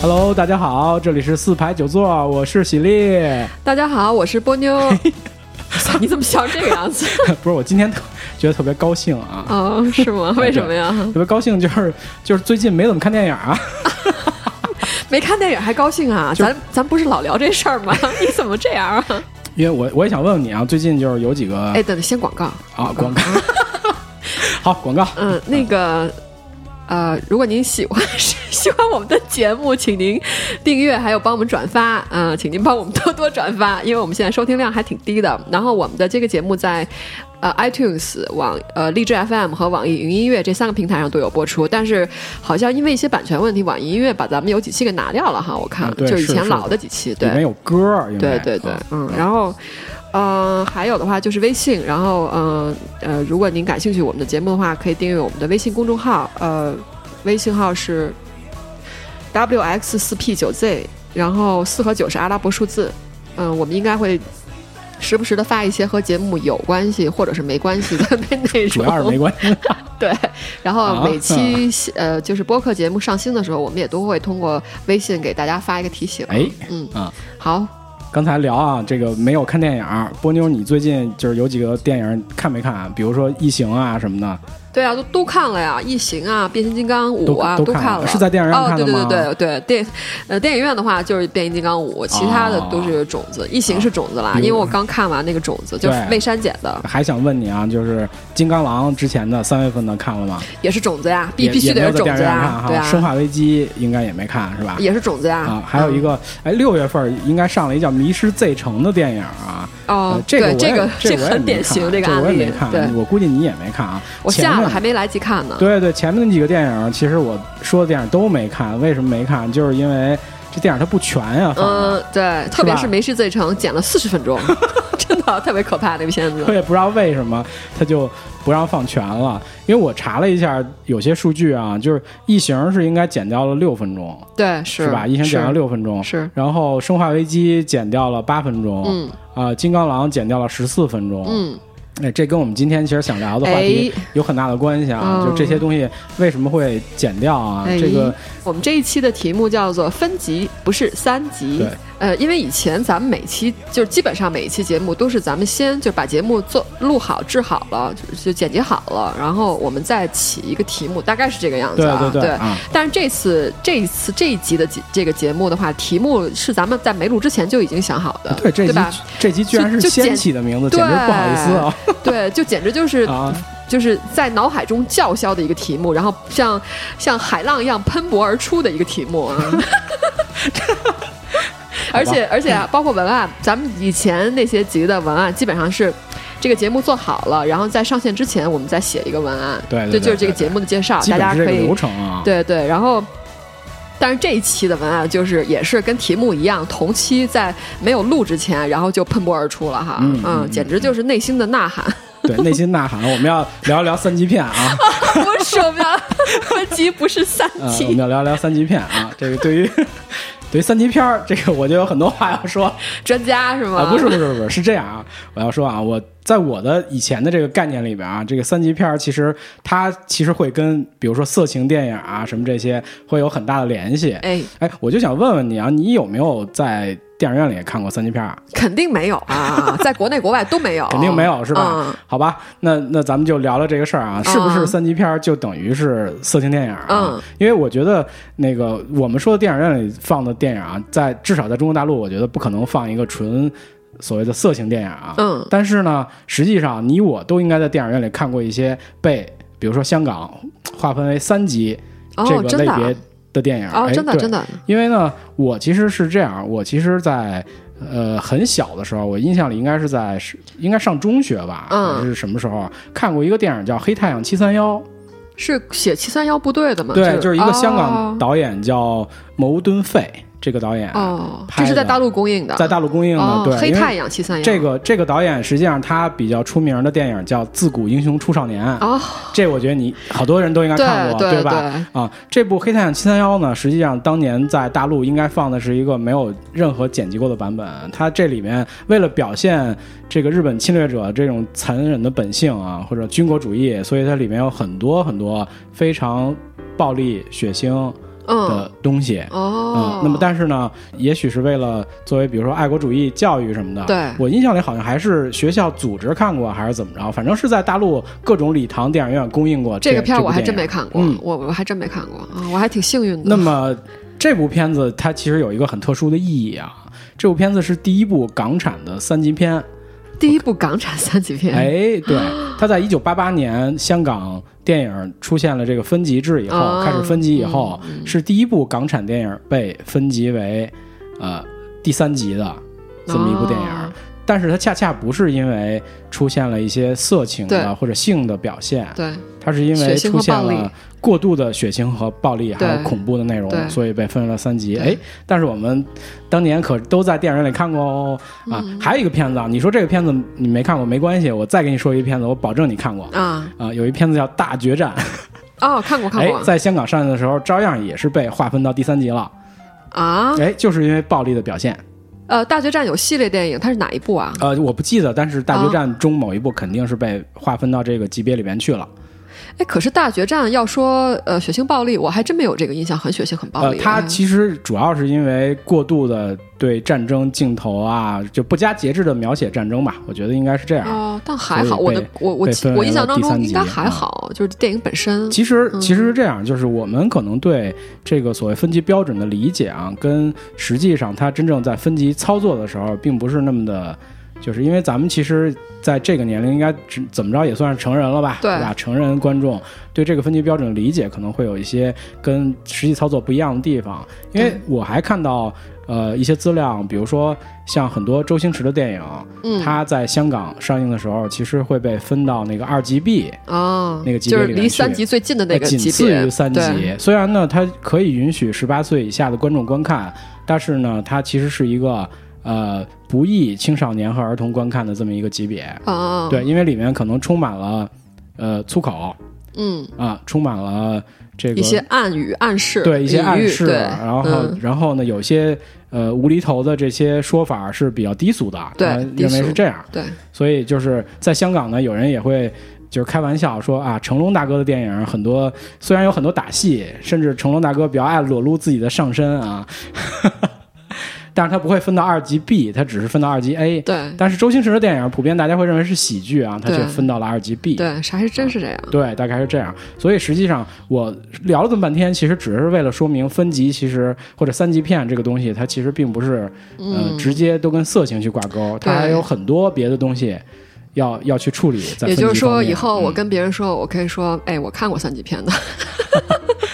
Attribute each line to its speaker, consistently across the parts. Speaker 1: Hello，大家好，这里是四排九座，我是喜力。
Speaker 2: 大家好，我是波妞。操你怎么笑这个样子？
Speaker 1: 不是，我今天特觉得特别高兴啊，
Speaker 2: 哦，是吗？为什么呀？
Speaker 1: 特别高兴，就是就是最近没怎么看电影啊，
Speaker 2: 没看电影还高兴啊？咱咱不是老聊这事儿吗？你怎么这样啊？
Speaker 1: 因为我我也想问问你啊，最近就是有几个
Speaker 2: 哎，等先广告。
Speaker 1: 啊广 告，好广告，
Speaker 2: 嗯，那个，呃，如果您喜欢喜欢我们的节目，请您订阅，还有帮我们转发，嗯、请您帮我们多多转发，因为我们现在收听量还挺低的。然后我们的这个节目在。呃，iTunes 网呃荔枝 FM 和网易云音乐这三个平台上都有播出，但是好像因为一些版权问题，网易音乐把咱们有几期给拿掉了哈，我看、
Speaker 1: 啊对
Speaker 2: 就以
Speaker 1: 是
Speaker 2: 前
Speaker 1: 是
Speaker 2: 老的几期，
Speaker 1: 里
Speaker 2: 对，
Speaker 1: 面有歌儿，因为
Speaker 2: 对对对
Speaker 1: 啊，
Speaker 2: 嗯，然后，呃，还有的话就是微信，然后，嗯呃如果您感兴趣我们的节目的话，可以订阅我们的微信公众号，呃，微信号是 WX 四 P 九 Z，然后四和九是阿拉伯数字，嗯、我们应该会。时不时的发一些和节目有关系或者是没关 系的那内容，
Speaker 1: 主要是没 关系，
Speaker 2: 对，然后
Speaker 1: 啊
Speaker 2: 每期、呃就是播客节目上新的时候，我们也都会通过微信给大家发一个提醒。
Speaker 1: 哎
Speaker 2: 嗯
Speaker 1: 啊，
Speaker 2: 好，
Speaker 1: 刚才聊啊，这个没有看电影，波妞，你最近就是有几个电影看没看啊？比如说《异形》啊什么的，
Speaker 2: 对啊，都都看了呀，《异形》啊，《变形金刚五
Speaker 1: 都》
Speaker 2: 啊，
Speaker 1: 都
Speaker 2: 都
Speaker 1: 看了
Speaker 2: 了。
Speaker 1: 是在电影院看的吗
Speaker 2: 哦，对对对对对，电呃电影院的话就是《变形金刚五》，其他的都
Speaker 1: 哦
Speaker 2: 是种子，异形》是种子啦，
Speaker 1: 比如
Speaker 2: 因为我刚看完那个种子，就是
Speaker 1: 啊对
Speaker 2: 未删减的，
Speaker 1: 还想问你啊，就是《金刚狼》之前的三月份的看了吗？
Speaker 2: 也是种子呀，必
Speaker 1: 也
Speaker 2: 必须
Speaker 1: 也没
Speaker 2: 得
Speaker 1: 有
Speaker 2: 是
Speaker 1: 在
Speaker 2: 种
Speaker 1: 电
Speaker 2: 子
Speaker 1: 影院
Speaker 2: 呀
Speaker 1: 看，
Speaker 2: 对
Speaker 1: 哈，
Speaker 2: 啊，
Speaker 1: 生化危机》应该也没看是吧？
Speaker 2: 也嗯是种子呀。
Speaker 1: 啊，还有一个，哎，六月份应该上了一叫《迷失 Z 城》的电影啊。
Speaker 2: 嗯
Speaker 1: 呃
Speaker 2: 哦，
Speaker 1: 这个我
Speaker 2: 对
Speaker 1: 也
Speaker 2: 这个
Speaker 1: 这
Speaker 2: 这
Speaker 1: 个我也
Speaker 2: 很
Speaker 1: 没
Speaker 2: 典
Speaker 1: 看
Speaker 2: 型，
Speaker 1: 这
Speaker 2: 个
Speaker 1: 我
Speaker 2: 案
Speaker 1: 也
Speaker 2: 例
Speaker 1: 没，看
Speaker 2: 对，，
Speaker 1: 我估计你也没看啊。
Speaker 2: 我
Speaker 1: 前
Speaker 2: 下了
Speaker 1: 面
Speaker 2: 还没来及看呢。
Speaker 1: 对对，前面那几个电影，其实我说的电影都没看，为什么没看？就是因为这电影它不全呀、放的
Speaker 2: 嗯，对，特别
Speaker 1: 啊吧
Speaker 2: 是《梅事罪城》剪了四十 分钟，真的特别可怕那个片子
Speaker 1: 我。也不知道为什么它就不让放全了。因为我查了一下，有些数据啊，就是《异形》是应该减掉了六分钟，
Speaker 2: 对，是
Speaker 1: 是吧？《异形》减掉
Speaker 2: 是
Speaker 1: 六哦分钟，
Speaker 2: 是
Speaker 1: 然后《生化危机》减掉了八分钟，
Speaker 2: 嗯
Speaker 1: 啊、金刚狼》减掉了十四分钟，
Speaker 2: 嗯。
Speaker 1: 哎，这跟我们今天其实想聊的话题有很大的关系啊，
Speaker 2: 哎
Speaker 1: 就这些东西为什么会减掉啊？
Speaker 2: 哎
Speaker 1: 这个
Speaker 2: 我们这一期的题目叫做分级，不是三级
Speaker 1: 对。
Speaker 2: 呃，因为以前咱们每期就是基本上每一期节目都是咱们先就把节目做录好、制好了，就就剪辑好了，然后我们再起一个题目，大概是这个样子
Speaker 1: 对
Speaker 2: 啊。
Speaker 1: 对啊，
Speaker 2: 但是这次这一次这一集的节这个节目的话，题目是咱们在没录之前就已经想好的，
Speaker 1: 对这集
Speaker 2: 吧？
Speaker 1: 这集居然是
Speaker 2: 就就简
Speaker 1: 掀起的名字，
Speaker 2: 对
Speaker 1: 简直不好意思啊！
Speaker 2: 对，就简 直就是
Speaker 1: 啊，
Speaker 2: 就是在脑海中叫嚣的一个题目，然后像像海浪一样喷薄而出的一个题目啊。 而且而且啊，包括文案，咱们以前那些集的文案基本上是。这个节目做好了，然后在上线之前，我们再写一个文案，
Speaker 1: 对对对
Speaker 2: 这就是这个
Speaker 1: 对
Speaker 2: 节目的介绍，
Speaker 1: 基
Speaker 2: 大
Speaker 1: 本
Speaker 2: 家
Speaker 1: 是这
Speaker 2: 可
Speaker 1: 个
Speaker 2: 以
Speaker 1: 流程啊。
Speaker 2: 对对，然后。但是这一期的文案就是也是跟题目一样，同期在没有录之前，然后就喷薄而出了哈，
Speaker 1: 嗯嗯
Speaker 2: 简直就是内心的呐喊，
Speaker 1: 对，内心呐喊，我们要聊一聊三级片 啊，
Speaker 2: 不是我们要分级不是三
Speaker 1: 呃，我
Speaker 2: 级
Speaker 1: 们，要聊一聊三级片啊。这个对于 对于三级片儿，这个我就有很多话要说。
Speaker 2: 专家是吗？
Speaker 1: 啊，不 是不是不是，是这样啊，我要说啊，我在我的以前的这个概念里边啊，这个三级片儿其实它其实会跟比如说色情电影啊什么这些会有很大的联系。
Speaker 2: 哎，
Speaker 1: 哎，我就想问问你啊，你有没有在电影院里看过三级片儿啊？
Speaker 2: 肯定没有啊， 在国内国外都没有，
Speaker 1: 肯定没有是吧？
Speaker 2: 嗯
Speaker 1: 好吧，那那咱们就聊聊这个事儿啊，是不是三级片儿就等于是色情电影、啊？
Speaker 2: 嗯，
Speaker 1: 因为我觉得那个我们说的电影院里放的电影啊，在至少在中国大陆，我觉得不可能放一个纯所谓的色情电影啊。
Speaker 2: 嗯
Speaker 1: 但是呢，实际上你我都应该在电影院里看过一些被，比如说香港划分为三级
Speaker 2: 哦
Speaker 1: 这个
Speaker 2: 真
Speaker 1: 类
Speaker 2: 的啊
Speaker 1: 别的电影，
Speaker 2: 哦，
Speaker 1: 哎
Speaker 2: 真的
Speaker 1: 对
Speaker 2: 真的，
Speaker 1: 因为呢，我其实是这样，啊我其实在，呃很小的时候，我印象里应该是在是应该上中学吧，
Speaker 2: 嗯啊
Speaker 1: 还是什么时候啊看过一个电影叫《黑太阳七三幺》，
Speaker 2: 是写七三幺部队的吗？
Speaker 1: 对，就是一个香港
Speaker 2: 哦
Speaker 1: 导演叫牟敦芾，这个导演、
Speaker 2: 哦，
Speaker 1: 拍
Speaker 2: 这是在
Speaker 1: 的
Speaker 2: 大陆公映的，
Speaker 1: 在大陆公映的，
Speaker 2: 哦
Speaker 1: 对，
Speaker 2: 黑
Speaker 1: 因为
Speaker 2: 太阳七三幺
Speaker 1: 这个这个导演实际上他比较出名的电影叫《自古英雄出少年》，
Speaker 2: 哦，
Speaker 1: 这我觉得你好多人都应该
Speaker 2: 对
Speaker 1: 看过，
Speaker 2: 对
Speaker 1: 吧？
Speaker 2: 对
Speaker 1: 啊，这部《黑太阳七三幺》呢，实际上当年在大陆应该放的是一个没有任何剪辑过的版本。它这里面为了表现这个日本侵略者这种残忍的本性啊，或者军国主义，所以它里面有很多很多非常暴力、血腥。的东西。
Speaker 2: 嗯哦、
Speaker 1: 嗯，那么但是呢，也许是为了作为比如说爱国主义教育什么的，
Speaker 2: 对
Speaker 1: 我印象里好像还是学校组织看过还是怎么着，反正是在大陆各种礼堂、电影院公映过
Speaker 2: 这个
Speaker 1: 片
Speaker 2: 片儿我还
Speaker 1: 这
Speaker 2: 真
Speaker 1: 部
Speaker 2: 没
Speaker 1: 电影
Speaker 2: 看过，
Speaker 1: 嗯
Speaker 2: 我我还真没看过啊，我还挺幸运的。
Speaker 1: 那么这部片子它其实有一个很特殊的意义啊，这部片子是第一部港产的三级片。
Speaker 2: 第一部港产三级片，
Speaker 1: 哎，对，它在一九八八年香港电影出现了这个分级制以后，
Speaker 2: 啊
Speaker 1: 开始分级以后，
Speaker 2: 嗯
Speaker 1: 是第一部港产电影被分级为呃第三级的这么一部电影。
Speaker 2: 哦
Speaker 1: 但是它恰恰不是因为出现了一些色情的
Speaker 2: 对
Speaker 1: 或者性的表现，
Speaker 2: 对，
Speaker 1: 它是因为
Speaker 2: 血腥
Speaker 1: 出
Speaker 2: 和
Speaker 1: 现
Speaker 2: 暴力
Speaker 1: 了过度的血腥和暴力，还有
Speaker 2: 对
Speaker 1: 恐怖的内容，
Speaker 2: 对
Speaker 1: 所以被分为了三级。
Speaker 2: 对
Speaker 1: 哎，但是我们当年可都在电影院里看过哦啊！
Speaker 2: 嗯
Speaker 1: 还有一个片子啊，你说这个片子你没看过没关系，我再给你说一个片子，我保证你看过
Speaker 2: 啊，
Speaker 1: 啊。有一片子叫《大决战》，
Speaker 2: 哦，看过看
Speaker 1: 哎
Speaker 2: 过，
Speaker 1: 在香港上映的时候，照样也是被划分到第三级了。
Speaker 2: 啊，
Speaker 1: 哎，就是因为暴力的表现。
Speaker 2: 呃，大决战有系列电影，它是哪一部啊？
Speaker 1: 呃，我不记得，但是《大决战》中某一部肯定是被划分到这个级别里边去了。
Speaker 2: 哎，可是大决战要说呃血腥暴力，我还真没有这个印象，很血腥很暴
Speaker 1: 呃，
Speaker 2: 力。哎嗯
Speaker 1: 它其实主要是因为过度的对战争镜头啊，就不加节制的描写战争吧，我觉得应该是这样。
Speaker 2: 哦，但还好，
Speaker 1: 所
Speaker 2: 我
Speaker 1: 以被
Speaker 2: 的我我
Speaker 1: 被分为
Speaker 2: 我印象
Speaker 1: 了
Speaker 2: 当
Speaker 1: 第
Speaker 2: 中
Speaker 1: 三
Speaker 2: 应该
Speaker 1: 级
Speaker 2: 还
Speaker 1: 啊
Speaker 2: 好，就是电影本身。
Speaker 1: 其实其实是这样，就是我们可能对这个所谓分级标准的理解啊，跟实际上它真正在分级操作的时候，并不是那么的，就是因为咱们其实在这个年龄应该只怎么着也算是成人了吧，
Speaker 2: 对
Speaker 1: 吧？成人观众对这个分级标准的理解可能会有一些跟实际操作不一样的地方，因为
Speaker 2: 对
Speaker 1: 我还看到呃一些资料，比如说像很多周星驰的电影，
Speaker 2: 嗯，
Speaker 1: 它在香港上映的时候，其实会被分到那个二级 B。
Speaker 2: 哦，
Speaker 1: 那个级
Speaker 2: 就
Speaker 1: 别
Speaker 2: 是
Speaker 1: 里面
Speaker 2: 离
Speaker 1: 去
Speaker 2: 三级最近的那个级
Speaker 1: 呃仅
Speaker 2: 别，
Speaker 1: 次于三级
Speaker 2: 对。
Speaker 1: 虽然呢，它可以允许十八岁以下的观众观看，但是呢，它其实是一个呃不宜青少年和儿童观看的这么一个级别。
Speaker 2: 哦，
Speaker 1: 对，，因为里面可能充满了呃粗口啊、
Speaker 2: 嗯，
Speaker 1: 充满了这个
Speaker 2: 一些暗语、暗示、
Speaker 1: 对一些
Speaker 2: 隐喻
Speaker 1: 暗示，
Speaker 2: 对，
Speaker 1: 然后、
Speaker 2: 嗯
Speaker 1: 然后呢，有些呃无厘头的这些说法是比较低俗的，
Speaker 2: 对
Speaker 1: 他们
Speaker 2: 低
Speaker 1: 认为
Speaker 2: 俗
Speaker 1: 是这样。
Speaker 2: 对，
Speaker 1: 所以就是在香港呢，有人也会就是开玩笑说啊，成龙大哥的电影很多，虽然有很多打戏，甚至成龙大哥比较爱裸露自己的上身啊， 但是他不会分到二级 B，他只是分到二级 A。
Speaker 2: 对
Speaker 1: 但是周星驰的电影普遍大家会认为是喜剧啊，他却
Speaker 2: 对
Speaker 1: 分到了二级 B。
Speaker 2: 对，啥是真是这样。
Speaker 1: 对，大概是这样。所以实际上我聊了这么半天，其实只是为了说明分级其实或者三级片这个东西，它其实并不是
Speaker 2: 嗯
Speaker 1: 呃、直接都跟色情去挂钩，它还有很多别的东西要要去处理。在分
Speaker 2: 也
Speaker 1: 级
Speaker 2: 就是
Speaker 1: 方
Speaker 2: 说，
Speaker 1: 面
Speaker 2: 以后我
Speaker 1: 嗯
Speaker 2: 跟别人说，我可以说，哎，我看过三级片 的，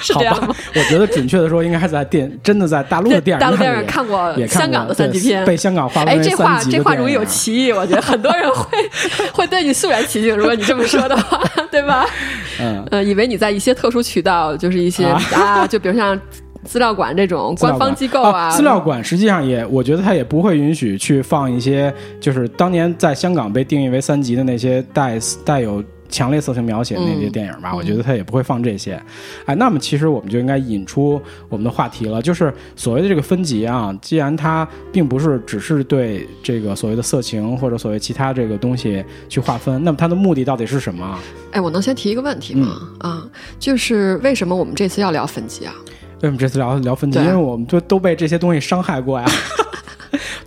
Speaker 2: 是这
Speaker 1: 好
Speaker 2: 样
Speaker 1: 吧
Speaker 2: 吗？，
Speaker 1: 我觉得准确的说，应该是在电真的在大陆的电影
Speaker 2: 大陆电
Speaker 1: 院
Speaker 2: 影
Speaker 1: 里
Speaker 2: 看过
Speaker 1: 也看
Speaker 2: 香港的
Speaker 1: 对
Speaker 2: 三级片，
Speaker 1: 被香港划分
Speaker 2: 哎，
Speaker 1: 为
Speaker 2: 这
Speaker 1: 三
Speaker 2: 话
Speaker 1: 级的
Speaker 2: 这话
Speaker 1: 电
Speaker 2: 容易
Speaker 1: 影啊
Speaker 2: 有歧义，我觉得很多人会 会对你肃然起敬。如果你这么说的话，对吧？
Speaker 1: 嗯，
Speaker 2: 呃，以为你在一些特殊渠道，就是一些
Speaker 1: 啊
Speaker 2: 啊就比如像资料馆这种官方机构
Speaker 1: 啊，
Speaker 2: 啊，
Speaker 1: 资料馆实际上也，我觉得它也不会允许去放一些，就是当年在香港被定义为三级的那些带带有强烈色情描写的那些
Speaker 2: 嗯
Speaker 1: 电影吧，我觉得它也不会放这些。哎，那么其实我们就应该引出我们的话题了，就是所谓的这个分级啊，既然它并不是只是对这个所谓的色情或者所谓其他这个东西去划分，那么它的目的到底是什么啊？
Speaker 2: 哎，我能先提一个问题吗？
Speaker 1: 嗯
Speaker 2: 啊，就是为什么我们这次要聊分级啊？
Speaker 1: 为什么这次聊聊分级？
Speaker 2: 对
Speaker 1: 因为
Speaker 2: 啊
Speaker 1: 我们都都被这些东西伤害过 呀，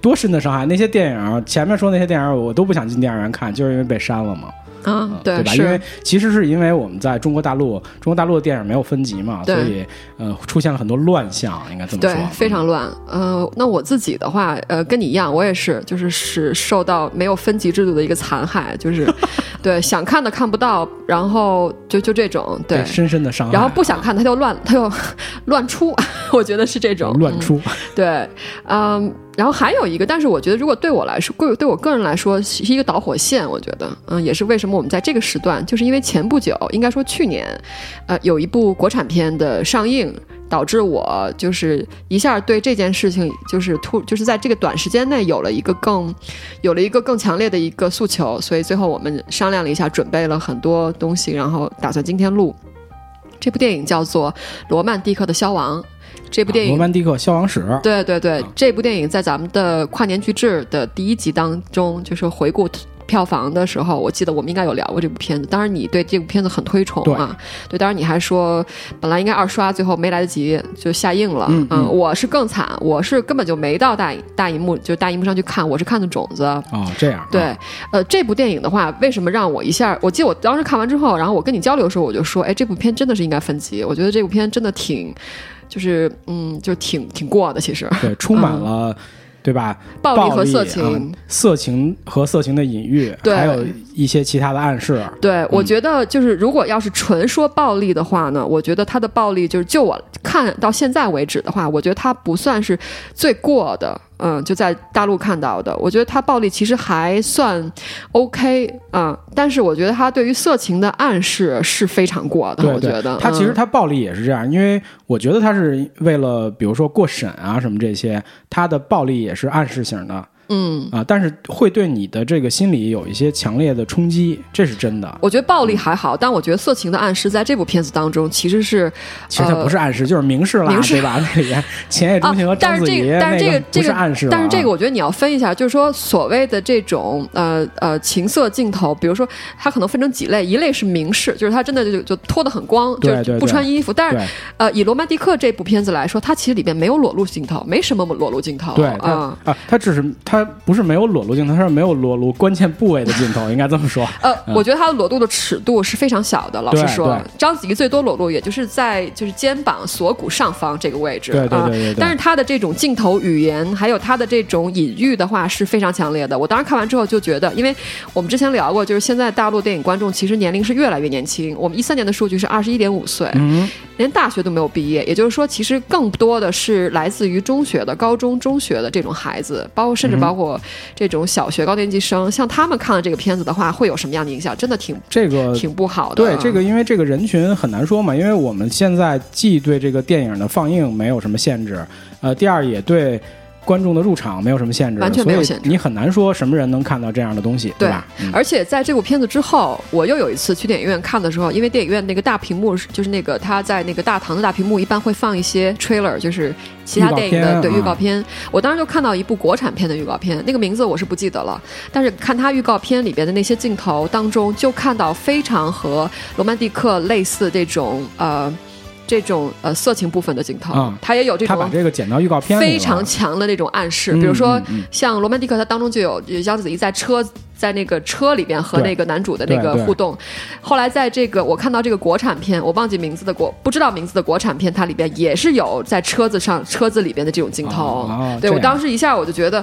Speaker 1: 多深的伤害！那些电影，前面说那些电影，我都不想进电影院看，就是因为被删了嘛，
Speaker 2: 啊，
Speaker 1: 对吧？因为
Speaker 2: 是，
Speaker 1: 其实是因为我们在中国大陆，中国大陆的电影没有分级嘛，
Speaker 2: 对
Speaker 1: 所以呃出现了很多乱象，应该这么
Speaker 2: 对
Speaker 1: 说，，啊嗯
Speaker 2: 非常乱。呃，那我自己的话，呃，跟你一样，我也是，就是是受到没有分级制度的一个残害，就是 对想看的看不到，然后就就这种对
Speaker 1: 被。深深的伤啊害，
Speaker 2: 然后不想看，他就乱，他就 乱出， 我觉得是这种
Speaker 1: 乱出，
Speaker 2: 对，嗯，然后还有一个，但是我觉得，如果对我来说，对对我个人来说，是一个导火线。我觉得，嗯，也是为什么我们在这个时段，就是因为前不久，应该说去年，呃，有一部国产片的上映，导致我就是一下对这件事情，就是突，就是在这个短时间内有了一个更，有了一个更强烈的一个诉求，所以最后我们商量了一下，准备了很多东西，然后打算今天录。这部电影叫做《罗曼蒂克的消亡》，这部电
Speaker 1: 罗
Speaker 2: 影
Speaker 1: 曼蒂克消亡史，嗯
Speaker 2: 对对对，这部电影在咱们的跨年巨制的第一集当中，就是回顾票房的时候，我记得我们应该有聊过这部片子。当然，你对这部片子很推崇啊，对，当然你还说本来应该二刷，最后没来得及就下映了。
Speaker 1: 嗯嗯
Speaker 2: 我是更惨，我是根本就没到大大荧幕，就大荧幕上去看，我是看的种子。
Speaker 1: 哦，这样啊
Speaker 2: 对，呃，这部电影的话，为什么让我一下？我记得我当时看完之后，然后我跟你交流的时候，我就说，哎，这部片真的是应该分级。我觉得这部片真的挺，就是嗯，就挺挺过的，其实
Speaker 1: 对，充满了、对吧？
Speaker 2: 嗯暴力
Speaker 1: 力
Speaker 2: 和色
Speaker 1: 啊
Speaker 2: 情。
Speaker 1: 色情和色情的隐喻，
Speaker 2: 对
Speaker 1: 还有一些其他的暗示。啊
Speaker 2: 对，我觉得就是，如果要是纯说暴力的话呢，我觉得它的暴力就是，就我看到现在为止的话，我觉得它不算是最过的，嗯，就在大陆看到的，我觉得它暴力其实还算 OK 啊、但是我觉得它对于色情的暗示是非常过的，
Speaker 1: 对
Speaker 2: 我
Speaker 1: 对
Speaker 2: 觉得
Speaker 1: 他其实
Speaker 2: 嗯
Speaker 1: 他暴力也是这样，因为我觉得他是为了比如说过审啊什么这些，他的暴力也是暗示型的。嗯啊，但是会对你的这个心理有一些强烈的冲击，这是真的。
Speaker 2: 我觉得暴力还好，但我觉得色情的暗示在这部片子当中其实是
Speaker 1: 其实它不是暗示，就是明示啦，
Speaker 2: 明示
Speaker 1: 对 吧？那里面前野
Speaker 2: 啊
Speaker 1: 中情和，
Speaker 2: 但
Speaker 1: 章
Speaker 2: 是
Speaker 1: 子
Speaker 2: 这
Speaker 1: 怡、
Speaker 2: 个，但是这
Speaker 1: 那
Speaker 2: 个
Speaker 1: 个
Speaker 2: 这
Speaker 1: 不是
Speaker 2: 个
Speaker 1: 暗示了啊，
Speaker 2: 但是这个我觉得你要分一下，就是说所谓的这种呃呃情色镜头，比如说它可能分成几类，一类是明示，就是它真的就就脱得很光，
Speaker 1: 对
Speaker 2: 就是
Speaker 1: 对
Speaker 2: 不
Speaker 1: 对
Speaker 2: 穿衣服，但是
Speaker 1: 啊对
Speaker 2: 呃以《罗曼蒂克》这部片子来说，它其实里面没有裸露镜头，没什么裸露镜头，
Speaker 1: 对它
Speaker 2: 啊。
Speaker 1: 啊，它只是它不是没有裸露镜头，它是没有裸露关键部位的镜头，应该这么说。
Speaker 2: 呃，我觉得它的裸露的尺度是非常小的。老实
Speaker 1: 对
Speaker 2: 说
Speaker 1: 嗯对，
Speaker 2: 章子怡最多裸露也就是在就是肩膀锁骨上方这个位置，
Speaker 1: 对对
Speaker 2: 啊
Speaker 1: 对对对
Speaker 2: 但是她的这种镜头语言，还有她的这种隐喻的话是非常强烈的。我当时看完之后就觉得，因为我们之前聊过，就是现在大陆电影观众其实年龄是越来越年轻。我们一三年的数据是二十一点五岁，
Speaker 1: 嗯
Speaker 2: 连大学都没有毕业，也就是说，其实更多的是来自于中学的、高中、中学的这种孩子，包括甚至
Speaker 1: 嗯
Speaker 2: 包括这种小学高年级生，像他们看了这个片子的话，会有什么样的影响？真的挺
Speaker 1: 这个
Speaker 2: 挺不好的。
Speaker 1: 呃
Speaker 2: 嗯
Speaker 1: 对这个，因为这个人群很难说嘛，因为我们现在既对这个电影的放映没有什么限制，呃，第二也对观众的入场没有什么限制，
Speaker 2: 完全没有限
Speaker 1: 所以
Speaker 2: 制
Speaker 1: 你很难说什么人能看到这样的东西，
Speaker 2: 对
Speaker 1: 吧？嗯
Speaker 2: 而且在这部片子之后，我又有一次去电影院看的时候，因为电影院那个大屏幕是就是那个它在那个大堂的大屏幕一般会放一些 trailer，就是其他电影的
Speaker 1: 预告片
Speaker 2: 对
Speaker 1: 啊
Speaker 2: 预告片。我当时就看到一部国产片的预告片，那个名字我是不记得了，但是看它预告片里边的那些镜头当中，就看到非常和《罗曼蒂克》类似这种呃这种呃色情部分的镜头，
Speaker 1: 啊
Speaker 2: 它也有这
Speaker 1: 他把
Speaker 2: 种
Speaker 1: 这个剪到预告片里了
Speaker 2: 非常强的那种暗示，
Speaker 1: 嗯
Speaker 2: 比如说
Speaker 1: 嗯嗯
Speaker 2: 像《罗曼蒂克》，它当中就有有章子怡在车在那个车里边和
Speaker 1: 对
Speaker 2: 那个男主的那个
Speaker 1: 对对
Speaker 2: 互动。后来在这个我看到这个国产片，我忘记名字的国不知道名字的国产片，它里边也是有在车子上车子里边的这种镜
Speaker 1: 哦
Speaker 2: 头。
Speaker 1: 哦
Speaker 2: 对
Speaker 1: 这
Speaker 2: 我
Speaker 1: 样
Speaker 2: 当时一下我就觉得。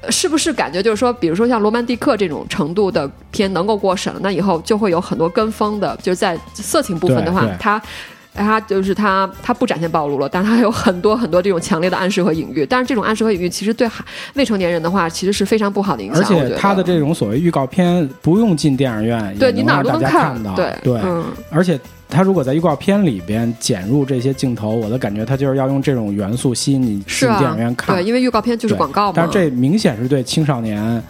Speaker 2: 呃是不是感觉就是说，比如说像《罗曼蒂克》这种程度的片能够过审，那以后就会有很多跟风的，就是在色情部分的话
Speaker 1: 对对，
Speaker 2: 它它就是它它不展现暴露了，但它有很多很多这种强烈的暗示和隐喻。但是这种暗示和隐喻其实对孩未成年人的话，其实是非常不好的影响。
Speaker 1: 而
Speaker 2: 我
Speaker 1: 且
Speaker 2: 觉得
Speaker 1: 他的这种所谓预告片不用进电影院，
Speaker 2: 对
Speaker 1: 也
Speaker 2: 你哪儿都
Speaker 1: 能让
Speaker 2: 能
Speaker 1: 大家
Speaker 2: 看
Speaker 1: 到，
Speaker 2: 对
Speaker 1: 对，
Speaker 2: 嗯，
Speaker 1: 而且他如果在预告片里边剪入这些镜头，我的感觉他就是要用这种元素吸引你
Speaker 2: 是
Speaker 1: 进
Speaker 2: 啊
Speaker 1: 电影院，看
Speaker 2: 对，，因为预告片就是
Speaker 1: 对
Speaker 2: 广告嘛
Speaker 1: 但。是这明显是对青少年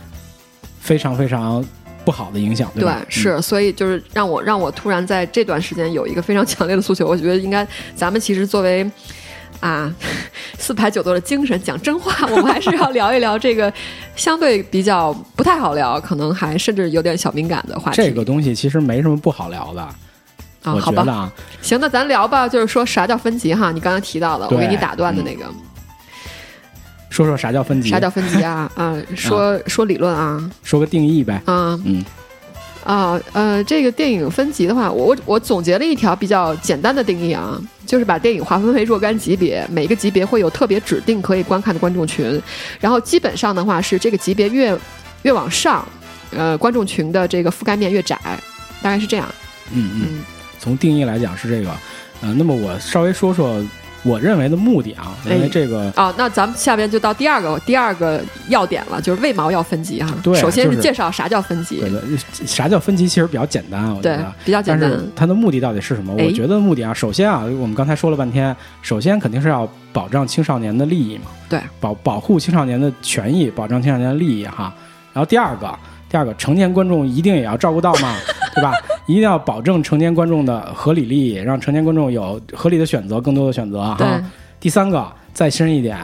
Speaker 1: 非常非常不好的影响，
Speaker 2: 对
Speaker 1: 吧？，嗯
Speaker 2: 是，所以就是让我让我突然在这段时间有一个非常强烈的诉求，我觉得应该咱们其实作为啊四排九座的精神讲真话，我们还是要聊一聊这个相对比较不太好聊，可能还甚至有点小敏感的话题。
Speaker 1: 这个东西其实没什么不好聊的，
Speaker 2: 啊，
Speaker 1: 我
Speaker 2: 好
Speaker 1: 觉
Speaker 2: 吧
Speaker 1: 得，啊，
Speaker 2: 行，那咱聊吧，就是说啥叫分级哈？你刚才提到了，我
Speaker 1: 对
Speaker 2: 给你打断的那个，
Speaker 1: 说说啥叫分级，
Speaker 2: 啥叫分 级啊？啊，说
Speaker 1: 嗯
Speaker 2: 说理论啊，
Speaker 1: 说个定义呗。
Speaker 2: 啊，
Speaker 1: 嗯，
Speaker 2: 啊，呃，这个电影分级的话，我我我总结了一条比较简单的定义啊，就是把电影划分为若干级别，每个级别会有特别指定可以观看的观众群，然后基本上的话是这个级别越越往上，呃，观众群的这个覆盖面越窄，大概是这样。
Speaker 1: 嗯嗯，
Speaker 2: 嗯，
Speaker 1: 从定义来讲是这个，呃，那么我稍微说说我认为的目的啊，因
Speaker 2: 哎
Speaker 1: 为这个
Speaker 2: 啊，那咱们下边就到第二个第二个要点了，就是为毛要分级哈、啊
Speaker 1: 对
Speaker 2: 首先
Speaker 1: 就是是
Speaker 2: 介绍啥叫分级，
Speaker 1: 对对，呃啥叫分级其实比较简单啊，我觉
Speaker 2: 对
Speaker 1: 得。
Speaker 2: 比较简
Speaker 1: 但
Speaker 2: 单。
Speaker 1: 是它的目的到底是什么？
Speaker 2: 哎
Speaker 1: 我觉得目的啊，首先啊，我们刚才说了半天，首先肯定是要保障青少年的利益嘛，
Speaker 2: 对，
Speaker 1: 保保护青少年的权益，保障青少年的利益哈。然后第二个，第二个，成年观众一定也要照顾到嘛， 对吧？一定要保证成年观众的合理利益，让成年观众有合理的选择，更多的选择啊哈。
Speaker 2: 对
Speaker 1: 第三个，再深一点，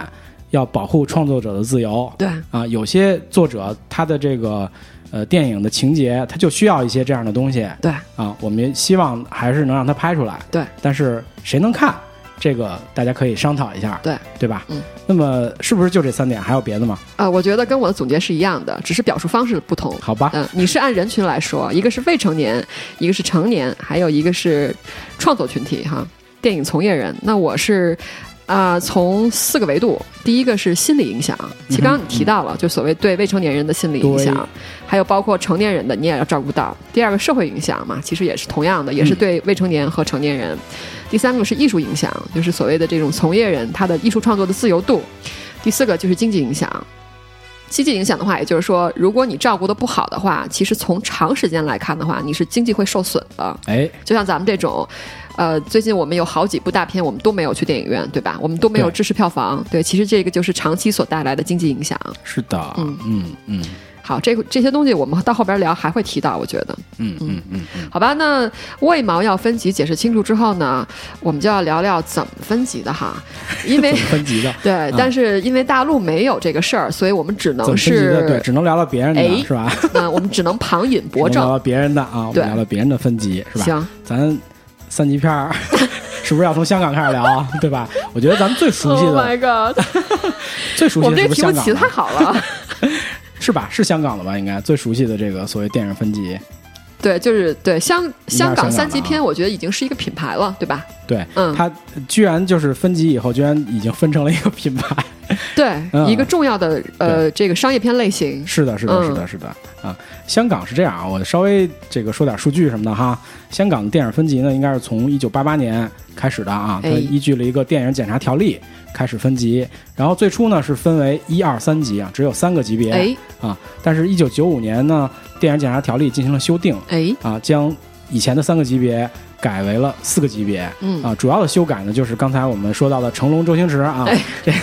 Speaker 1: 要保护创作者的自由。
Speaker 2: 对，
Speaker 1: 啊，有些作者他的这个呃电影的情节，它就需要一些这样的东西
Speaker 2: 对
Speaker 1: 啊。我们希望还是能让它拍出来，
Speaker 2: 对
Speaker 1: 但是谁能看，这个大家可以商讨一下，
Speaker 2: 对，
Speaker 1: 对吧？
Speaker 2: 嗯。
Speaker 1: 那么是不是就这三点？还有别的吗？
Speaker 2: 啊、我觉得跟我的总结是一样的，只是表述方式不同。
Speaker 1: 好吧，
Speaker 2: 嗯，你是按人群来说，一个是未成年，一个是成年，还有一个是创作群体哈，电影从业人。那我是啊、从四个维度，第一个是心理影响，其实刚刚你提到了，就所谓对未成年人的心理影
Speaker 1: 对
Speaker 2: 响，还有包括成年人的，你也要照顾到。第二个社会影响嘛，其实也是同样的，也
Speaker 1: 嗯
Speaker 2: 是对未成年和成年人。第三个是艺术影响，就是所谓的这种从业人他的艺术创作的自由度。第四个就是经济影响。经济影响的话，也就是说，如果你照顾的不好的话，其实从长时间来看的话，你是经济会受损的。
Speaker 1: 哎，
Speaker 2: 就像咱们这种，呃，最近我们有好几部大片，我们都没有去电影院，对吧？我们都没有
Speaker 1: 对
Speaker 2: 支持票房。对，其实这个就是长期所带来的经济影响。
Speaker 1: 是的，
Speaker 2: 嗯
Speaker 1: 嗯嗯
Speaker 2: 好，这个这些东西我们到后边聊还会提到，我觉得。
Speaker 1: 嗯嗯嗯嗯，
Speaker 2: 好吧，那为毛要分级解释清楚之后呢，我们就要聊聊怎么分级的哈，因 为
Speaker 1: 怎么分级的？
Speaker 2: 对，但是因为大陆没有这个事儿，所以我们只
Speaker 1: 怎么分
Speaker 2: 能
Speaker 1: 级的？对，
Speaker 2: 是，
Speaker 1: 只能聊聊别人的，
Speaker 2: 哎
Speaker 1: 是吧？
Speaker 2: 嗯，我们只能旁引
Speaker 1: 只
Speaker 2: 博
Speaker 1: 能聊
Speaker 2: 证。
Speaker 1: 聊别人的啊，我
Speaker 2: 对
Speaker 1: 们聊聊别人的分级，是吧？
Speaker 2: 行，
Speaker 1: 咱三级片 儿是不是要从香港开始聊啊？对吧？我觉得咱们最熟悉
Speaker 2: Oh
Speaker 1: 的、
Speaker 2: my god！
Speaker 1: 最熟
Speaker 2: 我
Speaker 1: 悉
Speaker 2: 们
Speaker 1: 的是不是
Speaker 2: 这个题目
Speaker 1: 香港
Speaker 2: 起
Speaker 1: 的
Speaker 2: 得太好 了，
Speaker 1: 是吧？是香港的吧？应该最熟悉的这个所谓电影分级，
Speaker 2: 对，就是对香香港三级
Speaker 1: 香港的
Speaker 2: 片，我觉得已经是一个品牌了，对吧？
Speaker 1: 对，
Speaker 2: 嗯
Speaker 1: 它居然就是分级以后，居然已经分成了一个品 牌。
Speaker 2: 对，
Speaker 1: 嗯
Speaker 2: 一个重要的呃这个商业片类型，
Speaker 1: 是的，是
Speaker 2: 嗯
Speaker 1: 的，是的，是的啊！香港是这样啊，我稍微这个说点数据什么的哈。香港的电影分级呢，应该是从一九八八年开始的啊，它
Speaker 2: 哎
Speaker 1: 依据了一个电影检查条例开始分级，然后最初呢是分为一二三级啊，只有三个级别。
Speaker 2: 哎
Speaker 1: 但是，一九九五年呢，电影检查条例进行了修订
Speaker 2: 哎，
Speaker 1: 啊，将以前的三个级别改为了四个级别
Speaker 2: 嗯
Speaker 1: 啊。主要的修改呢，就是刚才我们说到的成龙、周星驰啊，
Speaker 2: 哎
Speaker 1: 这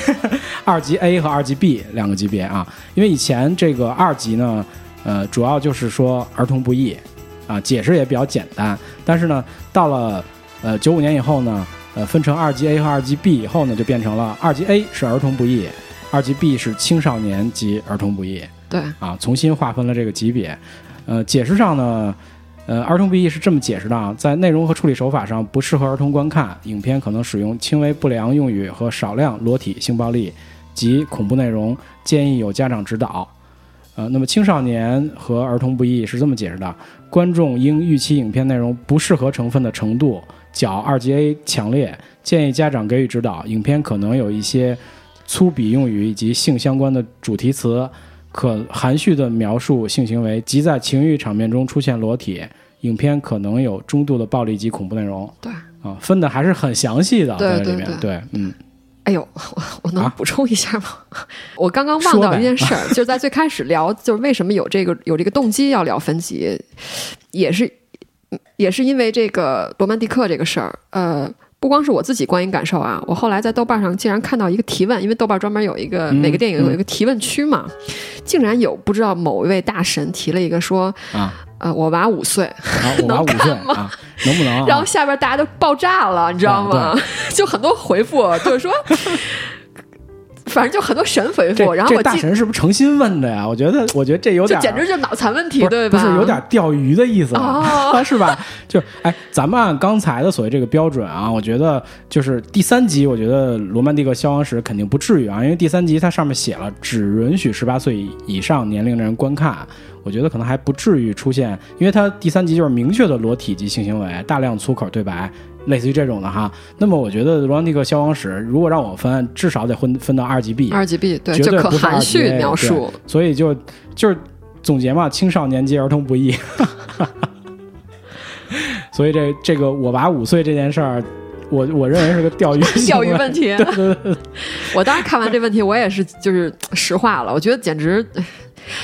Speaker 1: 二级 A 和二级 B 两个级别啊。因为以前这个二级呢，呃，主要就是说儿童不宜啊，解释也比较简单。但是呢，到了呃九五年以后呢，呃，分成二级 A 和二级 B 以后呢，就变成了二级 A 是儿童不宜，二级 B 是青少年及儿童不宜。
Speaker 2: 对，
Speaker 1: 啊，重新划分了这个级别。呃，解释上呢，呃，儿童不宜是这么解释的啊，在内容和处理手法上不适合儿童观看，影片可能使用轻微不良用语和少量裸体、性暴力及恐怖内容，建议有家长指导。呃，那么青少年和儿童不宜是这么解释的：观众应预期影片内容不适合成分的程度较二级 A 强烈，建议家长给予指导。影片可能有一些粗鄙用语以及性相关的主题词，可含蓄地描述性行为，即在情欲场面中出现裸体。影片可能有中度的暴力及恐怖内容
Speaker 2: 对。
Speaker 1: 啊，分的还是很详细的
Speaker 2: 对
Speaker 1: 在这里
Speaker 2: 对
Speaker 1: 面。
Speaker 2: 对
Speaker 1: 嗯，
Speaker 2: 哎呦， 我我能
Speaker 1: 啊
Speaker 2: 补充一下吗？ 我刚刚忘
Speaker 1: 说
Speaker 2: 到
Speaker 1: 呗
Speaker 2: 一件事儿， 就是在最开始聊，就是为什么有这个 有这个动机要聊分级，也是也是因为这个罗曼蒂克这个事儿。呃，不光是我自己观影感受啊，我后来在豆瓣上竟然看到一个提问，因为豆瓣专门有一个、
Speaker 1: 嗯
Speaker 2: 每个电影有一个提问区嘛，竟然有不知道某一位大神提了一个说，
Speaker 1: 啊，
Speaker 2: 呃，我娃五岁，
Speaker 1: 好， 我娃五岁啊，能不能、啊？
Speaker 2: 然后下边大家都爆炸了，你知道吗？ 就很多回复， 就是说，反正就很多神回
Speaker 1: 这
Speaker 2: 复。然后
Speaker 1: 这
Speaker 2: 我
Speaker 1: 大
Speaker 2: 记，
Speaker 1: 神是不是诚心问的呀？我觉得，我觉得这有
Speaker 2: 就
Speaker 1: 点儿，
Speaker 2: 简直就是脑残问题，
Speaker 1: 不
Speaker 2: 对
Speaker 1: 是
Speaker 2: 吧？
Speaker 1: 不是有点钓鱼的意思吗？
Speaker 2: 哦
Speaker 1: 是吧？就哎，咱们按刚才的所谓这个标准啊，我觉得就是第三集，我觉得《罗曼蒂克消亡史》肯定不至于啊，因为第三集它上面写了只允许十八岁以上年龄的人观看，我觉得可能还不至于出现，因为它第三集就是明确的裸体及性行为，大量粗口对白。类似于这种的哈，那么我觉得《罗曼蒂克消亡史》如果让我分，至少得分分到二级 B，
Speaker 2: 二 GB，对，
Speaker 1: 绝
Speaker 2: 就
Speaker 1: 对
Speaker 2: 可
Speaker 1: 不是
Speaker 2: 含
Speaker 1: RGA
Speaker 2: 蓄
Speaker 1: 对
Speaker 2: 描述。
Speaker 1: 所以就就是总结嘛，青少年及儿童不宜。 所以这这个我娃五岁这件事儿，我我认为是个钓鱼钓
Speaker 2: 教育 问题，我当时看完这问题，我也是就是实话了，我觉得简直。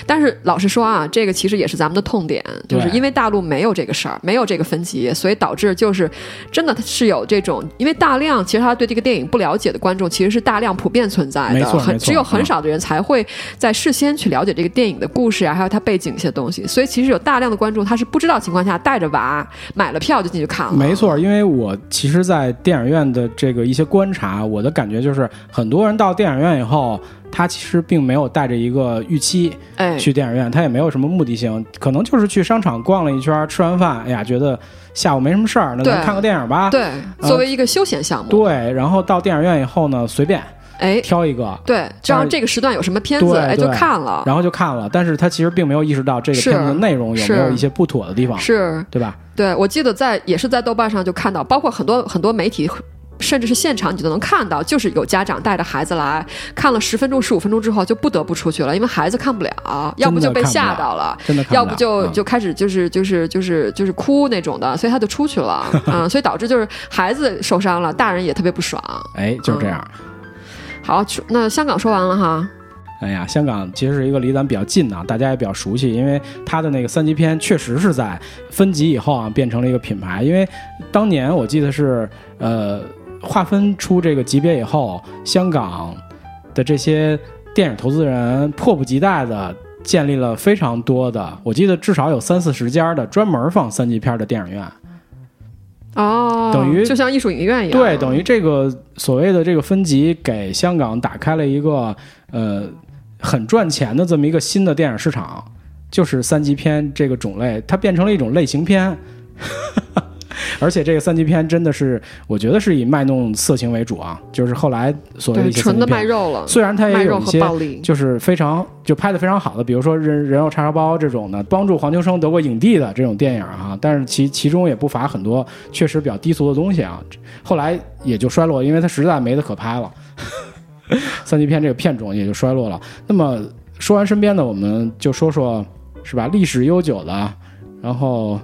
Speaker 2: 但是老实说啊，这个其实也是咱们的痛点，就是
Speaker 1: 对
Speaker 2: 因为大陆没有这个事儿，没有这个分级，所以导致就是真的是有这种，因为大量其实他对这个电影不了解的观众，其实是大量普遍存在
Speaker 1: 没
Speaker 2: 的，
Speaker 1: 错
Speaker 2: 很
Speaker 1: 没错
Speaker 2: 只有很
Speaker 1: 嗯
Speaker 2: 少的人才会在事先去了解这个电影的故事啊，还有它背景一些东西，所以其实有大量的观众他是不知道情况下带着娃买了票就进去看了，
Speaker 1: 没错，因为我其实，在电影院的这个一些观察，我的感觉就是，很多人到电影院以后，它其实并没有带着一个预期
Speaker 2: 哎，
Speaker 1: 去电影院，它也没有什么目的性，可能就是去商场逛了一圈，吃完饭，哎呀，觉得下午没什么事儿，那
Speaker 2: 对
Speaker 1: 咱看个电影吧。
Speaker 2: 对，作为一个休闲项目，
Speaker 1: 对，然后到电影院以后呢，随便
Speaker 2: 哎，
Speaker 1: 挑一个，
Speaker 2: 对，知道这个时段有什么片子，
Speaker 1: 啊对
Speaker 2: 哎，
Speaker 1: 对
Speaker 2: 就看了，
Speaker 1: 然后就看了，但是他其实并没有意识到这个
Speaker 2: 是
Speaker 1: 片子的内容有没有
Speaker 2: 是
Speaker 1: 一些不妥的地方，
Speaker 2: 是
Speaker 1: 对吧？
Speaker 2: 对，我记得在也是在豆瓣上就看到，包括很多很多媒体。甚至是现场你都能看到，就是有家长带着孩子来看了十分钟、十五分钟之后就不得不出去了，因为孩子看不了，要不就被吓到了，
Speaker 1: 真的看
Speaker 2: 要
Speaker 1: 不
Speaker 2: 不
Speaker 1: 了
Speaker 2: 就
Speaker 1: 嗯
Speaker 2: 就开始就是就是就是就是哭那种的，所以他就出 去了，嗯，所以导致就是孩子受伤了，大人也特别不爽。
Speaker 1: 哎，就是这
Speaker 2: 嗯
Speaker 1: 样。
Speaker 2: 好，去那香港说完了哈，
Speaker 1: 哎呀，香港其实是一个离咱们比较近的啊，大家也比较熟悉，因为它的那个三级片确实是在分级以后啊变成了一个品牌，因为当年我记得是呃划分出这个级别以后，香港的这些电影投资人迫不及待的。建立了非常多的，我记得至少有三四十家的专门放三级片的电影院，
Speaker 2: 哦，
Speaker 1: 等于
Speaker 2: 就像艺术影院一样，
Speaker 1: 对，等于这个所谓的这个分级，给香港打开了一个呃很赚钱的这么一个新的电影市场，就是三级片这个种类，它变成了一种类型片。 而且这个三级片真的是，我觉得是以卖弄色情为主啊，就是后来所谓的
Speaker 2: 对
Speaker 1: 一些三
Speaker 2: 纯
Speaker 1: 级
Speaker 2: 的卖
Speaker 1: 片，
Speaker 2: 肉了，
Speaker 1: 虽然它
Speaker 2: 卖
Speaker 1: 也
Speaker 2: 肉
Speaker 1: 有一
Speaker 2: 和
Speaker 1: 些
Speaker 2: 暴力，
Speaker 1: 就是非常就拍的非常好的，比如说人《人肉叉烧包》这种的，帮助黄秋生得过影帝的这种电影啊，但是其其中也不乏很多确实比较低俗的东西啊，后来也就衰落，因为它实在没得可拍了， 三级片这个片种也就衰落了。那么说完身边的，我们就说说是吧，历史悠久的，然后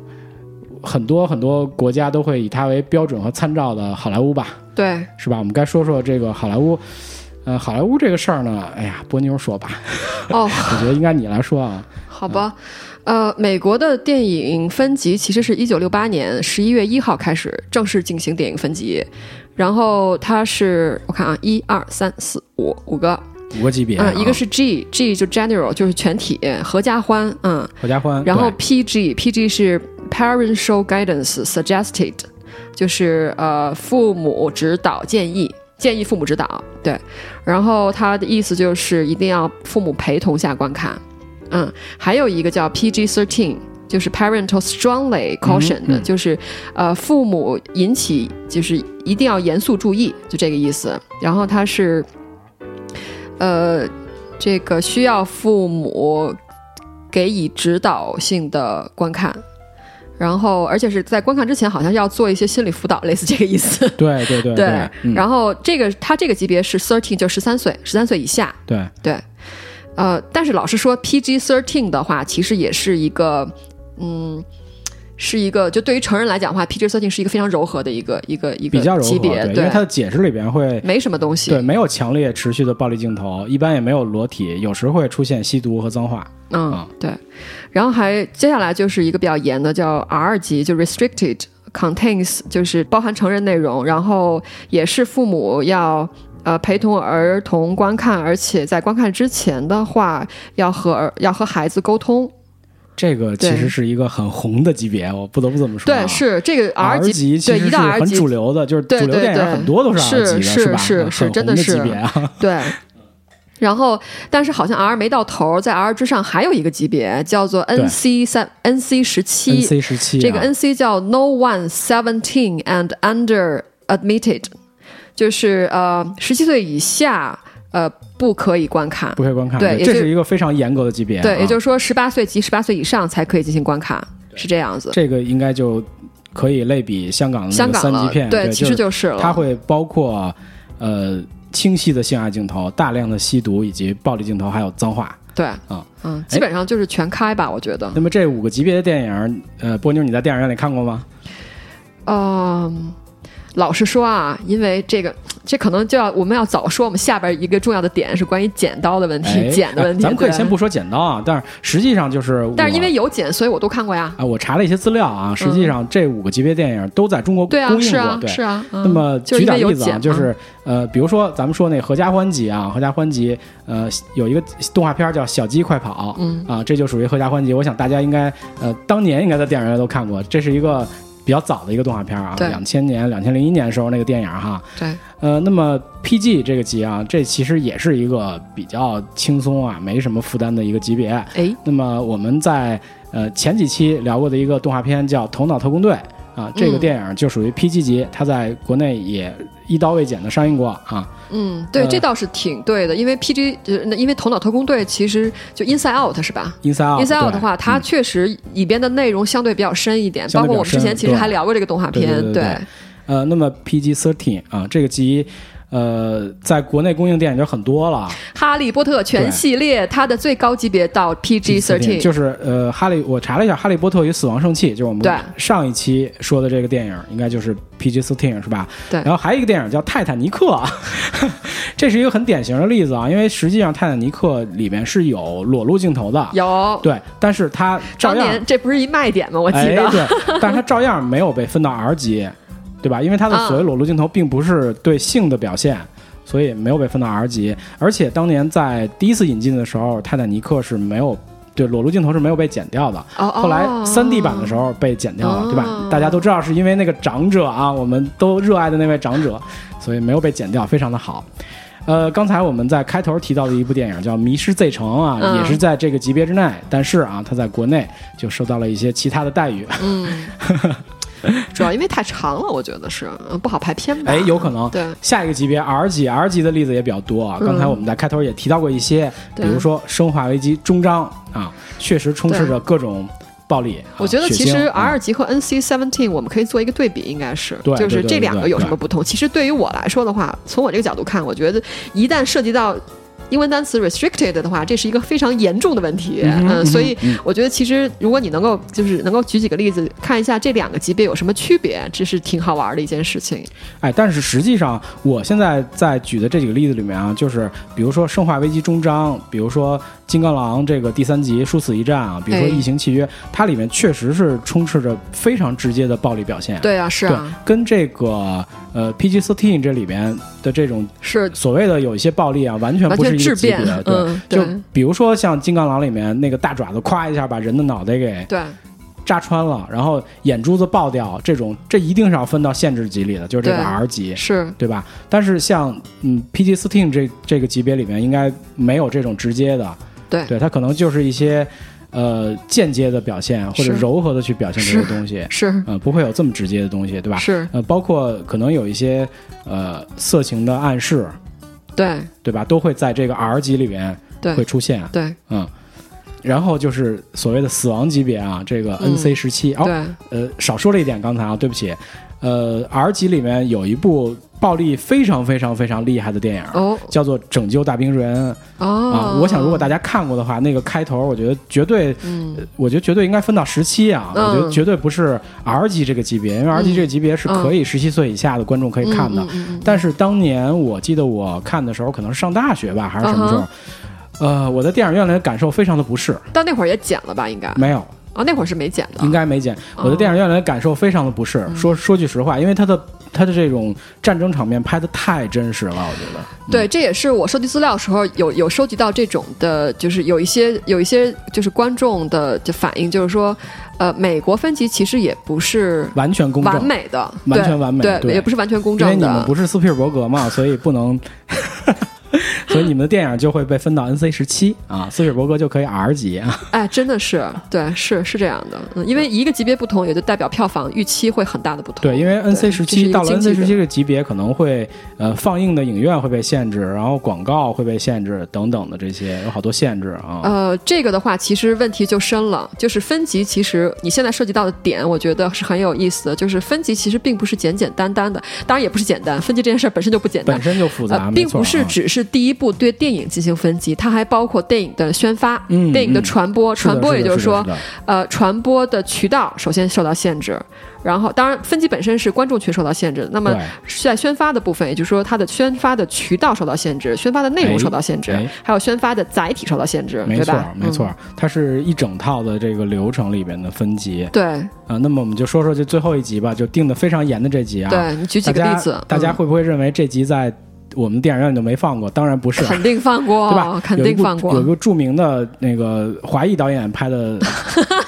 Speaker 1: 很多很多国家都会以它为标准和参照的好莱坞吧。
Speaker 2: 对，
Speaker 1: 是吧？我们该说说这个好莱坞。呃，好莱坞这个事儿呢，哎呀，波妞说吧，
Speaker 2: 哦，
Speaker 1: 我觉得应该你来说 啊。
Speaker 2: 好吧，呃，美国的电影分级其实是一九六八年十一月一号开始正式进行电影分级，然后它是我看啊，一二三四五五个，
Speaker 1: 五个级别、啊
Speaker 2: 嗯，一个是 G G 就 General 就是全体合家欢，嗯，
Speaker 1: 合家欢，
Speaker 2: 然后
Speaker 1: 对
Speaker 2: PG PG 是 Parental Guidance Suggested，就是呃父母指导建议，建议父母指导。对，然后它的意思就是一定要父母陪同下观看。嗯，还有一个叫 PG thirteen。就是 parental strongly cautioned，、
Speaker 1: 嗯嗯
Speaker 2: 就是，呃，父母引起就是一定要严肃注意，就这个意思。然后它是，呃，这个需要父母给予指导性的观看，然后而且是在观看之前好像要做一些心理辅导，类似这个意思。
Speaker 1: 对对对对嗯
Speaker 2: 然后这个他这个级别是 thirteen，就十三岁，十三岁以下。
Speaker 1: 对，
Speaker 2: 对，呃，但是老实说，PG thirteen 的话，其实也是一个，嗯，是一个就对于成人来讲的话，PG thirteen 是一个非常柔和的一个一个一
Speaker 1: 比较
Speaker 2: 个
Speaker 1: 柔和，
Speaker 2: 级别，
Speaker 1: 因为它的解释里边会。
Speaker 2: 没什么东西。
Speaker 1: 对，没有强烈持续的暴力镜头，一般也没有裸体，有时会出现吸毒和脏话。
Speaker 2: 嗯
Speaker 1: 啊，
Speaker 2: 对。然后还接下来就是一个比较严的，叫 R 级，就 restricted contains，就是包含成人内容，然后也是父母要。呃，陪同儿童观看，而且在观看之前的话，要和儿要和孩子沟通。
Speaker 1: 这个其
Speaker 2: 对
Speaker 1: 实是一个很红的级别，我不得不这么说、啊。
Speaker 2: 对，是这个
Speaker 1: R
Speaker 2: 级，
Speaker 1: 级其
Speaker 2: 对，
Speaker 1: 实
Speaker 2: 一
Speaker 1: 是
Speaker 2: 到 R
Speaker 1: 很
Speaker 2: 级
Speaker 1: 主流的，就是主
Speaker 2: 对
Speaker 1: 流
Speaker 2: 对
Speaker 1: 电影
Speaker 2: 对
Speaker 1: 很多都是 R 级的，
Speaker 2: 是
Speaker 1: 吧？
Speaker 2: 是
Speaker 1: 很
Speaker 2: 是
Speaker 1: 红
Speaker 2: 真的
Speaker 1: 的
Speaker 2: 是
Speaker 1: 级别啊。
Speaker 2: 对。然后，但是好像 R 没到头儿，在 R 之上还有一个级别叫做 NC 三 NC 十七
Speaker 1: NC 十七、啊，
Speaker 2: 这个 NC 叫 No One Seventeen and Under Admitted，就是呃十七岁以下呃不可以观看
Speaker 1: 不。可以观看，
Speaker 2: 对也
Speaker 1: 这
Speaker 2: 就是
Speaker 1: 一个非常严格的级别、啊。
Speaker 2: 对，也就是说十八岁及十八岁以上才可以进行观看，是这样子。
Speaker 1: 啊这个应该就可以类比香港的那
Speaker 2: 香
Speaker 1: 个
Speaker 2: 港
Speaker 1: 三级
Speaker 2: 了，
Speaker 1: 片，
Speaker 2: 对，
Speaker 1: 对，
Speaker 2: 其实就是了。
Speaker 1: 是它会包括呃清晰的性爱镜头、大量的吸毒以及暴力镜头，还有脏话。
Speaker 2: 对，
Speaker 1: 啊
Speaker 2: 嗯，基本上就是全开吧，我觉得。
Speaker 1: 那么这五个级别的电影，呃，波妞你在电影院里看过吗？
Speaker 2: 嗯，老实说啊，因为这个，这可能就要我们要早说，我们下边一个重要的点是关于剪刀的问题，
Speaker 1: 哎，
Speaker 2: 剪的问题。
Speaker 1: 咱们可以
Speaker 2: 对
Speaker 1: 先，不说啊剪刀啊，但是实际上就是我，
Speaker 2: 但是因为有剪，所以我都看过呀。
Speaker 1: 啊，我查了一些资料啊，实际上这五个级别电影都在中国
Speaker 2: 对
Speaker 1: 公映过，
Speaker 2: 啊，是啊，
Speaker 1: 对
Speaker 2: 是啊。嗯
Speaker 1: 那么
Speaker 2: 就是
Speaker 1: 举
Speaker 2: 因
Speaker 1: 点
Speaker 2: 为有
Speaker 1: 例子啊，
Speaker 2: 剪，
Speaker 1: 就是呃，比如说咱们说那《合家欢集》啊，《合家欢集》呃有一个动画片儿叫《小鸡快跑》，
Speaker 2: 嗯
Speaker 1: 啊，这就属于《合家欢集》。我想大家应该呃当年应该在电影院都看过，这是一个。比较早的一个动画片啊，
Speaker 2: 对
Speaker 1: 两千年、两千零一年时候那个电影哈。
Speaker 2: 对，
Speaker 1: 呃，那么 PG 这个级啊，这其实也是一个比较轻松啊，没什么负担的一个级别。
Speaker 2: 哎，
Speaker 1: 那么我们在呃前几期聊过的一个动画片叫《头脑特工队》啊，这个
Speaker 2: 嗯
Speaker 1: 电影就属于 PG 级，它在国内也一刀未剪的上映过啊。
Speaker 2: 嗯，对，这倒是挺对的，因为 PG，呃，那因为《头脑特工队》其实就 Inside Out 是吧？
Speaker 1: Inside Out，
Speaker 2: Inside
Speaker 1: 啊
Speaker 2: Out
Speaker 1: 对
Speaker 2: 的话，它
Speaker 1: 嗯
Speaker 2: 确实里边的内容相对比较深一点，
Speaker 1: 相
Speaker 2: 包
Speaker 1: 对
Speaker 2: 括
Speaker 1: 比较
Speaker 2: 我们之前
Speaker 1: 深
Speaker 2: 其实
Speaker 1: 对
Speaker 2: 还聊过这个动画
Speaker 1: 对对
Speaker 2: 片，
Speaker 1: 对对对呃，那么 PG thirteen 啊，这个级呃，在国内公映电影就很多了。
Speaker 2: 哈利波特》全
Speaker 1: 对
Speaker 2: 系列，它的最高级别到 PG thirteen，
Speaker 1: 就是呃，哈利，我查了一下，《哈利波特与死亡圣器》就是我们
Speaker 2: 对
Speaker 1: 上一期说的这个电影，应该就是 PG thirteen 是吧？
Speaker 2: 对
Speaker 1: 然后还有一个电影叫《泰坦尼克》，啊这是一个很典型的例子啊，因为实际上《泰坦尼克》里面是有裸露镜头的，
Speaker 2: 有
Speaker 1: 对，但是它照
Speaker 2: 当
Speaker 1: 样
Speaker 2: 年这不是一卖点吗？我记
Speaker 1: 哎，
Speaker 2: 得，
Speaker 1: 对，但是它照样没有被分到 R 级，对吧？因为它的
Speaker 2: 嗯
Speaker 1: 所谓裸露镜头并不是对性的表现，所以没有被分到 R 级。而且当年在第一次引进的时候，《泰坦尼克》是没有对裸露镜头是没有被剪掉的。
Speaker 2: 哦哦，
Speaker 1: 后来3 D 版的时候被剪掉了，对
Speaker 2: 哦
Speaker 1: 吧？大家都知道是因为那个长者啊，我们都热爱的那位长者，所以没有被剪掉，非常的好。呃，刚才我们在开头提到的一部电影叫《迷失 Z 城》啊，
Speaker 2: 嗯
Speaker 1: 也是在这个级别之内，但是啊，它在国内就受到了一些其他的待遇。
Speaker 2: 嗯 主要因为太长了，我觉得是嗯不好排片吧？
Speaker 1: 哎，有可能。
Speaker 2: 对，
Speaker 1: 下一个级别 R 级，R 级的例子也比较多
Speaker 2: 嗯
Speaker 1: 啊。刚才我们在开头也提到过一些，
Speaker 2: 对
Speaker 1: 比如说《生化危机》终章啊，确实充斥着各种暴力。啊
Speaker 2: 我觉得
Speaker 1: 血腥
Speaker 2: 其实
Speaker 1: 啊
Speaker 2: R 级和 NC Seventeen 我们可以做一个对比，应该是，
Speaker 1: 对对
Speaker 2: 就是
Speaker 1: 对
Speaker 2: 这
Speaker 1: 对
Speaker 2: 两个
Speaker 1: 对
Speaker 2: 有什么不同？其实对于我来说的话，从我这个角度看，我觉得一旦涉及到。英文单词 restricted 的话，这是一个非常严重的问题，
Speaker 1: 嗯
Speaker 2: 嗯，
Speaker 1: 哼嗯哼
Speaker 2: 所以我觉得其实如果你能够就是能够举几个例子，看一下这两个级别有什么区别，这是挺好玩的一件事情。
Speaker 1: 哎，但是实际上，我现在在举的这几个例子里面啊，就是比如说《生化危机》终章，比如说《金刚狼》这个第三集殊死一战啊，比如说《
Speaker 2: 哎
Speaker 1: 异形契约》，它里面确实是充斥着非常直接的暴力表现。
Speaker 2: 对啊，是
Speaker 1: 对
Speaker 2: 啊，，
Speaker 1: 跟这个呃 PG thirteen 这里边的这种
Speaker 2: 是
Speaker 1: 所谓的有一些暴力啊，完全
Speaker 2: 完
Speaker 1: 不是
Speaker 2: 全
Speaker 1: 一个
Speaker 2: 质
Speaker 1: 级别
Speaker 2: 变
Speaker 1: 的。，
Speaker 2: 嗯，
Speaker 1: 对，
Speaker 2: 对
Speaker 1: 就比如说像《金刚狼》里面那个大爪子，咵一下把人的脑袋给
Speaker 2: 对，
Speaker 1: 扎穿了，然后眼珠子爆掉，这种这一定是要分到限制级里的，就是这个
Speaker 2: 对
Speaker 1: R 级。
Speaker 2: 是
Speaker 1: 对吧？但是像嗯 PG Steam 这这个级别里面，应该没有这种直接的，
Speaker 2: 对
Speaker 1: 对，它可能就是一些呃间接的表现或者
Speaker 2: 是
Speaker 1: 柔和的去表现这些东西，
Speaker 2: 是
Speaker 1: 呃，不会有这么直接的东西，对吧？
Speaker 2: 是，
Speaker 1: 呃，包括可能有一些呃色情的暗示，
Speaker 2: 对
Speaker 1: 对吧？都会在这个 R 级里面会
Speaker 2: 对
Speaker 1: 出现，
Speaker 2: 对
Speaker 1: 嗯。然后就是所谓的死亡级别啊，这个
Speaker 2: 嗯
Speaker 1: NC 十七、哦，
Speaker 2: 对，
Speaker 1: 呃，少说了一点，刚才啊，对不起，呃，R 级里面有一部暴力非常非常非常厉害的电影，
Speaker 2: 哦
Speaker 1: 叫做《拯救大兵瑞恩》啊
Speaker 2: 哦，。
Speaker 1: 我想如果大家看过的话，那个开头，我觉得绝对，
Speaker 2: 嗯
Speaker 1: 我觉得绝对应该分到十七啊，
Speaker 2: 嗯
Speaker 1: 我觉得绝对不是 R 级这个级别，因为 R 级这个级别是可以十七岁以下的观众可以看的
Speaker 2: 嗯。嗯嗯嗯
Speaker 1: 但是当年我记得我看的时候，可能是上大学吧，还是什么时候
Speaker 2: 嗯？啊
Speaker 1: 呃，我在电影院里的感受非常的不适，
Speaker 2: 到那会儿也剪了吧？应该啊、
Speaker 1: 没有，
Speaker 2: 哦，那会儿是没剪的，
Speaker 1: 应该没剪。
Speaker 2: 哦
Speaker 1: 我在电影院里的感受非常的不适。
Speaker 2: 嗯
Speaker 1: 说说句实话，因为他的他的这种战争场面拍的太真实了，我觉得。嗯
Speaker 2: 对，这也是我收集资料的时候有有收集到这种的，就是有一些有一些就是观众的就反应，就是说，呃，美国分级其实也不是
Speaker 1: 完全公
Speaker 2: 完
Speaker 1: 正，
Speaker 2: 美的，
Speaker 1: 完
Speaker 2: 对
Speaker 1: 全完美
Speaker 2: 对，
Speaker 1: 对
Speaker 2: 也不是完全公
Speaker 1: 因为
Speaker 2: 正
Speaker 1: 你们
Speaker 2: 的，
Speaker 1: 不是斯皮尔伯格嘛，所以不 能。所以你们的电影就会被分到 NC 十七啊，斯皮尔伯格就可以 R 级 啊。
Speaker 2: 哎，真的是，对，是是这样的，嗯，因为一个级别不同，也就代表票房预期会很大的不同，
Speaker 1: 对，因为 NC 十
Speaker 2: 这是一
Speaker 1: 七
Speaker 2: 个
Speaker 1: 到了
Speaker 2: 经济
Speaker 1: NC 十
Speaker 2: 的
Speaker 1: 七这个级别，可能会呃放映的影院会被限制，然后广告会被限制等等的这些，有好多限制啊。
Speaker 2: 呃，这个的话，其实问题就深了，就是分级。其实你现在涉及到的点，我觉得是很有意思的。就是分级其实并不是简简单单的，当然也不是简单，分级这件事儿本身就不简单
Speaker 1: 本。身就复杂，
Speaker 2: 呃，
Speaker 1: 没
Speaker 2: 并
Speaker 1: 错
Speaker 2: 不是
Speaker 1: 啊
Speaker 2: 只是第一步对电影进行分级，它还包括电影的宣发、
Speaker 1: 嗯
Speaker 2: 电影的
Speaker 1: 嗯
Speaker 2: 传播。
Speaker 1: 是的
Speaker 2: 传播也
Speaker 1: 的
Speaker 2: 就是
Speaker 1: 的
Speaker 2: 说
Speaker 1: 是，的
Speaker 2: 呃，传播的渠道首先受到限制，然后当然分级本身是观众群受到限制的。那么
Speaker 1: 对
Speaker 2: 在宣发的部分，也就是说它的宣发的渠道受到限制，宣发的内容受到限制，
Speaker 1: 哎哎
Speaker 2: 还有宣发的载体受到限制，
Speaker 1: 没
Speaker 2: 对
Speaker 1: 错
Speaker 2: 吧？
Speaker 1: 没错
Speaker 2: 嗯，
Speaker 1: 它是一整套的这个流程里边的分级啊、
Speaker 2: 对
Speaker 1: 那么我们就说说这最后一集吧，就定的非常严的这集啊。
Speaker 2: 对，你举几个例子，
Speaker 1: 大家大家
Speaker 2: 嗯
Speaker 1: 会不会认为这集在我们电影院里就没放过？当然不是。
Speaker 2: 肯定放过，
Speaker 1: 对吧？
Speaker 2: 哦肯
Speaker 1: 有一
Speaker 2: 定
Speaker 1: 部
Speaker 2: 放
Speaker 1: 有一
Speaker 2: 过。
Speaker 1: 个著名的那 个华裔导演拍的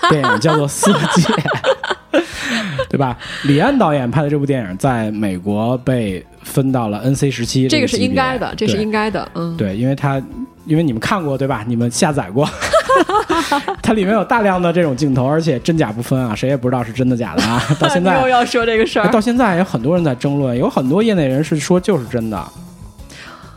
Speaker 1: 电影叫做《色戒》，对吧？李安导演拍的这部电影在美国被分到了 NC 十七，
Speaker 2: 这
Speaker 1: 个
Speaker 2: 个是应该的，这
Speaker 1: 级别
Speaker 2: 是应该的，嗯，
Speaker 1: 对，因为它因为你们看过对吧？你们下载过，它里面有大量的这种镜头，而且真假不分啊，谁也不知道是真的假的啊。到现
Speaker 2: 你又
Speaker 1: 在，哎
Speaker 2: 要说这个事儿，
Speaker 1: 到现在有很多人在争论，有很多业内人士说就是真的，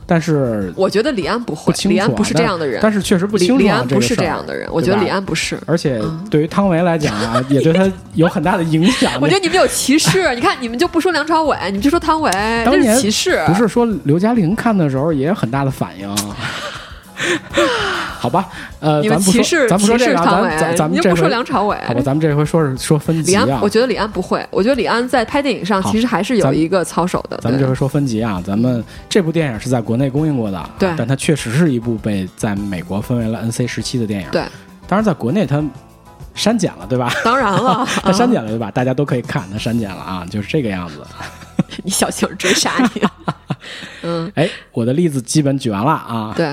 Speaker 1: 但是
Speaker 2: 我觉得李安不
Speaker 1: 不
Speaker 2: 会，
Speaker 1: 清楚、啊。
Speaker 2: 李安不是这样的人，
Speaker 1: 但但是确实不
Speaker 2: 李
Speaker 1: 清楚、啊、
Speaker 2: 李安不是
Speaker 1: 这
Speaker 2: 这
Speaker 1: 个事儿
Speaker 2: 样的人，我觉得
Speaker 1: 对吧啊
Speaker 2: 李安不是。
Speaker 1: 而且对于汤唯来讲啊， 也对他有很大的影响。
Speaker 2: 我觉得你们有 歧视，你看你们就不说梁朝伟，你们就说汤唯，
Speaker 1: 当
Speaker 2: 这
Speaker 1: 年
Speaker 2: 是歧视。
Speaker 1: 不是说刘嘉玲看的时候也有很大的反 应。好吧，呃，
Speaker 2: 你们
Speaker 1: 咱不说
Speaker 2: 歧视
Speaker 1: 咱不说
Speaker 2: 歧
Speaker 1: 这
Speaker 2: 视
Speaker 1: 个啊，
Speaker 2: 汤
Speaker 1: 咱
Speaker 2: 唯
Speaker 1: 咱，咱们
Speaker 2: 你又
Speaker 1: 这
Speaker 2: 不
Speaker 1: 回
Speaker 2: 说梁朝伟。
Speaker 1: 好吧，哦咱们这回说是说分级
Speaker 2: 李
Speaker 1: 啊，
Speaker 2: 安，我觉得李安不会，我觉得李安在拍电影上
Speaker 1: 好
Speaker 2: 其实还是
Speaker 1: 咱
Speaker 2: 有
Speaker 1: 们
Speaker 2: 一个操守的。
Speaker 1: 咱们
Speaker 2: 对
Speaker 1: 这回说分级啊，咱们这部电影是在国内公映过的，啊
Speaker 2: 对
Speaker 1: 但它确实是一部被在美国分为了 NC 十七的电影，
Speaker 2: 对，
Speaker 1: 当然在国内它删减了，对 吧？
Speaker 2: 当然了，
Speaker 1: 它删减了，对吧？大家都可以看，它删减了啊，就是这个样子。
Speaker 2: 你小心有人追杀你。嗯，
Speaker 1: 哎，我的例子基本举完了啊，
Speaker 2: 对，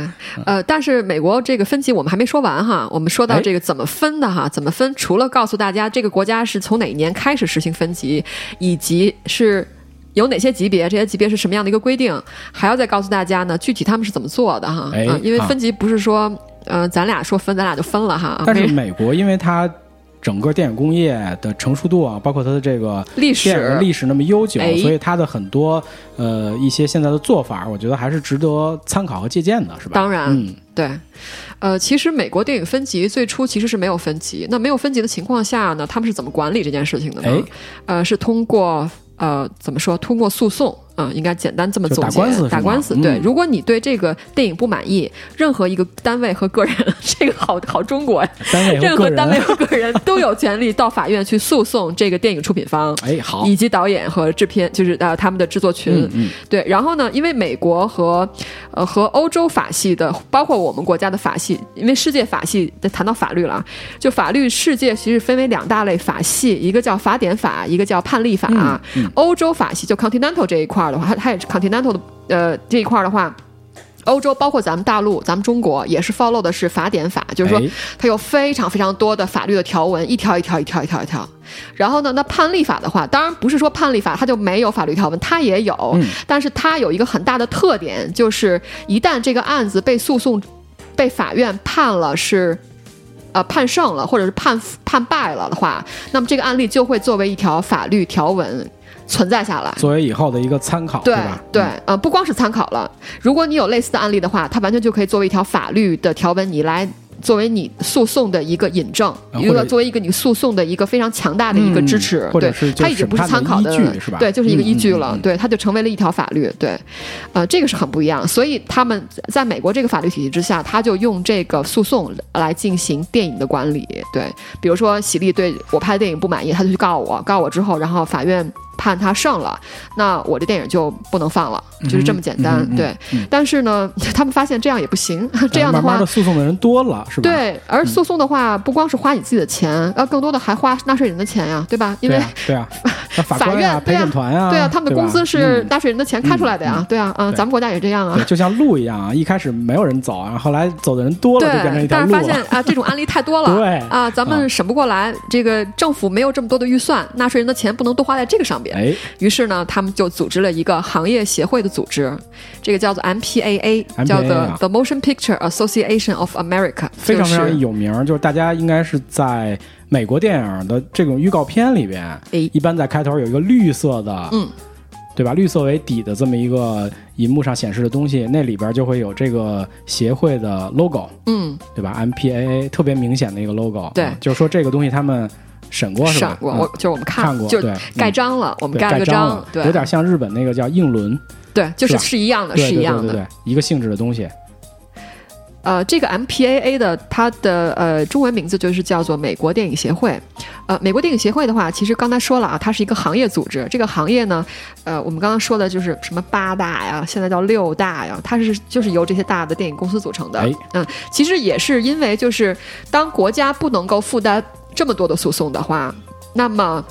Speaker 2: 呃，但是美国这个分级我们还没说完哈，我们说到
Speaker 1: 哎
Speaker 2: 这个怎么分的哈，怎么分？除了告诉大家这个国家是从哪一年开始实行分级，以及是。有哪些级别？这些级别是什么样的一个规定？还要再告诉大家呢，具体他们是怎么做的哈？
Speaker 1: 哎
Speaker 2: 啊，因为
Speaker 1: 啊
Speaker 2: 分级不是说，呃，咱俩说分，咱俩就分了哈。啊
Speaker 1: 但是
Speaker 2: 没
Speaker 1: 美国因为它整个电影工业的成熟度啊，包括它的这个
Speaker 2: 历
Speaker 1: 电影的
Speaker 2: 史
Speaker 1: 历史那么悠久，
Speaker 2: 哎
Speaker 1: 所以它的很多呃一些现在的做法，我觉得还是值得参考和借鉴的，是吧？
Speaker 2: 当然，
Speaker 1: 嗯，
Speaker 2: 对，呃，其实美国电影分级最初其实是没有分级。那没有分级的情况下呢，他们是怎么管理这件事情的呢？
Speaker 1: 哎
Speaker 2: 呃，是通过呃怎么说？通过诉讼啊、应该简单这么
Speaker 1: 就
Speaker 2: 总
Speaker 1: 打
Speaker 2: 结。
Speaker 1: 官司是吗
Speaker 2: 对。
Speaker 1: 嗯
Speaker 2: 如果你对这个电影不满意，任何一个单位和个人， 这个好好中国呀，
Speaker 1: 单位哎
Speaker 2: 任
Speaker 1: 和个
Speaker 2: 何
Speaker 1: 人，
Speaker 2: 单位和个人都有权利到法院去诉讼这个电影出品方。
Speaker 1: 哎，好，
Speaker 2: 以及导演和制片，就是呃他们的制作群，
Speaker 1: 嗯嗯，
Speaker 2: 对，然后呢，因为美国和呃和欧洲法系的，包括我们国家的法系，因为世界法系谈到法律了啊，就法律世界其实分为两大类法系，一个叫法典法，一个叫判例法。啊欧洲法系就 continental 这一块儿的话，它它也是 continental 的呃这一块儿的话。欧洲包括咱们大陆，咱们中国也是 follow 的是法典法，就是说
Speaker 1: 哎
Speaker 2: 它有非常非常多的法律的条文，一条一条一条一条一条。然后呢，那判例法的话，当然不是说判例法它就没有法律条文，它也有，但是它有一个很大的特点，就是一旦这个案子被诉讼被法院判了是。呃，判胜了，或者是判判败了的话，那么这个案例就会作为一条法律条文存在下来。
Speaker 1: 作为以后的一个参考，
Speaker 2: 对
Speaker 1: 吧？嗯
Speaker 2: 对，呃，不光是参考了，如果你有类似的案例的话，它完全就可以作为一条法律的条文，你来作为你诉讼的一个引证，
Speaker 1: 啊
Speaker 2: 一
Speaker 1: 或
Speaker 2: 个
Speaker 1: 者
Speaker 2: 作为一个你诉讼的一个非常强大的一个支持，
Speaker 1: 嗯或者
Speaker 2: 对
Speaker 1: 是，就
Speaker 2: 它已经不是参考
Speaker 1: 审判的依据是吧
Speaker 2: 对，就是一个依据
Speaker 1: 嗯
Speaker 2: 了，
Speaker 1: 嗯嗯嗯
Speaker 2: 对，它就成为了一条法律，对，呃，这个是很不一样，所以他们在美国这个法律体系之下，他就用这个诉讼来进行电影的管理，对，比如说喜力对我拍的电影不满意，他就去告我，告我之后，然后法院判他胜了，那我这电影就不能放了，就是这么简单。
Speaker 1: 嗯嗯嗯
Speaker 2: 对，但是呢，他们发现这样也不行，这样的
Speaker 1: 慢
Speaker 2: 话。
Speaker 1: 慢的诉讼的人多了，是吧？，
Speaker 2: 对，而诉讼的话，不光是花你自己的钱，呃，更多的还花纳税人的钱呀，对吧？因
Speaker 1: 对
Speaker 2: 为
Speaker 1: 啊， 对啊，那法官
Speaker 2: 法
Speaker 1: 呀、
Speaker 2: 院
Speaker 1: 陪
Speaker 2: 对啊
Speaker 1: 审团呀，
Speaker 2: 对啊，他们的
Speaker 1: 吧
Speaker 2: 工资是
Speaker 1: 嗯
Speaker 2: 纳税人的钱开出来的呀，对啊，嗯，
Speaker 1: 对
Speaker 2: 咱们国家也这样啊
Speaker 1: 对，。就像路一样啊，一开始没有人走，啊然后后来走的人多了，
Speaker 2: 对
Speaker 1: 就变成一，条
Speaker 2: 但是
Speaker 1: 路
Speaker 2: 发现
Speaker 1: 了。
Speaker 2: 啊，这种案例太多 了，
Speaker 1: 对
Speaker 2: 啊，咱
Speaker 1: 啊
Speaker 2: 们审不过来，这个政府没有这么多的预算，纳税人的钱不能都花在这个上边，
Speaker 1: 哎
Speaker 2: 于是呢，他们就组织了一个行业协会的组织，这个叫做 MPAA，
Speaker 1: MPAA
Speaker 2: 叫做
Speaker 1: 啊
Speaker 2: The Motion Picture Association of America，
Speaker 1: 非常非
Speaker 2: 就
Speaker 1: 常
Speaker 2: 是
Speaker 1: 有名儿，就是大家应该是在美国电影的这种预告片里边，
Speaker 2: 哎
Speaker 1: 一般在开头有一个绿色的，
Speaker 2: 嗯，
Speaker 1: 对吧？绿色为底的这么一个银幕上显示的东西，那里边就会有这个协会的 logo，
Speaker 2: 嗯，
Speaker 1: 对吧？MPAA 特别明显的一个 logo，
Speaker 2: 对
Speaker 1: 啊就是说这个东西他们审过是吧？
Speaker 2: 上过，
Speaker 1: 嗯
Speaker 2: 我就是我们
Speaker 1: 看过，
Speaker 2: 就
Speaker 1: 对
Speaker 2: 是，盖
Speaker 1: 嗯
Speaker 2: 章了，我们
Speaker 1: 对
Speaker 2: 盖了
Speaker 1: 盖
Speaker 2: 个
Speaker 1: 章了，
Speaker 2: 对，
Speaker 1: 有点像日本那个叫映轮，
Speaker 2: 对，就是是
Speaker 1: 吧
Speaker 2: 是一样的，
Speaker 1: 对
Speaker 2: 是一
Speaker 1: 对对
Speaker 2: 样
Speaker 1: 对
Speaker 2: 的。
Speaker 1: 对，一个性质的东西，
Speaker 2: 呃，这个 MPAA 的它的呃中文名字就是叫做美国电影协会。呃，美国电影协会的话，其实刚才说了啊，它是一个行业组织。这个行业呢，呃，我们刚刚说的就是什么八大呀，现在叫六大呀，它是就是由这些大的电影公司组成的。
Speaker 1: 哎
Speaker 2: 嗯，其实也是因为就是当国家不能够负担这么多的诉讼的话，那么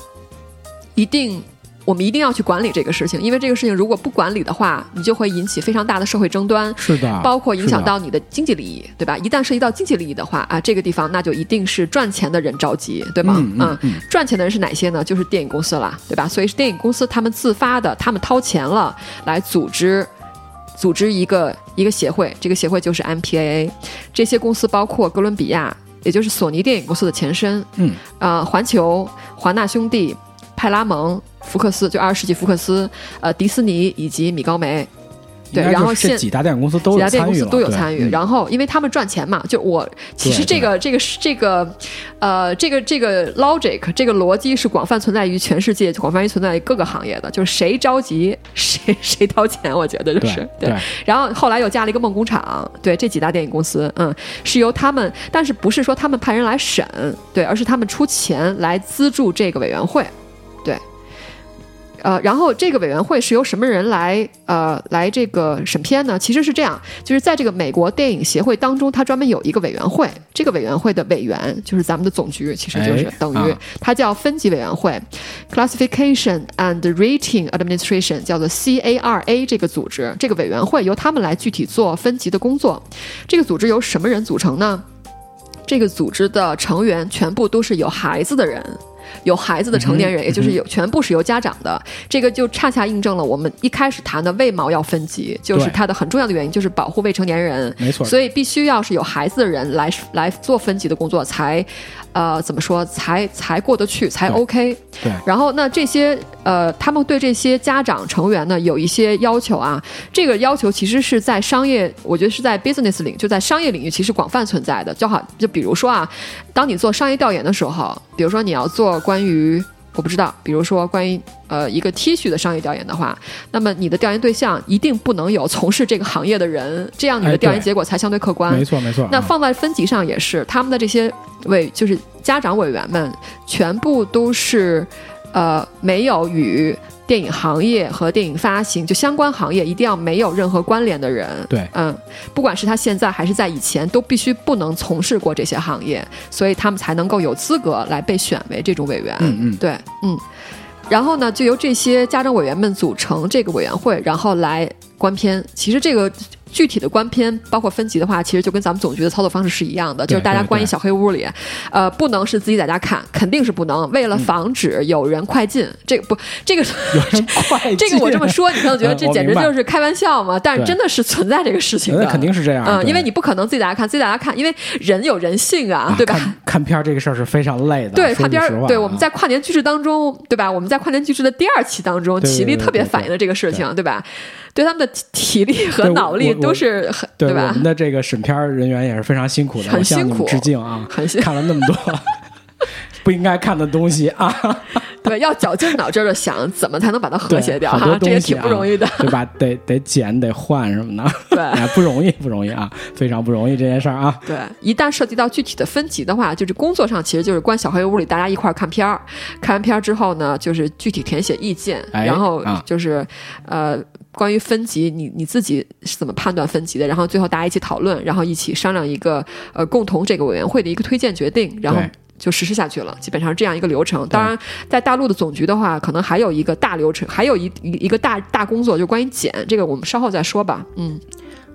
Speaker 2: 一定我们一定要去管理这个事情，因为这个事情如果不管理的话，你就会引起非常大的社会争端，
Speaker 1: 是的
Speaker 2: 包括影
Speaker 1: 啊是
Speaker 2: 响
Speaker 1: 的
Speaker 2: 到你的经济利益，对吧？一旦涉及到经济利益的话啊，这个地方那就一定是赚钱的人着急，对吗？啊
Speaker 1: 嗯嗯嗯
Speaker 2: 赚钱的人是哪些呢？就是电影公司啦，对吧？所以是电影公司他们自发的，他们掏钱了来组织。组织一个一个协会，这个协会就是 MPAA，这些公司包括哥伦比亚，也就是索尼电影公司的前身，
Speaker 1: 嗯，
Speaker 2: 呃，环球、华纳兄弟、派拉蒙、福克斯，就二十世纪福克斯，呃，迪士尼以及米高梅，对，
Speaker 1: 应该
Speaker 2: 然后
Speaker 1: 就是这
Speaker 2: 现
Speaker 1: 几大电影公司都
Speaker 2: 几
Speaker 1: 有
Speaker 2: 家电
Speaker 1: 参
Speaker 2: 影公
Speaker 1: 与
Speaker 2: 司
Speaker 1: 了，
Speaker 2: 都有
Speaker 1: 对
Speaker 2: 参与，
Speaker 1: 嗯
Speaker 2: 然后因为他们赚钱嘛，就我其实
Speaker 1: 对
Speaker 2: 这个这个是这个，呃，这个这个 logic 这个逻辑是广泛存在于全世界，广泛于存在于各个行业的，就是谁着急谁谁掏钱，我觉得就
Speaker 1: 对
Speaker 2: 是
Speaker 1: 对
Speaker 2: 然后后来又加了一个梦工厂，对这几大电影公司，嗯，是由他们，但是不是说他们派人来审，对，而是他们出钱来资助这个委员会，对，呃，然后这个委员会是由什么人来呃来这个审片呢？其实是这样，就是在这个美国电影协会当中，它专门有一个委员会，这个委员会的委员就是咱们的总局，其实就是
Speaker 1: 哎
Speaker 2: 等于
Speaker 1: 啊
Speaker 2: 它叫分级委员会、c l a s s i f i c a t i o n and Rating Administration，叫做 CARA 这个组织，这个委员会由他们来具体做分级的工作。这个组织由什么人组成呢？这个组织的成员全部都是有孩子的人，有孩子的成年人，也就是有全部是由家长的。这个就恰恰印证了我们一开始谈的为毛要分级，就是
Speaker 1: 对
Speaker 2: 它的很重要的原因就是保护未成年人。
Speaker 1: 没错，
Speaker 2: 所以必须要是有孩子的人来来做分级的工作，才，呃，怎么说，才才过得去，才
Speaker 1: 对
Speaker 2: OK。
Speaker 1: 对
Speaker 2: 然后那这些呃，他们对这些家长成员呢有一些要求啊，这个要求其实是在商业，我觉得是在 business 领，就在商业领域其实广泛存在的。就好，就比如说啊，当你做商业调研的时候，比如说你要做关于。我不知道，比如说关于呃一个 T 恤的商业调研的话，那么你的调研对象一定不能有从事这个行业的人，这样你
Speaker 1: 哎
Speaker 2: 的调研
Speaker 1: 对
Speaker 2: 结果才相对客观。
Speaker 1: 没错没错。
Speaker 2: 那
Speaker 1: 啊
Speaker 2: 放在分级上也是，他们的这些委就是家长委员们，全部都是呃没有与电影行业和电影发行就相关行业一定要没有任何关联的人。
Speaker 1: 对
Speaker 2: 嗯，不管是他现在还是在以前，都必须不能从事过这些行业，所以他们才能够有资格来被选为这种委员。
Speaker 1: 嗯 嗯
Speaker 2: 对，嗯。然后呢，就由这些家长委员们组成这个委员会，然后来观片。其实这个具体的观片，包括分级的话，其实就跟咱们总局的操作方式是一样的，
Speaker 1: 对
Speaker 2: 就是大家
Speaker 1: 对
Speaker 2: 关一
Speaker 1: 对
Speaker 2: 小黑屋里，呃，不能是自己在家看，肯定是不能。为了防止有人快进，这个不，这个
Speaker 1: 嗯有人 快
Speaker 2: 这个我这么
Speaker 1: 进
Speaker 2: 说，你可能觉得
Speaker 1: 嗯
Speaker 2: 这
Speaker 1: 我
Speaker 2: 简直
Speaker 1: 明白
Speaker 2: 就是开玩笑嘛，但是
Speaker 1: 对
Speaker 2: 真的是存在这个事情的，
Speaker 1: 那肯定是这样，
Speaker 2: 嗯，
Speaker 1: 对
Speaker 2: 因为你不可能自己在家看，自己在家看，因为人有人性啊，
Speaker 1: 啊
Speaker 2: 对吧？
Speaker 1: 看看片儿这个事儿是非常累的，
Speaker 2: 对，
Speaker 1: 说
Speaker 2: 看
Speaker 1: 句
Speaker 2: 片
Speaker 1: 实
Speaker 2: 儿，
Speaker 1: 话
Speaker 2: 对，
Speaker 1: 啊
Speaker 2: 我们在跨年巨制当中，对吧？我们在跨年巨制的第二期当中，
Speaker 1: 对对
Speaker 2: 体力
Speaker 1: 对
Speaker 2: 特别
Speaker 1: 对
Speaker 2: 反映了这个事情，对吧？对他们的体体力和
Speaker 1: 对我
Speaker 2: 脑力
Speaker 1: 我
Speaker 2: 都
Speaker 1: 我
Speaker 2: 是很，
Speaker 1: 对我
Speaker 2: 吧
Speaker 1: 们？的这个审片儿人员也是非常辛苦的，
Speaker 2: 很
Speaker 1: 我向
Speaker 2: 辛
Speaker 1: 你们
Speaker 2: 苦
Speaker 1: 致敬啊！
Speaker 2: 很 辛
Speaker 1: 看了那么多不应该看的东西啊，
Speaker 2: 对，要绞尽脑汁的想怎么才能把它和
Speaker 1: 对
Speaker 2: 谐掉
Speaker 1: 好
Speaker 2: 哈
Speaker 1: 多，
Speaker 2: 这也
Speaker 1: 东西
Speaker 2: 挺
Speaker 1: 啊，
Speaker 2: 不容易的。
Speaker 1: 对吧？得得剪得换什么的，
Speaker 2: 对
Speaker 1: 哎不容易不容易啊，非常不容易这件事儿啊。
Speaker 2: 对，一旦涉及到具体的分级的话，就是工作上其实就是关小黑屋里，大家一块儿看片儿，看完片儿之后呢，就是具体填写意见，
Speaker 1: 哎
Speaker 2: 然后
Speaker 1: 啊
Speaker 2: 就是、呃，关于分级，你你自己是怎么判断分级的？然后最后大家一起讨论，然后一起商量一个呃共同这个委员会的一个推荐决定，然后
Speaker 1: 对。
Speaker 2: 就实施下去了，基本上是这样一个流程。当然，在大陆的总局的话，可能还有一个大流程，还有一一一个大大工作，就关于检这个，我们稍后再说吧。嗯，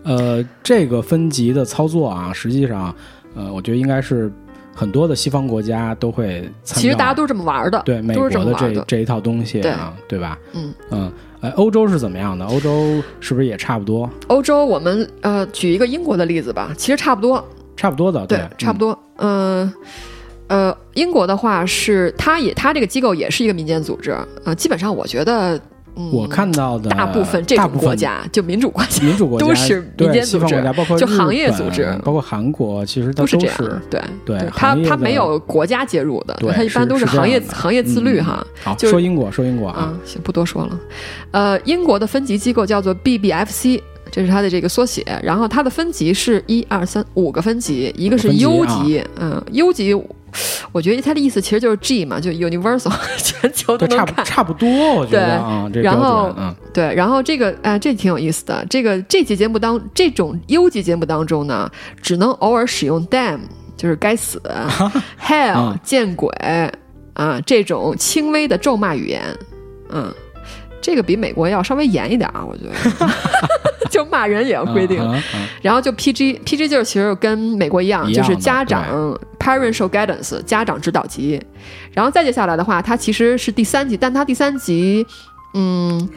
Speaker 1: 呃，这个分级的操作啊，实际上，呃，我觉得应该是很多的西方国家都会参照。啊
Speaker 2: 其实大家都是这么玩儿的，
Speaker 1: 对美
Speaker 2: 都
Speaker 1: 国
Speaker 2: 是这么
Speaker 1: 的
Speaker 2: 玩儿
Speaker 1: 这
Speaker 2: 的。
Speaker 1: 这一套东西啊，对吧？
Speaker 2: 嗯
Speaker 1: 嗯，呃，欧洲是怎么样的？欧洲是不是也差不多？
Speaker 2: 欧洲，我们呃举一个英国的例子吧，其实差不多，
Speaker 1: 差不多的，
Speaker 2: 对，差不多，嗯、呃。英国的话是，它也它这个机构也是一个民间组织啊、呃基本上我觉得，嗯，
Speaker 1: 嗯我看到的
Speaker 2: 大部分这
Speaker 1: 大
Speaker 2: 种
Speaker 1: 部分
Speaker 2: 国家就民主国家
Speaker 1: 民主国家
Speaker 2: 都是民
Speaker 1: 对
Speaker 2: 间
Speaker 1: 西
Speaker 2: 组
Speaker 1: 方国
Speaker 2: 织
Speaker 1: 家，包括
Speaker 2: 就
Speaker 1: 日本
Speaker 2: 行业组织
Speaker 1: 包括韩国，其实它
Speaker 2: 都
Speaker 1: 都
Speaker 2: 是这样，对
Speaker 1: 对
Speaker 2: 它
Speaker 1: 行业
Speaker 2: 它
Speaker 1: 的
Speaker 2: 没有国家介入的，
Speaker 1: 对
Speaker 2: 它一般
Speaker 1: 是
Speaker 2: 都
Speaker 1: 是这
Speaker 2: 行业
Speaker 1: 样的
Speaker 2: 行业自律哈。
Speaker 1: 好，
Speaker 2: 就是
Speaker 1: 说英国，说英国啊
Speaker 2: 啊，，行，不多说了。呃，英国的分级机构叫做 BBFC，这是它的这个缩写。然后它的分级是一二三五个分级，一个是
Speaker 1: 五个
Speaker 2: U
Speaker 1: 分级啊
Speaker 2: 级，嗯，U 级，我觉得它的意思其实就是 G 嘛，就 Universal，全 球都
Speaker 1: 对，
Speaker 2: 能
Speaker 1: 差不
Speaker 2: 看。
Speaker 1: 差不多，我觉
Speaker 2: 对
Speaker 1: 得啊，这标
Speaker 2: 然后
Speaker 1: 准，嗯，
Speaker 2: 对，然后这个啊、这挺有意思的。这个这期节目当这种优级节目当中呢，只能偶尔使用 damn，就是该死、hell、
Speaker 1: 啊
Speaker 2: 见鬼啊这种轻微的咒骂语言。嗯，这个比美国要稍微严一点啊，我觉得， 就骂人也要规定。
Speaker 1: 嗯嗯嗯
Speaker 2: 然后就 PG，PG 就是其实跟美国一样，
Speaker 1: 一
Speaker 2: 就
Speaker 1: 样的
Speaker 2: 是家长 parental guidance 家长指导级。然后再接下来的话，它其实是第三级，但它第三级，嗯，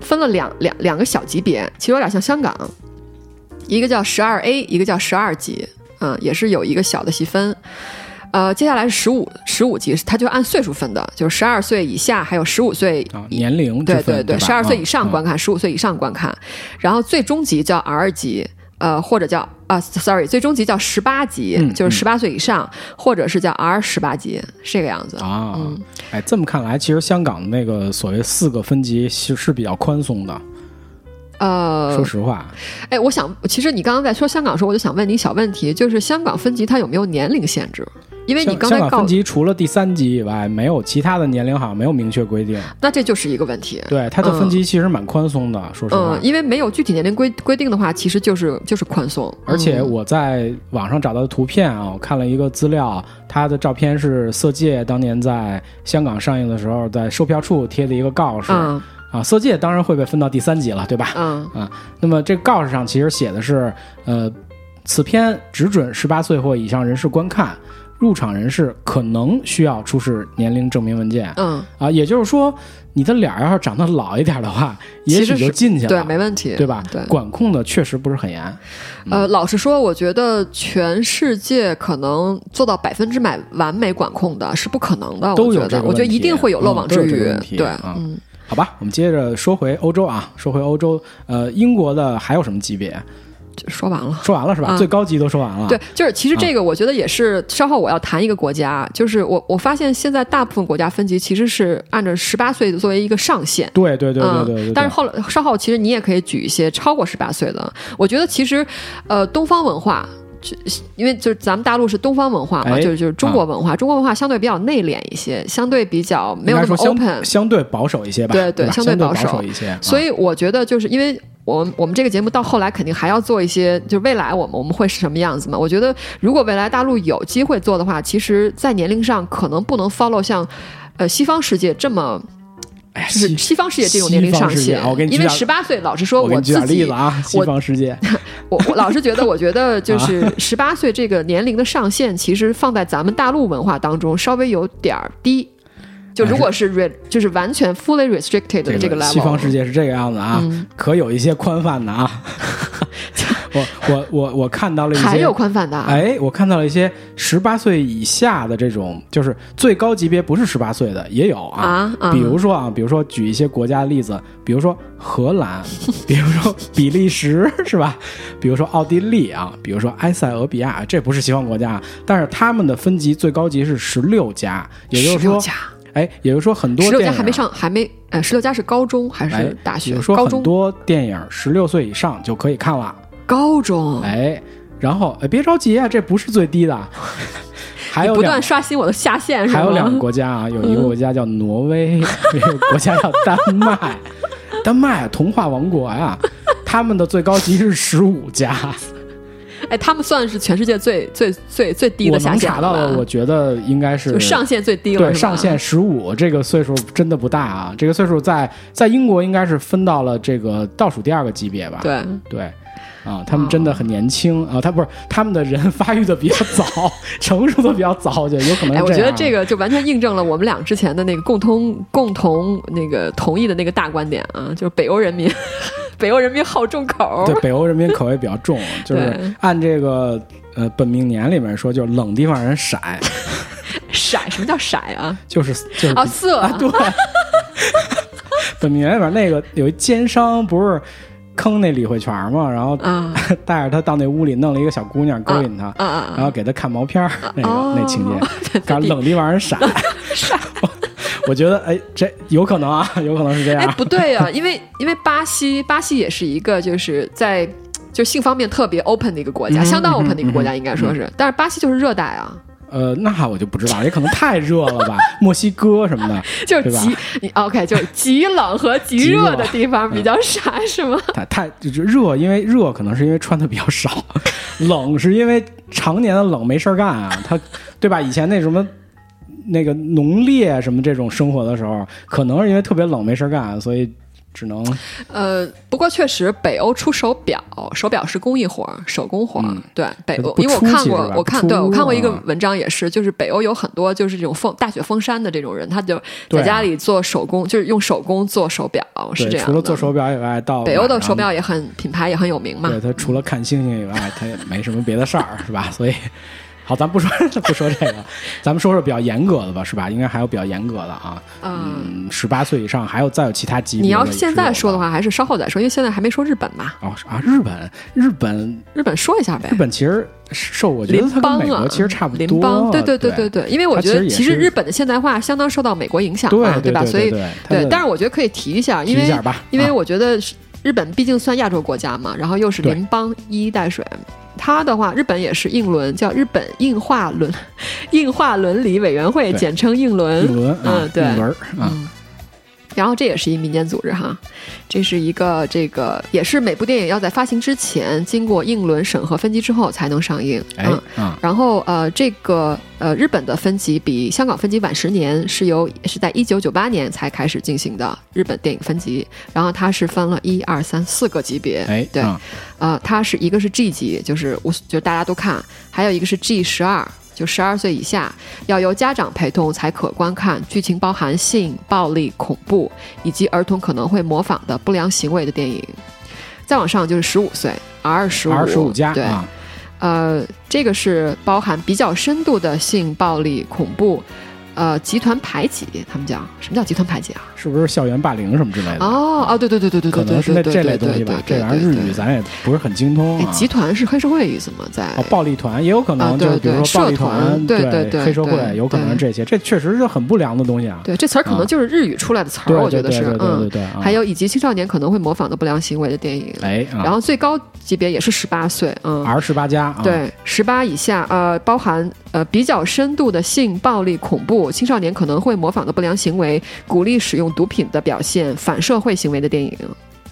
Speaker 2: 分了两两两个小级别，其实有点像香港，一个叫十二 A，一个叫十二级，嗯，也是有一个小的细分。呃，接下来是十五十五级，它就按岁数分的，就是十二岁以下，还有十五岁
Speaker 1: 啊，年龄之
Speaker 2: 对
Speaker 1: 分
Speaker 2: 对
Speaker 1: 对吧，
Speaker 2: 十二岁以上
Speaker 1: 嗯
Speaker 2: 观看，十五岁以上观看，然后最终级叫 R 级，呃，或者叫啊，sorry，最终级叫十八级，
Speaker 1: 嗯
Speaker 2: 就是十八岁以上，或者是叫 R 十八级，是这个样子。
Speaker 1: 啊，哎，这么看来，其实香港的那个所谓四个分级其实是比较宽松的。
Speaker 2: 呃
Speaker 1: 说，实话，
Speaker 2: 哎，我想，其实你刚刚在说香港的时候，我就想问你一个小问题，就是香港分级它有没有年龄限制？因为你
Speaker 1: 香
Speaker 2: 刚
Speaker 1: 香
Speaker 2: 才
Speaker 1: 港
Speaker 2: 告
Speaker 1: 分，级除了第三级以外，没有其他的年龄好像没有明确规定。
Speaker 2: 那这就是一个问题。
Speaker 1: 对，它的分级其实蛮宽松的，说实话
Speaker 2: 嗯，。因为没有具体年龄规规定的话，其实就是就是宽松，
Speaker 1: 而且
Speaker 2: 嗯
Speaker 1: 我在网上找到的图片啊，我看了一个资料，啊它的照片是《色戒》当年在香港上映的时候，在售票处贴的一个告示啊。
Speaker 2: 嗯
Speaker 1: 《色戒》当然会被分到第三级了，对吧？
Speaker 2: 嗯
Speaker 1: 那么这个告示上其实写的是，呃，此片只准十八岁或以上人士观看，入场人士可能需要出示年龄证明文件
Speaker 2: 嗯，
Speaker 1: 啊，也就是说，你的脸儿要是长得老一点的话，也许
Speaker 2: 其实
Speaker 1: 就是进去
Speaker 2: 对，
Speaker 1: 了，
Speaker 2: 没问题，
Speaker 1: 对吧？
Speaker 2: 对，
Speaker 1: 管控的确实不是很严，嗯
Speaker 2: 呃，老实说，我觉得全世界可能做到百分之百完美管控的是不可能的。
Speaker 1: 都
Speaker 2: 啊
Speaker 1: 有
Speaker 2: 我觉
Speaker 1: 这
Speaker 2: 得，
Speaker 1: 个
Speaker 2: 我觉得
Speaker 1: 问
Speaker 2: 一
Speaker 1: 题
Speaker 2: 定会有
Speaker 1: 嗯
Speaker 2: 漏网
Speaker 1: 都有
Speaker 2: 之
Speaker 1: 这个
Speaker 2: 鱼
Speaker 1: 问。题
Speaker 2: 对，
Speaker 1: 啊
Speaker 2: 嗯，
Speaker 1: 好吧？我们接着说回欧洲啊，说回欧洲，呃，英国的还有什么级别？
Speaker 2: 就说完了。
Speaker 1: 说完了是吧？
Speaker 2: 啊
Speaker 1: 最高级都说完了，
Speaker 2: 对，就是其实
Speaker 1: 嗯
Speaker 2: 这个，我觉得也是稍后我要谈一个国家，就是我我发现现在大部分国家分级其实是按照十八岁作为一个上限。
Speaker 1: 对对对对对对对。
Speaker 2: 嗯。但是后来稍后，其实你也可以举一些超过十八岁的。我觉得其实，呃，东方文化。就因为就是咱们大陆是东方文化嘛，
Speaker 1: 哎
Speaker 2: 就是就是中国文化，中国文化相对比较内敛一些，相对比较没有
Speaker 1: 应
Speaker 2: 那
Speaker 1: 该
Speaker 2: 么
Speaker 1: 说
Speaker 2: open，
Speaker 1: 相相对啊保守一些吧，
Speaker 2: 对
Speaker 1: 对
Speaker 2: 对
Speaker 1: 吧，
Speaker 2: 相
Speaker 1: 对
Speaker 2: 对
Speaker 1: 保
Speaker 2: 保守
Speaker 1: 一些，啊
Speaker 2: 所以我觉得就是因为我们我们这个节目到后来肯定还要做一些，就是未来我们我们会是什么样子嘛？我觉得如果未来大陆有机会做的话，其实，在年龄上可能不能 follow 像呃西方世界这么。
Speaker 1: 哎
Speaker 2: 就是
Speaker 1: 西
Speaker 2: 西方世界这种年龄上
Speaker 1: 西方世界
Speaker 2: 限
Speaker 1: 啊我给，你举
Speaker 2: 因为
Speaker 1: 点
Speaker 2: 十八岁，老实说，
Speaker 1: 我给
Speaker 2: 我
Speaker 1: 你举
Speaker 2: 自
Speaker 1: 点例
Speaker 2: 己
Speaker 1: 子啊，西
Speaker 2: 我
Speaker 1: 方世 界，
Speaker 2: 我我老是觉得，我 觉得
Speaker 1: 啊
Speaker 2: 就是十八岁这个年龄的上限，其实放在咱们大陆文化当中稍微有点儿低。就
Speaker 1: 哎
Speaker 2: 如果是 re 就是完全 fully restricted 的这个 level，嗯
Speaker 1: 西方世界是这个样子啊，可有一些宽泛的啊。 我我我我看到了一些，
Speaker 2: 还有宽泛的啊，
Speaker 1: 哎，我看到了一些十八岁以下的这种，就是最高级别不是十八岁的也有啊。
Speaker 2: 啊啊
Speaker 1: 比如说啊，比如说举一些国家的例子，比如说荷 兰，比如说比利时， 是吧？比如说奥地利啊，比如说埃塞俄比亚，这不是西方国家，啊，但是他们的分级最高级是十六加，也就是
Speaker 2: 16
Speaker 1: 说，
Speaker 2: 家
Speaker 1: 哎，也就是说很多
Speaker 2: 十六
Speaker 1: 电
Speaker 2: 家
Speaker 1: 影啊
Speaker 2: 还没上，还没呃，十六家是高中还
Speaker 1: 哎
Speaker 2: 是大
Speaker 1: 比
Speaker 2: 学
Speaker 1: 如？说
Speaker 2: 高
Speaker 1: 很
Speaker 2: 中，
Speaker 1: 多电影十六岁以上就可以看了，
Speaker 2: 高中，
Speaker 1: 哎，然后哎别着急啊，这不是最低 的，还有
Speaker 2: 不
Speaker 1: 两
Speaker 2: 断刷新我的下限是吗？
Speaker 1: 还有两个国家啊，有一个国家叫挪 威，有一个国家叫丹麦，丹麦啊童话王国啊，他们的最高级是十五加，
Speaker 2: 哎，他们算是全世界最最最最 低
Speaker 1: 我
Speaker 2: 的
Speaker 1: 能
Speaker 2: 下限
Speaker 1: 查
Speaker 2: 了
Speaker 1: 到的，
Speaker 2: 吧
Speaker 1: 我觉得应该是
Speaker 2: 就上限最低了，
Speaker 1: 对，
Speaker 2: 是吧
Speaker 1: 上限十五，这个岁数真的不大啊。这个岁数在在英国应该是分到了这个倒数第二个级别吧？
Speaker 2: 对。
Speaker 1: 对，啊，他们真
Speaker 2: 哦
Speaker 1: 的很年轻啊，他不是他们的人 发育的比较早，成熟的比较早，我觉得有可能
Speaker 2: 哎，
Speaker 1: 是
Speaker 2: 我觉得这
Speaker 1: 样啊。
Speaker 2: 个就完全印证了我们俩之前的那个共同 共同那个同意的那个大观点啊，就是北欧人民， 北欧人民好重口。
Speaker 1: 对北欧人民口味比较重，就是
Speaker 2: 对
Speaker 1: 按这个呃本命年里面说，就是冷地方人色，
Speaker 2: 色，什么叫色啊？
Speaker 1: 就是就是
Speaker 2: 啊，色
Speaker 1: 啊，对。 本命年里面那个有一奸商不是坑那李慧泉吗？然后
Speaker 2: 啊
Speaker 1: 带着他到那屋里弄了一个小姑娘勾引他，
Speaker 2: 啊啊！
Speaker 1: 然后给他看毛片儿那个、
Speaker 2: 哦
Speaker 1: 那情 节，感觉冷地方人傻。
Speaker 2: 傻
Speaker 1: 我觉得哎，这有可能啊， 有可能是这
Speaker 2: 哎，
Speaker 1: 样。
Speaker 2: 不对呀、因为因为巴西，巴西也是一个就是在就性方面特别 open 的一个国家，
Speaker 1: 嗯
Speaker 2: 相当 open 的一个国
Speaker 1: 嗯
Speaker 2: 家，应该说是。但是巴西就是热带啊，
Speaker 1: 呃，那我就不知道，也可能太热了吧， 墨西哥什么 的，
Speaker 2: 就是
Speaker 1: 对吧嗯
Speaker 2: 极你 OK，就是极冷和极热的地方比较傻，是吗？
Speaker 1: 太太就是热，因为热可能是因为穿的比较少， 冷是因为常年的冷没事儿干啊，他对吧？以前那什么。那个农猎什么这种生活的时候，可能是因为特别冷没事儿干，啊所以只能
Speaker 2: 呃，不过确实北欧出手表，手表是工艺活儿，手工活儿。对北欧，
Speaker 1: 嗯不
Speaker 2: 因为我
Speaker 1: 出
Speaker 2: 看
Speaker 1: 其
Speaker 2: 过
Speaker 1: 实吧，
Speaker 2: 我
Speaker 1: 不
Speaker 2: 看
Speaker 1: 出
Speaker 2: 对我看过一个
Speaker 1: 啊
Speaker 2: 文章，也是，就是北欧有很多就是这种封大雪封山的这种人，他就
Speaker 1: 对
Speaker 2: 在
Speaker 1: 啊
Speaker 2: 家里做手工，就是用手工做手表，是
Speaker 1: 对
Speaker 2: 这样的。
Speaker 1: 除了做手表以外，到
Speaker 2: 北欧的
Speaker 1: 晚上
Speaker 2: 手表也很品牌也很有名嘛
Speaker 1: 对。他除了看星星以外，他也没什么别的事儿，是吧？所以，好，咱不说不说这 个，咱们说说比较严格的吧，是吧？应该还有比较严格的啊，
Speaker 2: 嗯，
Speaker 1: 嗯，十八岁以上，还有再有其他级别。
Speaker 2: 你要是现在说的
Speaker 1: 话，
Speaker 2: 话，还是稍后再说，因为现在还没说日本嘛。
Speaker 1: 哦是啊，日本，日本，
Speaker 2: 日本说一下呗
Speaker 1: 日。本其实受我觉得
Speaker 2: 邻
Speaker 1: 它
Speaker 2: 邦
Speaker 1: 跟美
Speaker 2: 啊
Speaker 1: 国，其实差不多，
Speaker 2: 邻邦，对对
Speaker 1: 对
Speaker 2: 对对，因为我
Speaker 1: 它其
Speaker 2: 觉
Speaker 1: 实
Speaker 2: 得
Speaker 1: 也
Speaker 2: 其实
Speaker 1: 是
Speaker 2: 日本的现代化相当受到美国影响
Speaker 1: 对
Speaker 2: 嘛，
Speaker 1: 对
Speaker 2: 吧？
Speaker 1: 对
Speaker 2: 所以
Speaker 1: 对它
Speaker 2: 对
Speaker 1: 的，
Speaker 2: 但是我觉得可以提一下，
Speaker 1: 提
Speaker 2: 因
Speaker 1: 一
Speaker 2: 为
Speaker 1: 下吧，
Speaker 2: 因
Speaker 1: 啊
Speaker 2: 为我觉得是日本毕竟算亚洲国家嘛，然后又是
Speaker 1: 对
Speaker 2: 联邦一衣带水。它的话，日本也是印伦，叫日本印化伦印化伦理委员会，
Speaker 1: 对
Speaker 2: 简称印
Speaker 1: 一
Speaker 2: 伦。
Speaker 1: 轮啊
Speaker 2: 嗯，对
Speaker 1: 一轮啊，
Speaker 2: 嗯，然后这也是一民间组织哈，这是一个这个也是每部电影要在发行之前经过印伦审核分级之后才能上映。
Speaker 1: 哎
Speaker 2: 嗯，
Speaker 1: 啊，
Speaker 2: 然后呃，这个呃，日本的分级比香港分级晚十年，是由是在一九九八年才开始进行的日本电影分级。然后它是分了一二三四个级别，
Speaker 1: 哎
Speaker 2: 对，
Speaker 1: 啊
Speaker 2: 呃，它是一个是 G 级，就是无就是大家都看，还有一个是 G 十二。就十二岁以下，要由家长陪同才可观看。剧情包含性、暴力、恐怖以及儿童可能会模仿的不良行为的电影。再往上就是十五岁，R 十五
Speaker 1: 二十五加
Speaker 2: 对，
Speaker 1: 啊，
Speaker 2: 呃，这个是包含比较深度的性暴力、恐怖，呃，集团排挤，他们讲什么叫集团排挤啊？
Speaker 1: 是不是校园霸凌什么之类的？
Speaker 2: 哦哦，对对对对对
Speaker 1: 可
Speaker 2: 对
Speaker 1: 能
Speaker 2: 对
Speaker 1: 是
Speaker 2: 对
Speaker 1: 那
Speaker 2: 对
Speaker 1: 这类
Speaker 2: 对
Speaker 1: 东西
Speaker 2: 对
Speaker 1: 吧
Speaker 2: 对，，
Speaker 1: 这
Speaker 2: 对
Speaker 1: 玩意儿日语。啊
Speaker 2: 对对
Speaker 1: 咱也不是很精通
Speaker 2: 哎，
Speaker 1: 啊。
Speaker 2: 集团是黑社会意思吗？在
Speaker 1: 哦，暴力团也有可能，
Speaker 2: 啊
Speaker 1: 就
Speaker 2: 对
Speaker 1: 是比如
Speaker 2: 对
Speaker 1: 说暴力
Speaker 2: 社
Speaker 1: 团，
Speaker 2: 团对对对
Speaker 1: 黑社会，
Speaker 2: 对
Speaker 1: 有可能是这些，这确实是很不良的东西啊。
Speaker 2: 对这词儿可
Speaker 1: 啊
Speaker 2: 能就是日语出来的词
Speaker 1: 对
Speaker 2: 儿，我觉
Speaker 1: 对
Speaker 2: 得
Speaker 1: 对
Speaker 2: 是
Speaker 1: 对对对
Speaker 2: 嗯。
Speaker 1: 对，啊
Speaker 2: 还有以及青少年可能会模仿的不良行为的电影，
Speaker 1: 哎，
Speaker 2: 然后最高级别也是十八岁，嗯。
Speaker 1: R 十八加啊，
Speaker 2: 对，十八以下，呃，包含呃比较深度的性暴力、恐怖，青少年可能会模仿的不良行为，鼓励使用毒品的表现，反社会行为的电影。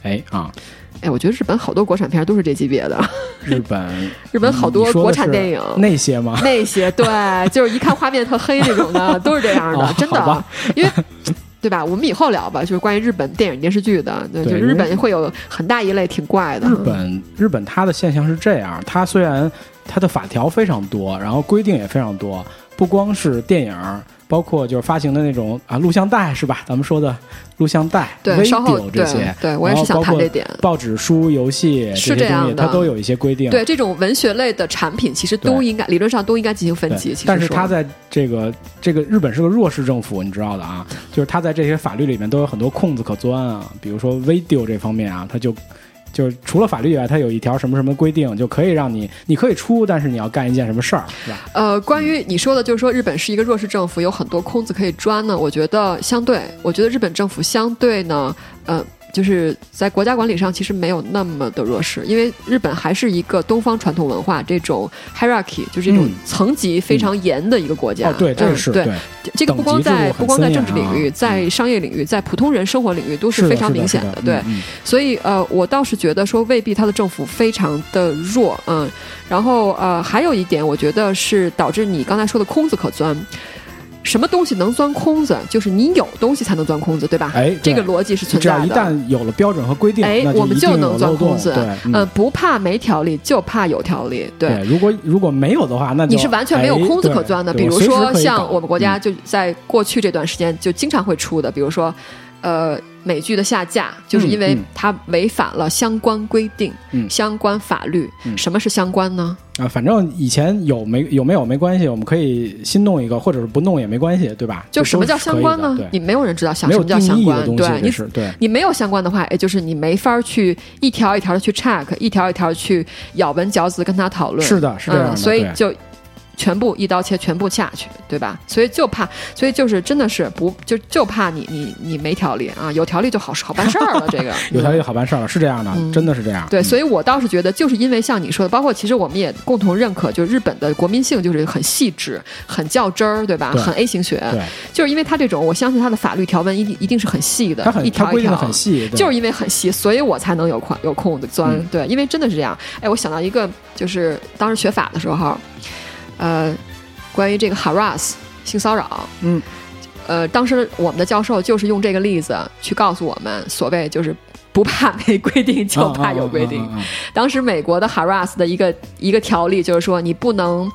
Speaker 1: 哎 啊，
Speaker 2: 哎，我觉得日本好多国产片都是这级别的，
Speaker 1: 日本
Speaker 2: 日本
Speaker 1: 嗯
Speaker 2: 好
Speaker 1: 你
Speaker 2: 多
Speaker 1: 说的
Speaker 2: 国产
Speaker 1: 是
Speaker 2: 电影。
Speaker 1: 那些吗？
Speaker 2: 那些对，就是一看画面特黑那种的，都是这样
Speaker 1: 哦
Speaker 2: 的，真
Speaker 1: 好
Speaker 2: 的
Speaker 1: 吧，
Speaker 2: 因为对吧？我们以后聊吧，就是关于日本电影电视剧的，对，
Speaker 1: 对
Speaker 2: 就是
Speaker 1: 因为
Speaker 2: 日本会有很大一类挺怪的。
Speaker 1: 日本日本它的现象是这样，它虽然它的法条非常多，然后规定也非常多，不光是电影儿，包括就是发行的那种啊录像带是吧？咱们说的录像带、
Speaker 2: 对，稍后
Speaker 1: video 这
Speaker 2: 对
Speaker 1: 些，
Speaker 2: 对我也
Speaker 1: 然
Speaker 2: 是
Speaker 1: 后
Speaker 2: 想
Speaker 1: 包
Speaker 2: 谈
Speaker 1: 括
Speaker 2: 这点。
Speaker 1: 报纸、书、游戏
Speaker 2: 是
Speaker 1: 些
Speaker 2: 这
Speaker 1: 东
Speaker 2: 样
Speaker 1: 西，
Speaker 2: 的
Speaker 1: 它都有一些规定。
Speaker 2: 对这种文学类的产品，其实都
Speaker 1: 对
Speaker 2: 应该理论上都应该进行分
Speaker 1: 对
Speaker 2: 级。其实
Speaker 1: 但是
Speaker 2: 说
Speaker 1: 他在这个这个日本是个弱势政府，你知道的啊，
Speaker 2: 嗯
Speaker 1: 就是他在这些法律里面都有很多空子可钻啊，比如说 video 这方面啊，他就就是除了法律以外，他有一条什么什么规定，就可以让你你可以出，但是你要干一件什么事儿，是吧？
Speaker 2: 呃，关于你说的，就是说日本是一个弱势政府，有很多空子可以钻呢。我觉得相对，我觉得日本政府相对呢，呃。就是在国家管理上，其实没有那么的弱势，因为日本还是一个东方传统文化这种 hierarchy，就是这种
Speaker 1: 嗯
Speaker 2: 层级非常严的一个国家。
Speaker 1: 哦，对，这个是、
Speaker 2: 嗯对，
Speaker 1: 对，
Speaker 2: 这个不光
Speaker 1: 等级制
Speaker 2: 在
Speaker 1: 度很
Speaker 2: 不光在政治
Speaker 1: 森严啊
Speaker 2: 领域，
Speaker 1: 嗯
Speaker 2: 在商业领域，在普通人生活领域都
Speaker 1: 是的
Speaker 2: 非常明显
Speaker 1: 的，是
Speaker 2: 对，
Speaker 1: 嗯
Speaker 2: 所以呃，我倒是觉得说未必他的政府非常的弱，嗯，然后呃，还有一点，我觉得是导致你刚才说的空子可钻，什么东西能钻空子，就是你有东西才能钻空子，对吧？
Speaker 1: 哎，
Speaker 2: 这个
Speaker 1: 对
Speaker 2: 逻辑是存
Speaker 1: 只要
Speaker 2: 在
Speaker 1: 一
Speaker 2: 的。
Speaker 1: 旦有了标准和规定，
Speaker 2: 哎
Speaker 1: 那
Speaker 2: 我们
Speaker 1: 一定
Speaker 2: 就能
Speaker 1: 有
Speaker 2: 钻
Speaker 1: 漏洞
Speaker 2: 空子
Speaker 1: 对，嗯
Speaker 2: 呃，不怕没条理，就怕有条理。对，
Speaker 1: 对，如果如果没有的话，那就
Speaker 2: 你是完全没有空子可钻的。
Speaker 1: 哎对
Speaker 2: 比
Speaker 1: 对
Speaker 2: 如
Speaker 1: 我随时
Speaker 2: 说，
Speaker 1: 可以
Speaker 2: 像
Speaker 1: 搞嗯
Speaker 2: 我们国家就在过去这段时间就经常会出的，比如说，呃，美剧的下架，就是因为
Speaker 1: 嗯嗯
Speaker 2: 它违反了相关规定、
Speaker 1: 嗯
Speaker 2: 相关法律。什么是相关呢？
Speaker 1: 啊，反正以前有没有没有没关系，我们可以新弄一个，或者是不弄也没关系，对吧？
Speaker 2: 就
Speaker 1: 这
Speaker 2: 什
Speaker 1: 都
Speaker 2: 么
Speaker 1: 是
Speaker 2: 叫
Speaker 1: 可
Speaker 2: 相
Speaker 1: 以
Speaker 2: 关
Speaker 1: 的
Speaker 2: 呢
Speaker 1: 对？
Speaker 2: 你没有人知道相
Speaker 1: 没
Speaker 2: 什
Speaker 1: 有
Speaker 2: 么叫
Speaker 1: 定
Speaker 2: 相
Speaker 1: 义的
Speaker 2: 关，
Speaker 1: 东
Speaker 2: 对
Speaker 1: 西，这
Speaker 2: 你
Speaker 1: 是对。
Speaker 2: 你没有相关的话，也就是你没法儿去一条一条的去 check，一条一条地去咬文嚼字跟他讨论。
Speaker 1: 是的，是这样的，
Speaker 2: 嗯，所以
Speaker 1: 对
Speaker 2: 就全部一刀切，全部下去，对吧？所以就怕，所以就是真的是不就就怕你你你没条理啊，有条理就好好办事儿了。这个
Speaker 1: 有条
Speaker 2: 嗯
Speaker 1: 件好办事儿了，是这样的，
Speaker 2: 嗯
Speaker 1: 真的是这样。
Speaker 2: 对，所
Speaker 1: 以
Speaker 2: 以我倒是觉得，就是因为像你说的，包括其实我们也共同认可，就是日本的国民性就是很细致、很较真儿，对吧？
Speaker 1: 对
Speaker 2: 很 A 型血，
Speaker 1: 对
Speaker 2: 就是因为他这种，我相信他的法律条文一定一定是很细的
Speaker 1: 它，很
Speaker 2: 一
Speaker 1: 它
Speaker 2: 条
Speaker 1: 规
Speaker 2: 一
Speaker 1: 定
Speaker 2: 条
Speaker 1: 的很细，对
Speaker 2: 就是因为很细，所以我才能有空有空子钻。
Speaker 1: 嗯
Speaker 2: 对，因为真的是这样。哎，我想到一个，就是当时学法的时候，呃，关于这个 harass 性骚扰。
Speaker 1: 嗯，
Speaker 2: 呃，当时我们的教授就是用这个例子去告诉我们，所谓就是不怕没规定，就怕有规定。
Speaker 1: 啊啊啊啊
Speaker 2: 当时美国的 harass 的一个一个条例就是说，你不能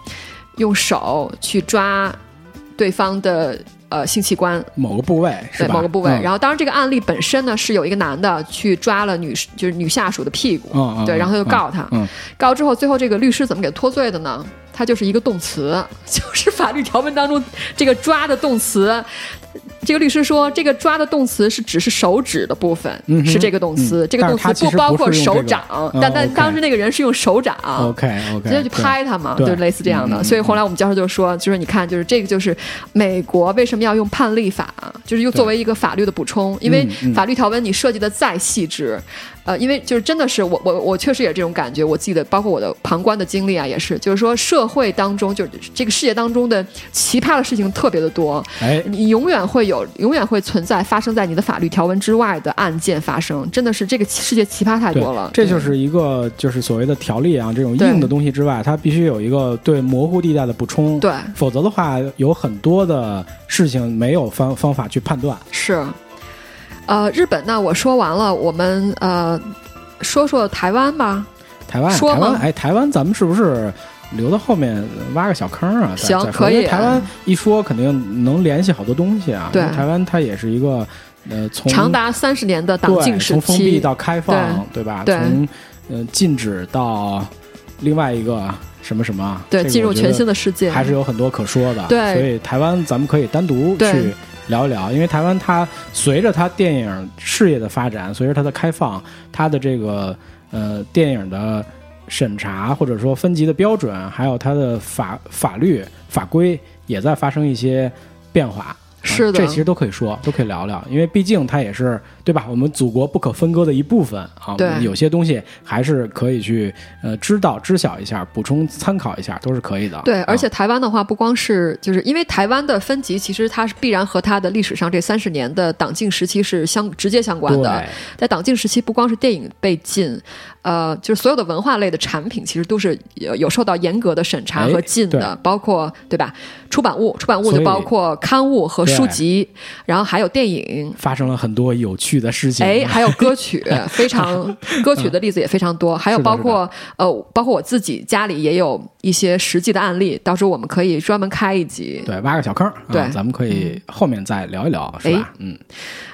Speaker 2: 用手去抓对方的呃性器官，
Speaker 1: 某个部位是
Speaker 2: 对
Speaker 1: 吧？
Speaker 2: 某个部位。
Speaker 1: 嗯
Speaker 2: 然后，当然这个案例本身呢是有一个男的去抓了女就是女下属的屁股，
Speaker 1: 嗯嗯
Speaker 2: 对，
Speaker 1: 嗯
Speaker 2: 然后就告他，
Speaker 1: 嗯
Speaker 2: 告之后最后这个律师怎么给脱罪的呢？他就是一个动词， 就是法律条文当中这个抓的动词。这个律师说，这个抓的动词是只是手指的部分，
Speaker 1: 嗯哼
Speaker 2: 是这个动词，
Speaker 1: 嗯
Speaker 2: 这个动
Speaker 1: 但
Speaker 2: 词
Speaker 1: 是他其实
Speaker 2: 包括
Speaker 1: 不是用
Speaker 2: 手
Speaker 1: 这个
Speaker 2: 掌，
Speaker 1: 哦
Speaker 2: 但但
Speaker 1: OK
Speaker 2: 当时那个人是用手掌。
Speaker 1: ，OK OK，
Speaker 2: 啊直接去拍他嘛，
Speaker 1: 对
Speaker 2: 就是类似这样的。
Speaker 1: 嗯嗯
Speaker 2: 所以后来我们教授就说，就是你看，就是这个就是美国为什么要用判例法，就是又作为一个法律的补充，因为
Speaker 1: 嗯
Speaker 2: 法律条文你设计的再细致，呃，因为就是真的是我我我确实也这种感觉，我自己的包括我的旁观的经历啊，也是，就是说社会当中就是这个世界当中的奇葩的事情特别的多，
Speaker 1: 哎，
Speaker 2: 你永远会有，永远会存在发生在你的法律条文之外的案件发生，真的是这个世界奇葩太
Speaker 1: 对
Speaker 2: 多了，，
Speaker 1: 这就是一个就是所谓的条例啊，这种
Speaker 2: 对
Speaker 1: 硬的东西之外，它必须有一个对模糊地带的补充，
Speaker 2: 对。
Speaker 1: 否则的话有很多的事情没有方方法去判断。
Speaker 2: 是，呃，日本那我说完了，我们呃说说台湾吧。
Speaker 1: 台湾，
Speaker 2: 说
Speaker 1: 台湾，
Speaker 2: 吗
Speaker 1: 哎，台湾，咱们是不是留到后面挖个小坑啊？再
Speaker 2: 行
Speaker 1: 再说
Speaker 2: 可以
Speaker 1: 因为台湾一说，肯定能联系好多东西啊。
Speaker 2: 对
Speaker 1: 因为台湾它也是一个呃，从
Speaker 2: 长达三十年的党
Speaker 1: 对
Speaker 2: 禁时
Speaker 1: 从封闭
Speaker 2: 期，
Speaker 1: 到开放，对吧？
Speaker 2: 对
Speaker 1: 从呃禁止到另外一个什么什么，
Speaker 2: 对，
Speaker 1: 这个
Speaker 2: 进入
Speaker 1: 我觉
Speaker 2: 全
Speaker 1: 得
Speaker 2: 新的世界，
Speaker 1: 还是有很多可说的。
Speaker 2: 对
Speaker 1: 所以台湾咱们可以单独
Speaker 2: 对
Speaker 1: 去聊一聊，因为台湾它随着它电影事业的发展，随着它的开放，它的这个呃电影的审查或者说分级的标准，还有它的法法律法规也在发生一些变化。嗯
Speaker 2: 是的
Speaker 1: 这其实都可以说，都可以聊聊，因为毕竟它也是对吧？我们祖国不可分割的一部分啊。
Speaker 2: 对
Speaker 1: 我们有些东西还是可以去呃知道、知晓一下，补充参考一下，都是可以的。
Speaker 2: 对，
Speaker 1: 啊
Speaker 2: 而且台湾的话，不光是就是因为台湾的分级，其实它是必然和它的历史上这三十年的党禁时期是相直接相关的。在党禁时期，不光是电影被禁，呃，就是所有的文化类的产品，其实都是有有受到严格的审查
Speaker 1: 哎
Speaker 2: 和禁的，包括对吧？出版物，出版物
Speaker 1: 所以
Speaker 2: 就包括刊物和
Speaker 1: 对
Speaker 2: 书籍，然后还有电影。
Speaker 1: 发生了很多有趣的事情。
Speaker 2: 哎，还有 歌曲，非常歌曲的例子也非常多，还有
Speaker 1: 是的
Speaker 2: 包括呃，包括我自己家里也有一些实际的案例，到时候我们可以专门开一集。
Speaker 1: 对，挖个小坑儿，
Speaker 2: 对嗯哎
Speaker 1: 啊，咱们可以后面再聊一聊，是吧？嗯，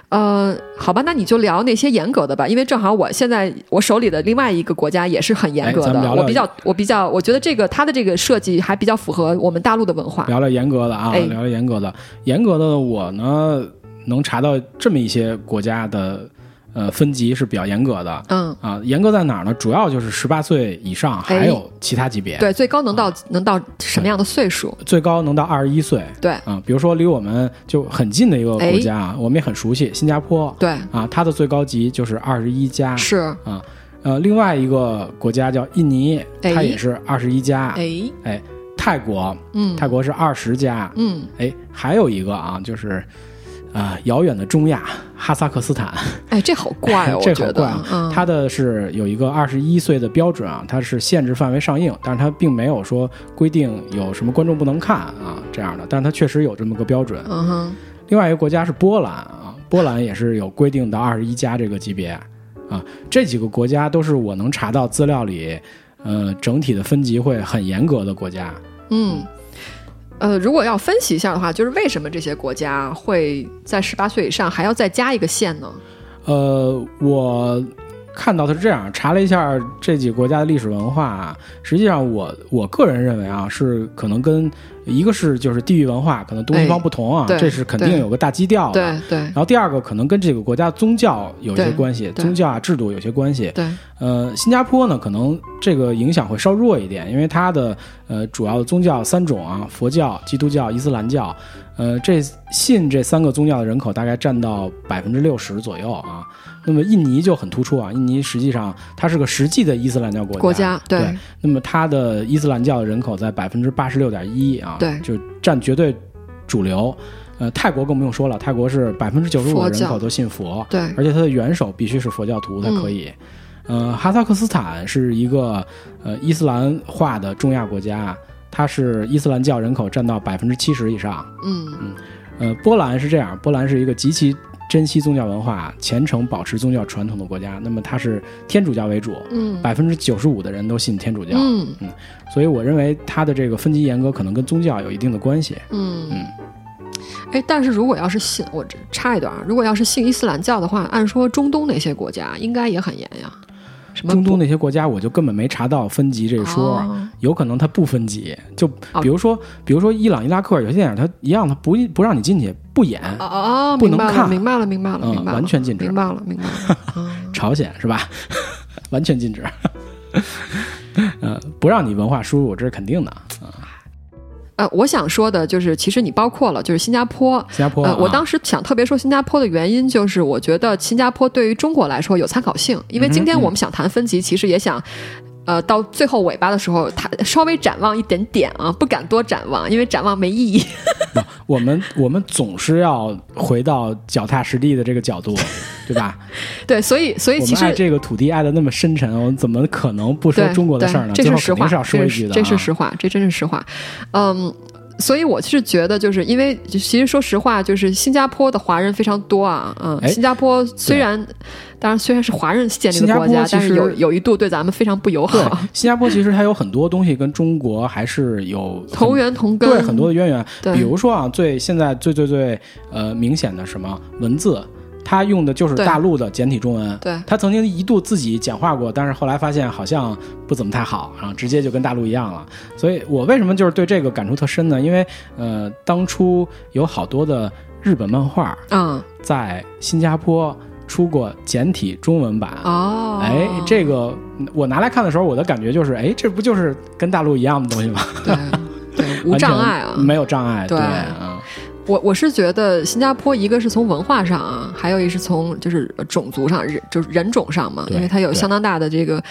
Speaker 2: 呃，好吧，那你就聊那些严格的吧，因为正好我现在我手里的另外一个国家也是很严格
Speaker 1: 哎咱
Speaker 2: 的，
Speaker 1: 们聊聊
Speaker 2: 我比较我比较，我觉得这个它的这个设计还比较符合我们大陆的文化。
Speaker 1: 聊聊严格的啊，
Speaker 2: 哎
Speaker 1: 聊聊严格的，严格的我呢能查到这么一些国家的呃分级是比较严格的。
Speaker 2: 嗯，
Speaker 1: 啊，严格在哪儿呢？主要就是十八岁以上，
Speaker 2: 哎
Speaker 1: 还有其他级别，
Speaker 2: 对，最高能到能到什么样的岁数？
Speaker 1: 最高能到二十一岁。
Speaker 2: 对
Speaker 1: 啊，比如说离我们就很近的一
Speaker 2: 哎
Speaker 1: 个国家啊，我们也很熟悉，新加坡。
Speaker 2: 对，
Speaker 1: 啊，它的最高级就是二十一加。
Speaker 2: 是，
Speaker 1: 啊，呃，另外一个国家叫印尼，
Speaker 2: 哎
Speaker 1: 它也是二十一家。
Speaker 2: 哎，
Speaker 1: 哎，泰国，
Speaker 2: 嗯
Speaker 1: 泰国是二十家。
Speaker 2: 嗯，
Speaker 1: 哎，还有一个啊，就是啊、遥远的中亚哈萨克斯坦，
Speaker 2: 哎，这好 怪哦，我
Speaker 1: 这
Speaker 2: 觉
Speaker 1: 好
Speaker 2: 得
Speaker 1: 怪啊，！
Speaker 2: 嗯，
Speaker 1: 它的是有一个二十一岁的标准啊，它是限制范围上映，但是它并没有说规定有什么观众不能看啊这样的，但是它确实有这么个标准。
Speaker 2: 嗯哼，
Speaker 1: 另外一个国家是波兰啊，波兰也是有规定的二十一家这个级别啊。这几个国家都是我能查到资料里，呃，整体的分级会很严格的国家。
Speaker 2: 嗯。呃，如果要分析一下的话，就是为什么这些国家会在十八岁以上还要再加一个线呢？
Speaker 1: 呃，我看到它是这样，查了一下这几个国家的历史文化，实际上我我个人认为啊，是可能跟一个是就是地域文化，可能东西方不同啊，
Speaker 2: 哎对
Speaker 1: 这是肯定
Speaker 2: 对
Speaker 1: 有个大基调的。
Speaker 2: 对对
Speaker 1: 然后第二个可能跟这个国家宗教有一些
Speaker 2: 对
Speaker 1: 关系，
Speaker 2: 对
Speaker 1: 宗教啊制度有些关系。
Speaker 2: 对，
Speaker 1: 呃，新加坡呢，可能这个影响会稍弱一点，因为它的呃主要的宗教三种啊，佛教、基督教、伊斯兰教，呃，这信这三个宗教的人口大概占到百分之六十左右啊。那么印尼就很突出啊，印尼实际上它是个实际的伊斯兰教国家，
Speaker 2: 国家
Speaker 1: 对
Speaker 2: 对
Speaker 1: 那么它的伊斯兰教人口在百分之八十六点一啊，
Speaker 2: 对
Speaker 1: 就占绝对主流。呃，泰国更不用说了，泰国是百分之九十五
Speaker 2: 佛
Speaker 1: 的
Speaker 2: 教
Speaker 1: 人口都信佛，
Speaker 2: 对，
Speaker 1: 而且他的元首必须是佛教
Speaker 2: 嗯
Speaker 1: 徒才可以。呃，哈萨克斯坦是一个呃伊斯兰化的中亚国家，它是伊斯兰教人口占到百分之七十以上。
Speaker 2: 嗯
Speaker 1: 呃，波兰是这样，波兰是一个极其珍惜宗教文化、虔诚保持宗教传统的国家。那么它是天主教为主，
Speaker 2: 嗯
Speaker 1: 百分之九十五的人都信天主教，
Speaker 2: 嗯
Speaker 1: 所以我认为它的这个分级严格可能跟宗教有一定的关系。
Speaker 2: 嗯。哎，但是如果要是信我这插一段啊，如果要是信伊斯兰教的话，按说中东那些国家应该也很严呀，什么
Speaker 1: 中东
Speaker 2: 那
Speaker 1: 那些国家我就根本没查到分级这一说，啊
Speaker 2: 哦
Speaker 1: 有可能它不分级，就比如说，比如说伊朗、伊拉克有些电影它一样，它不不让你进去，不演，
Speaker 2: 哦哦，
Speaker 1: 不
Speaker 2: 明
Speaker 1: 能
Speaker 2: 白了，
Speaker 1: 看
Speaker 2: 明白了，明白了，
Speaker 1: 嗯
Speaker 2: 明白了，
Speaker 1: 完全禁止
Speaker 2: 明白了，明白了。嗯
Speaker 1: 朝鲜是吧？ 完全禁止， 呃，不让你文化输入，这是肯定的。
Speaker 2: 呃，我想说的就是，其实你包括了，就是新加坡，
Speaker 1: 新加坡，
Speaker 2: 呃，我
Speaker 1: 啊
Speaker 2: 当时想特别说新加坡的原因，就是我觉得新加坡对于中国来说有参考性，因
Speaker 1: 嗯
Speaker 2: 为今天我们想谈分级，其实也想。呃，到最后尾巴的时候，他稍微展望一点点啊，不敢多展望，因为展望没意义。
Speaker 1: 我们我们总是要回到脚踏实地的这个 角度，对吧？
Speaker 2: 对，所以，所以
Speaker 1: 我
Speaker 2: 其
Speaker 1: 们
Speaker 2: 实
Speaker 1: 爱这个土地爱的那么深沉，我们怎么可能不说
Speaker 2: 对
Speaker 1: 中国的
Speaker 2: 对
Speaker 1: 事儿呢？
Speaker 2: 这
Speaker 1: 最
Speaker 2: 是
Speaker 1: 后
Speaker 2: 实
Speaker 1: 肯
Speaker 2: 话
Speaker 1: 定，要说一句的、啊
Speaker 2: 这是实话，这真是实话。嗯，所以我是觉得，就是因为其实说实话，就是新加坡的华人非常多啊。嗯，
Speaker 1: 哎
Speaker 2: 新加坡虽然当然虽然是华人建立
Speaker 1: 新
Speaker 2: 的
Speaker 1: 加
Speaker 2: 国家
Speaker 1: 坡，其
Speaker 2: 但是有
Speaker 1: 实
Speaker 2: 有一度对咱们非常不友
Speaker 1: 对
Speaker 2: 好，，
Speaker 1: 新加坡其实它有很多东西跟中国还是有很
Speaker 2: 同源同根。
Speaker 1: 对很多的渊源，
Speaker 2: 对
Speaker 1: 比如说啊，最现在最最最呃明显的什么文字，它用的就是
Speaker 2: 对
Speaker 1: 大陆的简体中文。
Speaker 2: 对
Speaker 1: 他曾经一度自己简化过，但是后来发现好像不怎么太好，然后直接就跟大陆一样了。所以我为什么就是对这个感触特深呢？因为呃，当初有好多的日本漫画
Speaker 2: 嗯
Speaker 1: 在新加坡出过简体中文版。
Speaker 2: 哦，
Speaker 1: 哎，这个嗯我拿来看的时候，我的感觉就是，哎，这不就是跟大陆一样的东西吗？
Speaker 2: 对对无
Speaker 1: 完全
Speaker 2: 障碍啊。
Speaker 1: 没有障碍，
Speaker 2: 对
Speaker 1: 啊，
Speaker 2: 我我是觉得新加坡一个是从文化上啊，还有一是从就是种族上，人就是人种上嘛，
Speaker 1: 对
Speaker 2: 因为它有
Speaker 1: 对
Speaker 2: 相当大的这个，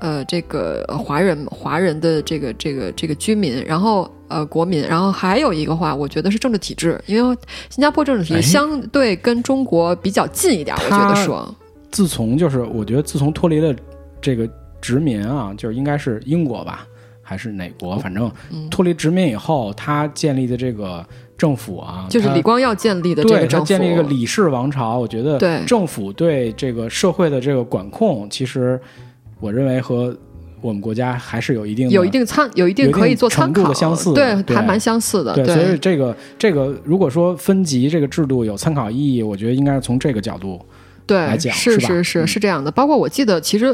Speaker 2: 呃，这个呃华人华人的这个这个这个居民，然后呃国民，然后还有一个话，我觉得是政治体制，因为新加坡政治体
Speaker 1: 哎
Speaker 2: 制相对跟中国比较近一点，我觉
Speaker 1: 它
Speaker 2: 得说，
Speaker 1: 自从就是我觉得自从脱离了这个殖民啊，就是应该是英国吧，还是哪国？反正
Speaker 2: 嗯，
Speaker 1: 脱离殖民以后，他建立的这个政府啊，
Speaker 2: 就是
Speaker 1: 他
Speaker 2: 李光耀建立的这
Speaker 1: 对
Speaker 2: 个
Speaker 1: 他
Speaker 2: 政府，
Speaker 1: 建立一个李氏王朝，我觉
Speaker 2: 对
Speaker 1: 得政府对这个社会的这个管控，其实我认为和我们国家还是有一定的
Speaker 2: 有一定参，有一
Speaker 1: 有
Speaker 2: 定
Speaker 1: 一
Speaker 2: 可以
Speaker 1: 定
Speaker 2: 做参
Speaker 1: 程度的
Speaker 2: 考，
Speaker 1: 相似
Speaker 2: 对，
Speaker 1: 对
Speaker 2: 还蛮相似的，
Speaker 1: 对，所以
Speaker 2: 对
Speaker 1: 这个这个，如果说分级这个制度有参考意义，我觉得应该是从这个角度。
Speaker 2: 对
Speaker 1: 来，讲是
Speaker 2: 是
Speaker 1: 吧
Speaker 2: 是是
Speaker 1: 嗯
Speaker 2: 是这样的。包括我记得，其实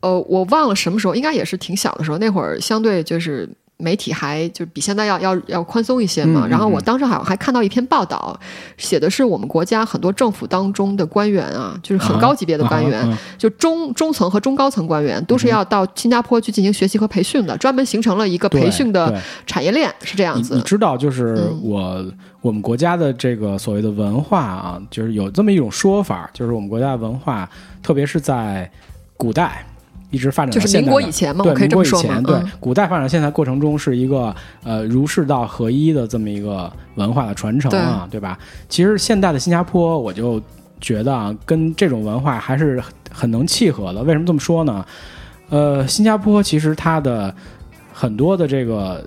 Speaker 2: 呃，我忘了什么时候，应该也是挺小的时候，那会儿相对就是。媒体还就比现在要要要宽松一些嘛，
Speaker 1: 嗯嗯
Speaker 2: 然后我当时好像还看到一篇报道，写的是我们国家很多政府当中的官员啊，就是很高级别的官员，
Speaker 1: 啊嗯啊
Speaker 2: 就中中层和中高层官员都是要到新加坡去进行学习和培训的，专门形成了一个
Speaker 1: 对
Speaker 2: 培训的
Speaker 1: 对
Speaker 2: 产业链，是这样
Speaker 1: 你你
Speaker 2: 子。
Speaker 1: 知道，就是
Speaker 2: 嗯
Speaker 1: 我、我们国家的这个所谓的文化啊，就是有这么一种说法，就是我们国家的文化，特别是在古代一直发展
Speaker 2: 就
Speaker 1: 到
Speaker 2: 是
Speaker 1: 现
Speaker 2: 民
Speaker 1: 代
Speaker 2: 国
Speaker 1: 的
Speaker 2: 以。前嘛，
Speaker 1: 对，
Speaker 2: 我可以
Speaker 1: 民
Speaker 2: 这
Speaker 1: 国
Speaker 2: 么
Speaker 1: 以
Speaker 2: 说
Speaker 1: 前，
Speaker 2: 嘛。
Speaker 1: 对
Speaker 2: 嗯，
Speaker 1: 古代发展现代过程中是一个呃儒释道合一的这么一个文化的传承啊，对吧？其实现代的新加坡，我就觉得啊，跟这种文化还是很很能契合的。为什么这么说呢？呃，新加坡其实它的很多的这个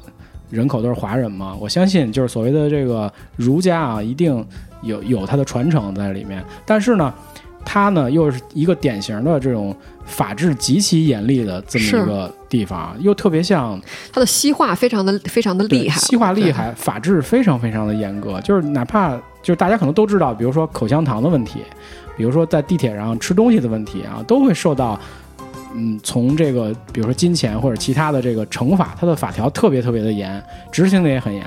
Speaker 1: 人口都是华人嘛，我相信就是所谓的这个儒家啊，一定有有它的传承在里面。但是呢，它呢又是一个典型的这种法制极其严厉的这么
Speaker 2: 是
Speaker 1: 一个地方，啊又特别像
Speaker 2: 它的西化非常的非常的
Speaker 1: 对
Speaker 2: 厉害，啊
Speaker 1: 西化厉
Speaker 2: 对
Speaker 1: 害，法制非常非常的严格，就是哪怕就是大家可能都知道，比如说口香糖的问题，比如说在地铁上吃东西的问题啊，都会受到。嗯，从这个比如说金钱或者其他的这个惩罚，它的法条特别特别的严，执行的也很严。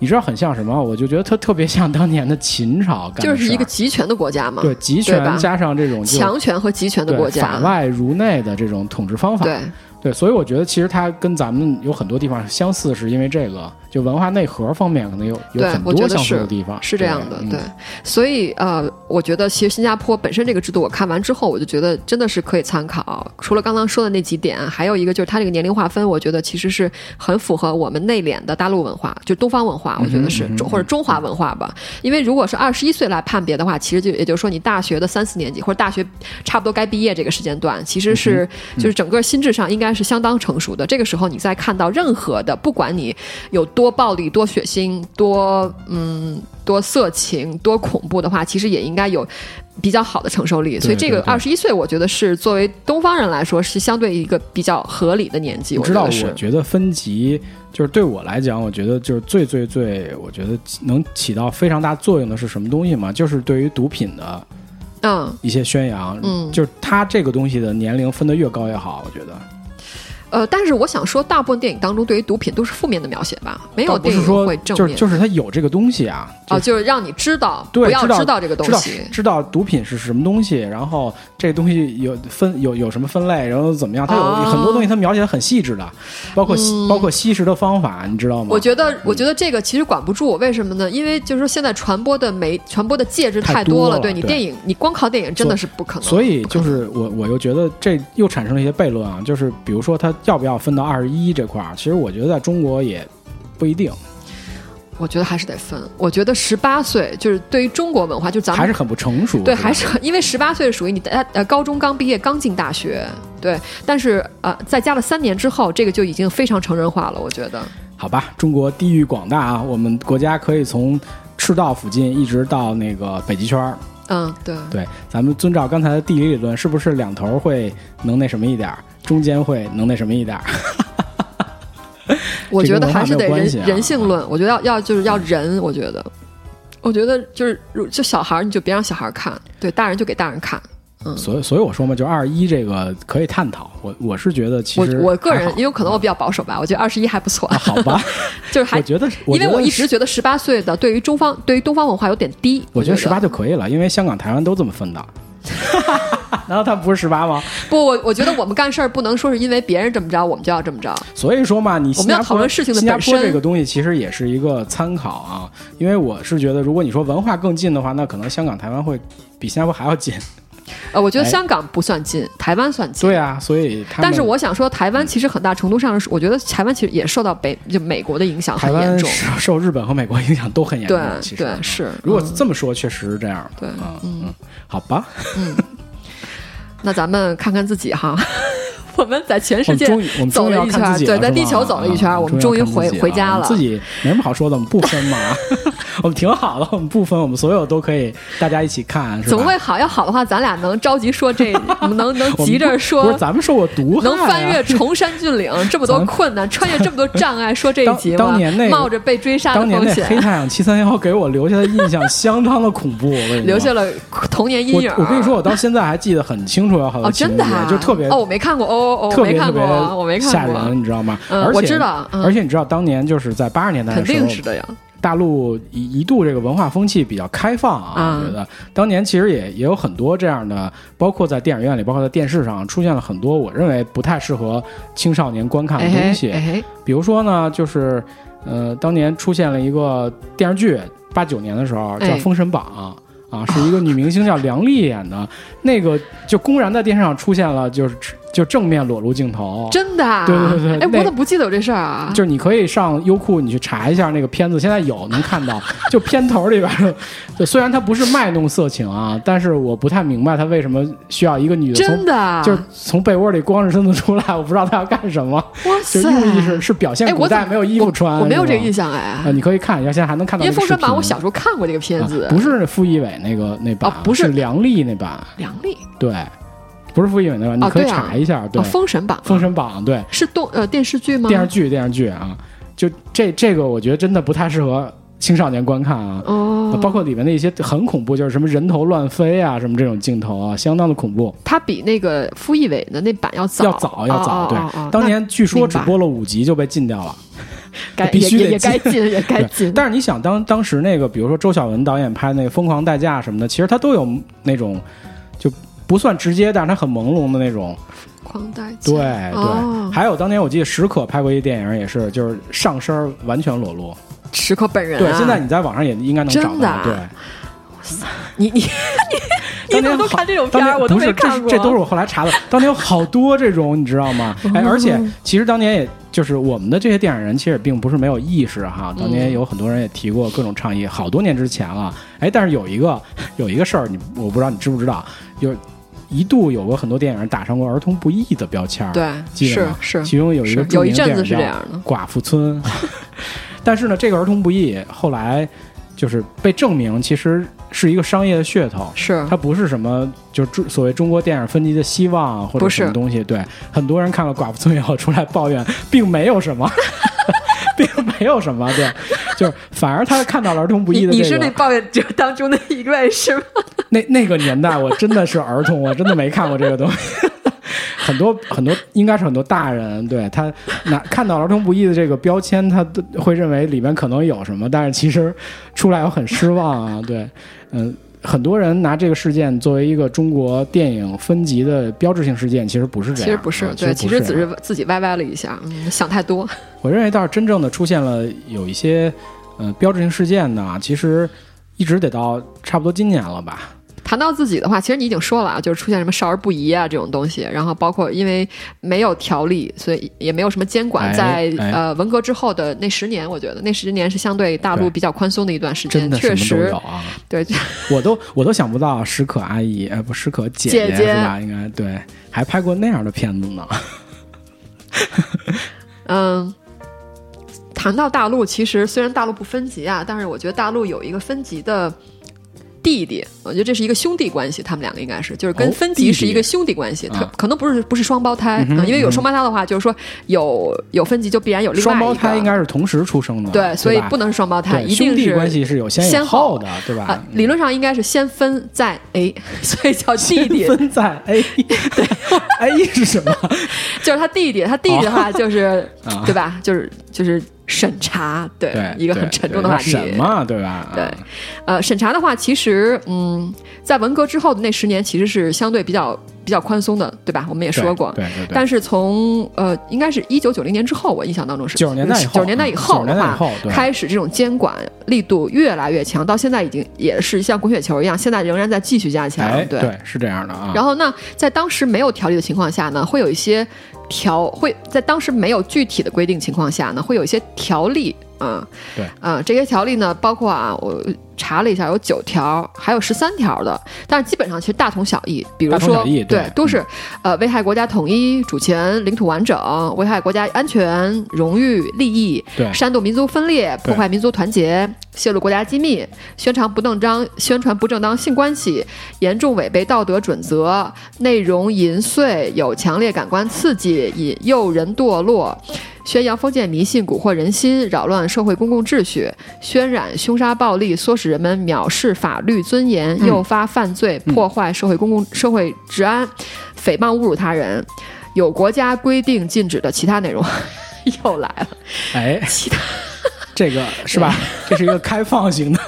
Speaker 1: 你知道很像什么？我就觉得它特别像当年的秦朝干的
Speaker 2: 就是一
Speaker 1: 事
Speaker 2: 个
Speaker 1: 儿
Speaker 2: 集权的国家嘛，
Speaker 1: 对集
Speaker 2: 对吧
Speaker 1: 权加上这种就
Speaker 2: 强权和集权的
Speaker 1: 对
Speaker 2: 国家，
Speaker 1: 法外如内的这种统治方法。
Speaker 2: 对
Speaker 1: 对，所以我觉得其实它跟咱们有很多地方相似，是因为这个就文化内核方面可能有有
Speaker 2: 对
Speaker 1: 很
Speaker 2: 我觉
Speaker 1: 多
Speaker 2: 得
Speaker 1: 相似
Speaker 2: 是
Speaker 1: 的地方，
Speaker 2: 是这样的，
Speaker 1: 嗯
Speaker 2: 对，所以呃，我觉得其实新加坡本身这个制度，我看完之后，我就觉得真的是可以参考。除了刚刚说的那几点，还有一个就是它这个年龄划分，我觉得其实是很符合我们内敛的大陆文化，就东方文化，我觉得是、中或者中华文化吧。因为如果是二十一岁来判别的话，其实就也就是说你大学的三四年级或者大学差不多该毕业这个时间段，其实是、就是整个心智上应该该是相当成熟的。这个时候，你再看到任何的，不管你有多暴力、多血腥、多嗯多色情、多恐怖的话，其实也应该有比较好的承受力。所以，这个
Speaker 1: 对对
Speaker 2: 二十一岁，我觉得是作为东方人来说，是相对一个比较合理的年纪。
Speaker 1: 你
Speaker 2: 我
Speaker 1: 知
Speaker 2: 觉
Speaker 1: 道，
Speaker 2: 得是
Speaker 1: 我觉得分级就是对我来讲，我觉得就是最最最，我觉得能起到非常大作用的是什么东西嘛？就是对于毒品的
Speaker 2: 嗯。
Speaker 1: 一些宣扬，
Speaker 2: 嗯
Speaker 1: 就是它这个东西的年龄分得越高越好，我觉得
Speaker 2: 呃，但是我想说，大部分电影当中对于毒品都是负面的描写吧，没有
Speaker 1: 倒不
Speaker 2: 电
Speaker 1: 是
Speaker 2: 影
Speaker 1: 说
Speaker 2: 会
Speaker 1: 就
Speaker 2: 正
Speaker 1: 是
Speaker 2: 面。
Speaker 1: 就是它有这个东西啊，就
Speaker 2: 哦，
Speaker 1: 是
Speaker 2: 就是让你知道，
Speaker 1: 对
Speaker 2: 不要
Speaker 1: 知道
Speaker 2: 这个东
Speaker 1: 知道
Speaker 2: 西。
Speaker 1: 知道毒品是什么东西，然后这东西有分有有什么分类，然后怎么样？它有、
Speaker 2: 哦嗯
Speaker 1: 很多东西，它描写的很细致的，包括吸、包括吸食的方法，你知道吗？
Speaker 2: 我觉得，我觉得这个其实管不住，为什么呢？因为就是说现在传播的媒传播的介质
Speaker 1: 太
Speaker 2: 多
Speaker 1: 多
Speaker 2: 了，
Speaker 1: 了
Speaker 2: 对你
Speaker 1: 对
Speaker 2: 电影，你光靠电影真的是不可能。
Speaker 1: 所以就是我我又觉得这又产生了一些悖论啊，就是比如说它要不要分到二十一这块儿，其实我觉得在中国也不一定，
Speaker 2: 我觉得还是得分。我觉得十八岁就是对于中国文化，就咱
Speaker 1: 还
Speaker 2: 们
Speaker 1: 是很不成熟。
Speaker 2: 对，
Speaker 1: 吧
Speaker 2: 还是 因为十八岁属于你大呃高中刚毕业，刚进大学，对。但是呃，在加了三年之后，这个就已经非常成人化了。我觉得，
Speaker 1: 好吧，中国地域广大啊，我们国家可以从赤道附近一直到那个北极圈儿。
Speaker 2: 嗯，对。
Speaker 1: 对，咱们遵照刚才的地理理论，是不是两头会能那什么一点儿，中间会能那什么一点儿？
Speaker 2: 我觉得还是
Speaker 1: 这跟文化没有
Speaker 2: 得人、
Speaker 1: 关系啊
Speaker 2: 人性论，我觉得要要就是要人，我觉得，我觉得就是如就小孩儿你就别让小孩儿看，对，大人就给大人看。
Speaker 1: 所以，所以我说嘛，就二一这个可以探讨。我我是觉得其
Speaker 2: 我
Speaker 1: 实
Speaker 2: 我个人
Speaker 1: 还好
Speaker 2: 因为可能我比较保守吧，我觉得二十一还不错，
Speaker 1: 啊好吧，
Speaker 2: 就是还
Speaker 1: 我觉得，
Speaker 2: 因为
Speaker 1: 觉得
Speaker 2: 我一直觉得十八岁的对于中方对于东方文化有点低，
Speaker 1: 我
Speaker 2: 觉
Speaker 1: 觉得十八就可以了，因为香港、台湾都这么分 的。难道他不是十八吗？
Speaker 2: 不，我我觉得我们干事儿不能说是因为别人这么着，我们就要这么着。
Speaker 1: 所以说嘛，你新
Speaker 2: 我
Speaker 1: 加
Speaker 2: 们要
Speaker 1: 坡
Speaker 2: 讨论事情的
Speaker 1: 新加
Speaker 2: 本
Speaker 1: 坡
Speaker 2: 身
Speaker 1: 这个东西其实也是一个参考啊，因为我是觉得，如果你说文化更近的话，那可能香港、台湾会比新加坡还要近。
Speaker 2: 呃，我觉得
Speaker 1: 哎
Speaker 2: 香港不算近，台湾算近。
Speaker 1: 对啊，所以他们嗯
Speaker 2: 但是我想说，台湾其实很大程度上是，我觉得台湾其实也受到北就美国的影响
Speaker 1: 台
Speaker 2: 很严
Speaker 1: 湾
Speaker 2: 重。
Speaker 1: 受受日本和美国影响都很严重
Speaker 2: 对。
Speaker 1: 其实啊
Speaker 2: 对是，
Speaker 1: 如果
Speaker 2: 嗯
Speaker 1: 这么说，确实是这样。
Speaker 2: 对
Speaker 1: 嗯嗯，好吧，
Speaker 2: 那咱们看看自己哈， 我们在全
Speaker 1: 我
Speaker 2: 世
Speaker 1: 们
Speaker 2: 界
Speaker 1: 终于我们
Speaker 2: 走
Speaker 1: 终于
Speaker 2: 了
Speaker 1: 要
Speaker 2: 一
Speaker 1: 看
Speaker 2: 圈，
Speaker 1: 自己
Speaker 2: 对，
Speaker 1: 了
Speaker 2: 在
Speaker 1: 是
Speaker 2: 地
Speaker 1: 吧
Speaker 2: 球走了一圈，
Speaker 1: 啊
Speaker 2: 我们终
Speaker 1: 终
Speaker 2: 于
Speaker 1: 要看
Speaker 2: 回
Speaker 1: 自己
Speaker 2: 回家
Speaker 1: 我们。
Speaker 2: 了
Speaker 1: 自己没什么好说的，我们不分 嘛，我们挺好的，我们不分，我们所有都可以大家一起看，是吧？
Speaker 2: 怎么会好？要好的话，咱俩能着急 说这，能能
Speaker 1: 我们
Speaker 2: 急着
Speaker 1: 不不
Speaker 2: 说
Speaker 1: 是，咱们受过毒害
Speaker 2: 能
Speaker 1: 啊，
Speaker 2: 翻越崇山 峻岭这么多
Speaker 1: 咱
Speaker 2: 困难，穿越这么多障碍，说这一
Speaker 1: 当
Speaker 2: 集
Speaker 1: 当
Speaker 2: 吗
Speaker 1: 年那？个
Speaker 2: 冒着被追杀的
Speaker 1: 当年
Speaker 2: 风
Speaker 1: 那黑
Speaker 2: 险，
Speaker 1: 太阳七三幺给我留下的印象相当的恐怖，我跟你说
Speaker 2: 留下了童年阴
Speaker 1: 我
Speaker 2: 影。啊
Speaker 1: 我跟你说，，我到现在还记得很清楚，有好
Speaker 2: 哦，
Speaker 1: 多情
Speaker 2: 真
Speaker 1: 节，
Speaker 2: 的啊，
Speaker 1: 就特别
Speaker 2: 哦，我没看过，哦哦，哦
Speaker 1: 特
Speaker 2: 我没
Speaker 1: 别
Speaker 2: 看
Speaker 1: 特
Speaker 2: 过，
Speaker 1: 别
Speaker 2: 我没
Speaker 1: 吓
Speaker 2: 看过
Speaker 1: 人，，你知道吗？
Speaker 2: 嗯
Speaker 1: 而且
Speaker 2: 我知道嗯
Speaker 1: 而且你知道当年就是在八十年代
Speaker 2: 肯
Speaker 1: 的时
Speaker 2: 定
Speaker 1: 候，
Speaker 2: 是的呀。
Speaker 1: 大陆一一度这个文化风气比较开放啊，
Speaker 2: 嗯
Speaker 1: 我觉得当年其实也也有很多这样的，包括在电影院里，包括在电视上出现了很多我认为不太适合青少年观看的
Speaker 2: 哎
Speaker 1: 东
Speaker 2: 嘿
Speaker 1: 西，哦
Speaker 2: 哎嘿，
Speaker 1: 比如说呢，就是呃，当年出现了一个电视剧，八九年的时候叫
Speaker 2: 哎
Speaker 1: 《封神榜》。啊，是一个女明星叫梁丽演 的，那个就公然在电视上出现了，就是就正面裸露镜头，
Speaker 2: 真的啊，
Speaker 1: 对对对对
Speaker 2: 哎，我
Speaker 1: 那
Speaker 2: 怎么不记得有这事儿啊？
Speaker 1: 就是你可以上优酷，你去查一下那个片子，现在有能看 到。就片头里边儿，就虽然它不是卖弄色情啊，但是我不太明白他为什么需要一个女的
Speaker 2: 真
Speaker 1: 从
Speaker 2: 的啊，
Speaker 1: 就是从被窝里光着身子出来，我不知道她要干什么。
Speaker 2: 哇
Speaker 1: 就
Speaker 2: 塞，
Speaker 1: 寓意是是表
Speaker 2: 哎
Speaker 1: 现
Speaker 2: 我
Speaker 1: 古代
Speaker 2: 怎么
Speaker 1: 没有衣服穿，
Speaker 2: 我没有
Speaker 1: 是
Speaker 2: 这
Speaker 1: 吧
Speaker 2: 个印象
Speaker 1: 啊，
Speaker 2: 哎，
Speaker 1: 你可以看一下，现在还能看
Speaker 2: 因
Speaker 1: 到
Speaker 2: 为
Speaker 1: 那
Speaker 2: 《
Speaker 1: 个视频。
Speaker 2: 封神榜》我小时候看过这个片子，
Speaker 1: 啊不是傅艺伟那个那版，
Speaker 2: 哦不是
Speaker 1: 是梁丽那版，
Speaker 2: 梁丽
Speaker 1: 对，不是傅艺伟那版，
Speaker 2: 哦
Speaker 1: 你可以
Speaker 2: 对啊
Speaker 1: 查一下，对，
Speaker 2: 啊，《封神榜》
Speaker 1: 封神榜》对，
Speaker 2: 是动呃电视剧吗？
Speaker 1: 电视剧电视剧啊，就这这个我觉得真的不太适合青少年观看啊。
Speaker 2: 哦，
Speaker 1: 包括里面的一些很恐怖，就是什么人头乱飞啊，什么这种镜头啊，相当的恐怖，
Speaker 2: 它比那个傅艺伟的那版要早，
Speaker 1: 要早要早。
Speaker 2: 哦
Speaker 1: 对
Speaker 2: 哦哦哦，
Speaker 1: 当年据说
Speaker 2: 明
Speaker 1: 只
Speaker 2: 白
Speaker 1: 播了五集就被禁掉了。
Speaker 2: 那该
Speaker 1: 必须
Speaker 2: 也也
Speaker 1: 得
Speaker 2: 也该
Speaker 1: 进
Speaker 2: 进，也该进。
Speaker 1: 但是你想当当时那个，比如说周晓雯导演拍那个《疯狂代驾》什么的，其实它都有那种就不算直接，但是它很朦胧的那种。
Speaker 2: 狂带起
Speaker 1: 对
Speaker 2: 来
Speaker 1: 对，
Speaker 2: 哦
Speaker 1: 还有当年我记得史可拍过一电影，也是就是上身儿完全裸露。
Speaker 2: 史可本人啊，
Speaker 1: 对，现在你在网上也应该能找
Speaker 2: 哦真的
Speaker 1: 到
Speaker 2: 啊。
Speaker 1: 对，
Speaker 2: 你 你你
Speaker 1: 当
Speaker 2: 怎么
Speaker 1: 年
Speaker 2: 都
Speaker 1: 好
Speaker 2: 看这种
Speaker 1: 当
Speaker 2: 片
Speaker 1: 年
Speaker 2: 儿，我都
Speaker 1: 不是
Speaker 2: 没
Speaker 1: 这
Speaker 2: 看
Speaker 1: 是
Speaker 2: 过。
Speaker 1: 这都是我后来查的。当年有好多这种，你知道吗？哎，而且
Speaker 2: 哦
Speaker 1: 其实当年也就是我们的这些电影人，其实也并不是没有意识哈。当
Speaker 2: 嗯
Speaker 1: 年有很多人也提过各种倡议，好多年之前了。哎，但是有一个有一个事儿，你我不知道你知不知道，有一度有过很多电影打上过儿童不宜的标签儿，
Speaker 2: 对
Speaker 1: 记得吗
Speaker 2: 是是
Speaker 1: 其中有一个
Speaker 2: 是
Speaker 1: 著
Speaker 2: 有一
Speaker 1: 名
Speaker 2: 阵
Speaker 1: 电
Speaker 2: 子
Speaker 1: 影
Speaker 2: 是
Speaker 1: 叫
Speaker 2: 这样的
Speaker 1: 《寡妇 村》， 但是呢，这个儿童不宜后来就是被证明其实是一个商业的噱头，
Speaker 2: 是
Speaker 1: 它不是什么就是中所谓中国电影分级的希望或者
Speaker 2: 不是
Speaker 1: 什么东西。对，很多人看了《寡妇村》以后出来抱怨，并没有什么，并没有什么，对，就是反而他看到了儿童不宜
Speaker 2: 你
Speaker 1: 的、
Speaker 2: 你
Speaker 1: 这
Speaker 2: 是
Speaker 1: 个
Speaker 2: 那抱怨者当中的一位是吗？
Speaker 1: 那那个年代，我真的是儿童，我真的没看过这个东西。 很多很多应该是很多大人对他拿看到儿童不宜的这个标签，他都会认为里面可能有什么，但是其实出来我很失望啊。对， 嗯、很多人拿这个事件作为一个中国电影分级的标志性事件，其实不是这样，
Speaker 2: 其实不是
Speaker 1: 啊，
Speaker 2: 对，其
Speaker 1: 不
Speaker 2: 实
Speaker 1: 这
Speaker 2: 只
Speaker 1: 样
Speaker 2: 是自己歪歪了一下，嗯，想太多。
Speaker 1: 我认为倒是真正的出现了有一些呃标志性事件呢，其实一直得到差不多今年了吧，
Speaker 2: 谈到自己的话，其实你已经说了啊，就是出现什么少儿不宜啊这种东西，然后包括因为没有条例，所以也没有什么监管，
Speaker 1: 哎
Speaker 2: 在
Speaker 1: 哎
Speaker 2: 呃文革之后的那十年，我觉得那十年是相对大陆
Speaker 1: 对
Speaker 2: 比较宽松的一段时
Speaker 1: 真
Speaker 2: 间，
Speaker 1: 的什
Speaker 2: 确
Speaker 1: 么都
Speaker 2: 实
Speaker 1: 有啊。
Speaker 2: 对，
Speaker 1: 我都我都想不到啊史可阿姨，哎，不，史可姐
Speaker 2: 姐姐哦
Speaker 1: 是吧？应该对，还拍过那样的片子呢。
Speaker 2: 嗯。谈到大陆，其实虽然大陆不分级啊，但是我觉得大陆有一个分级的弟弟，我觉得这是一个兄弟关系，他们两个应该是就是跟
Speaker 1: 哦
Speaker 2: 分
Speaker 1: 弟
Speaker 2: 级
Speaker 1: 弟
Speaker 2: 是一个兄弟关系，
Speaker 1: 啊
Speaker 2: 可可能不是不是双胞胎、
Speaker 1: 嗯哼
Speaker 2: 嗯因为
Speaker 1: 嗯
Speaker 2: 有
Speaker 1: 哼
Speaker 2: 双胞胎的话，就是说有有分级就必然有另外
Speaker 1: 双
Speaker 2: 一个
Speaker 1: 胞胎应该是同时出生的，
Speaker 2: 对，所以
Speaker 1: 吧
Speaker 2: 不能是双胞胎，
Speaker 1: 啊对
Speaker 2: 一定
Speaker 1: 兄弟
Speaker 2: 是
Speaker 1: 关系是嗯有先有
Speaker 2: 先后
Speaker 1: 后的，对吧？
Speaker 2: 啊、理论上应该是先分再 A，所以 叫弟弟，
Speaker 1: 分在 A，对 ，A 是什么？
Speaker 2: 就是他弟弟，他弟弟的话就是、
Speaker 1: 啊
Speaker 2: 对吧？就是就是审查，对，
Speaker 1: 对，
Speaker 2: 一个很
Speaker 1: 对
Speaker 2: 沉
Speaker 1: 对
Speaker 2: 重的话
Speaker 1: 要
Speaker 2: 题。
Speaker 1: 审嘛，对吧？
Speaker 2: 对
Speaker 1: 啊，
Speaker 2: 呃，审查的话，其实嗯，在文革之后的那十年，其实是相对比较比较宽松的，对吧？我们也
Speaker 1: 对
Speaker 2: 说过，
Speaker 1: 对对对。
Speaker 2: 但是从呃，应该是一九九零年之后，我印象当中是
Speaker 1: 90年代以后
Speaker 2: 九十年代以后
Speaker 1: 90
Speaker 2: 的
Speaker 1: 年代以
Speaker 2: 话
Speaker 1: 后，对
Speaker 2: 开始这种监管力度越来越强，到现在已经也是像滚雪球一样，现在仍然在继续加强。
Speaker 1: 哎，
Speaker 2: 对。
Speaker 1: 对，是这样的啊。
Speaker 2: 然后那在当时没有条例的情况下呢，会有一些条会在当时没有具体的规定情况下呢，会有一些条例啊。
Speaker 1: 对
Speaker 2: 啊，这些条例呢，包括啊，我查了一下，有九条，还有十三条的，但是基本上其实大同小异。比如
Speaker 1: 大同
Speaker 2: 说，
Speaker 1: 小异对嗯
Speaker 2: 都是呃危害国家统一、主权、领土完整，危害国家安全、荣誉、利益，
Speaker 1: 对
Speaker 2: 煽动民族分裂，
Speaker 1: 对
Speaker 2: 破坏民族团结，泄露国家机密，宣传不正当宣传不正当性关系，严重违背道德准则，内容淫秽，有强烈感官刺激，引诱人堕落。宣扬封建迷信，蛊惑人心，扰乱社会公共秩序，渲染凶杀暴力，唆使人们藐视法律尊严，
Speaker 1: 嗯
Speaker 2: 诱发犯罪，破坏社会公共社会治安，诽谤侮辱他人，有国家规定禁止的其他内容。 又来了，
Speaker 1: 哎，
Speaker 2: 其他
Speaker 1: 这个是吧？这是一个开放型的，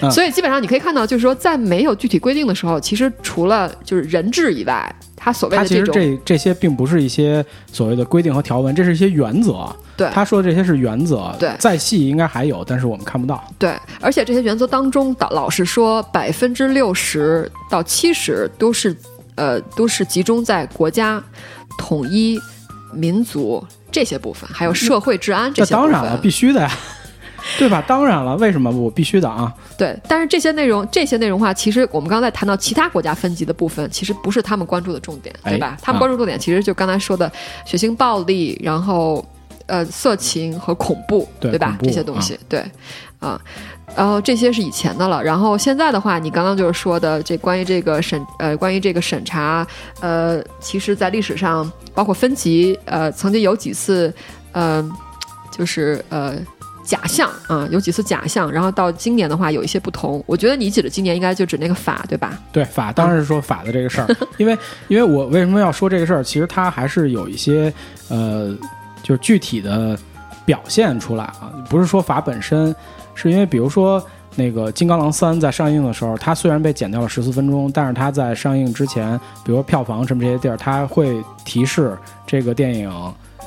Speaker 1: 嗯
Speaker 2: 所以基本上你可以看到，就是说在没有具体规定的时候，其实除了就是人治以外，它所谓
Speaker 1: 它
Speaker 2: 的
Speaker 1: 其
Speaker 2: 这
Speaker 1: 实
Speaker 2: 种
Speaker 1: 这这些并不是一些所谓的规定和条文，这是一些原则。
Speaker 2: 对
Speaker 1: 他说的这些是原则，
Speaker 2: 对
Speaker 1: 再细应该还有，但是我们看不到。
Speaker 2: 对，而且这些原则当中，老老实说，百分之六十到七十都是呃都是集中在国家统一、民族这些部分，还有社会治安
Speaker 1: 这
Speaker 2: 这些部
Speaker 1: 当
Speaker 2: 分。
Speaker 1: 然了，必须的 呀，对吧？当然了，为什么我必须的啊？
Speaker 2: 对，但是这些内容，这些内容的话，其实我们刚才谈到其他国家分级的部分，其实不是他们关注的重点，
Speaker 1: 哎
Speaker 2: 对吧？他们关注重点其实就刚才说的血腥暴力，然后呃色情和恐怖，
Speaker 1: 对
Speaker 2: 吧？
Speaker 1: 恐怖
Speaker 2: 这些东西，对，啊。然后这些是以前的了，然后现在的话，你刚刚就是说的这关于这个审呃关于这个审查呃，其实在历史上包括分级呃曾经有几次呃就是呃假象啊、有几次假象，然后到今年的话有一些不同。我觉得你指的今年应该就指那个法，对吧？
Speaker 1: 对法当然是说法的这个事儿，
Speaker 2: 嗯
Speaker 1: 因为因为我为什么要说这个事儿？其实它还是有一些呃，就是具体的表现出来啊，不是说法本身，是因为比如说那个《金刚狼三》在上映的时候，它虽然被剪掉了十四分钟，但是它在上映之前，比如说票房什么这些地儿，它会提示这个电影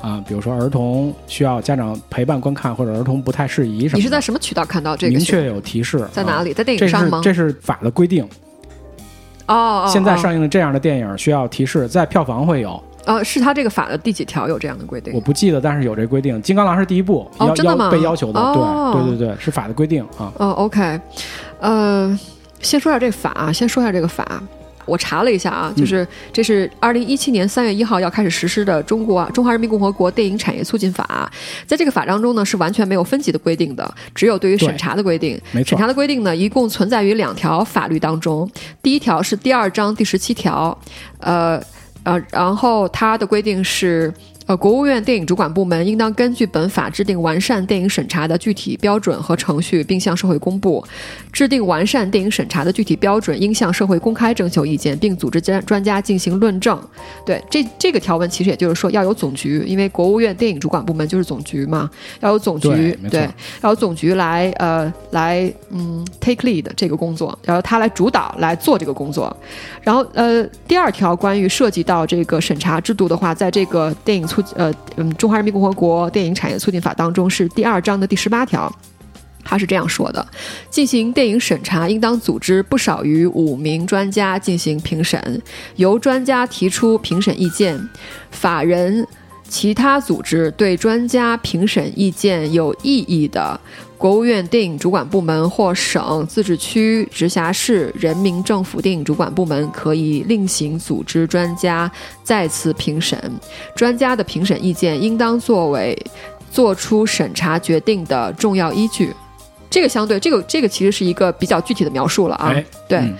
Speaker 1: 啊、比如说儿童需要家长陪伴观看，或者儿童不太适宜什么的。
Speaker 2: 你是在什么渠道看到这个？
Speaker 1: 明确有提示
Speaker 2: 在哪
Speaker 1: 啊
Speaker 2: 里？在电
Speaker 1: 这
Speaker 2: 影
Speaker 1: 是
Speaker 2: 上吗？
Speaker 1: 这是法的规定，
Speaker 2: 哦哦，
Speaker 1: 现在上映的这样的电影需要提示，在票房会有，
Speaker 2: 哦哦，是他这个法的第几条有这样的规定
Speaker 1: 我？不记得，但是有这规定。金刚狼是第一部，
Speaker 2: 哦
Speaker 1: 要
Speaker 2: 真的吗
Speaker 1: 要被要求的，
Speaker 2: 哦
Speaker 1: 对对对对，是法的规定啊。
Speaker 2: 哦，OK，呃，先说一下这个法啊，先说一下这个法。我查了一下啊，就是这是二零一七年三月一号要开始实施的中国啊中华人民共和国电影产业促进法，啊在这个法章中呢是完全没有分级的规定的，只有对于审查的规定。
Speaker 1: 没错
Speaker 2: 审查的规定呢一共存在于两条法律当中，第一条是第二章第十七条，呃呃，然后它的规定是。呃，国务院电影主管部门应当根据本法制定完善电影审查的具体标准和程序，并向社会公布。制定完善电影审查的具体标准，应向社会公开征求意见，并组织专专家进行论证。对这这个条文，其实也就是说要有总局，因为国务院电影主管部门就是总局嘛，要有总局
Speaker 1: 对没错
Speaker 2: 对要由总局来呃来嗯 take lead 这个工作，然后他来主导来做这个工作。然后呃，第二条关于涉及到这个审查制度的话，在这个电影促呃嗯《中华人民共和国电影产业促进法》当中是第二章的第十八条。他是这样说的：进行电影审查，应当组织不少于五名专家进行评审，由专家提出评审意见，法人、其他组织对专家评审意见有异议的，国务院电影主管部门或省、自治区、直辖市人民政府电影主管部门可以另行组织专家再次评审。专家的评审意见应当作为做出审查决定的重要依据。这个相对，这个这个其实是一个比较具体的描述了啊。
Speaker 1: 哎，
Speaker 2: 对，
Speaker 1: 嗯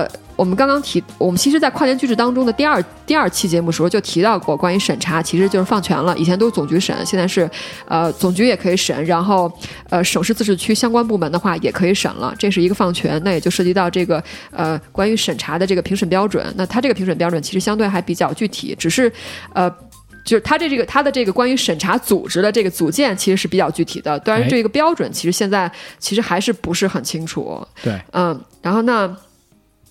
Speaker 2: 呃，我们刚刚提，我们其实，在跨年句式当中的第二第二期节目时候就提到过，关于审查其实就是放权了。以前都是总局审，现在是呃总局也可以审，然后呃省市自治区相关部门的话也可以审了，这是一个放权。那也就涉及到这个呃关于审查的这个评审标准。那它这个评审标准其实相对还比较具体，只是呃。就是它这这个它的这个关于审查组织的这个组建其实是比较具体的，当然
Speaker 1: 哎
Speaker 2: 这个标准其实现在其实还是不是很清楚。
Speaker 1: 对，
Speaker 2: 嗯，然后呢，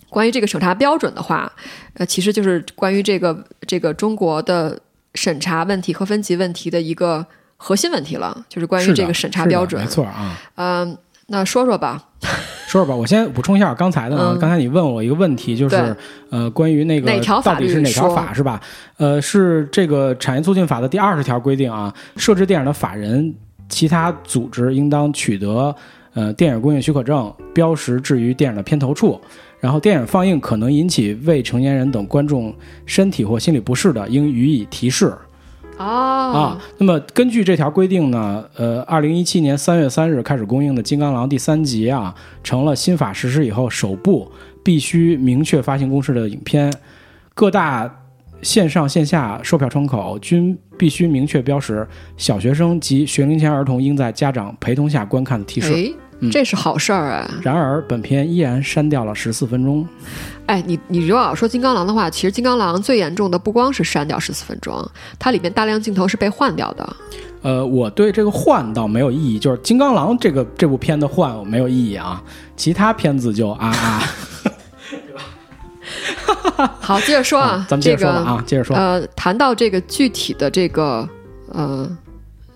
Speaker 2: 关于这个审查标准的话，呃，其实就是关于这个这个中国的审查问题和分级问题的一个核心问题了，就是关
Speaker 1: 是
Speaker 2: 于
Speaker 1: 的
Speaker 2: 这个审查
Speaker 1: 是的
Speaker 2: 标准
Speaker 1: 没。错啊。
Speaker 2: 嗯，那说说吧，
Speaker 1: 说说吧，我先补充一下刚才的啊，
Speaker 2: 嗯
Speaker 1: 刚才你问我一个问题，就是
Speaker 2: 对
Speaker 1: 呃，关于那个
Speaker 2: 哪条
Speaker 1: 到
Speaker 2: 法
Speaker 1: 底
Speaker 2: 律
Speaker 1: 是哪条
Speaker 2: 说
Speaker 1: 法是吧？呃，是这个产业促进法的第二十条规定啊，设置电影的法人、其他组织应当取得呃电影供应许可证，标识置于电影的片头处。然后，电影放映可能引起未成年人等观众身体或心理不适的，应予以提示。
Speaker 2: 哦
Speaker 1: 啊，那么根据这条规定呢，呃，二零一七年三月三日开始公映的《金刚狼》第三集啊，成了新法实施以后首部必须明确发行公示的影片，各大线上线下售票窗口均必须明确标识小学生及学龄前儿童应在家长陪同下观看的提示。
Speaker 2: 哎，这是好事儿啊！
Speaker 1: 然而，本片依然删掉了十四分钟。
Speaker 2: 哎，你你如果要说金刚狼的话，其实金刚狼最严重的不光是删掉十四分钟，它里面大量镜头是被换掉的。
Speaker 1: 呃，我对这个换倒没有异议，就是《金刚狼》这个这部片的换我没有异议啊，其他片子就啊啊。
Speaker 2: 好，接着说啊，
Speaker 1: 咱们接着
Speaker 2: 这
Speaker 1: 说
Speaker 2: 个
Speaker 1: 吧啊，接着说。
Speaker 2: 呃，谈到这个具体的这个呃，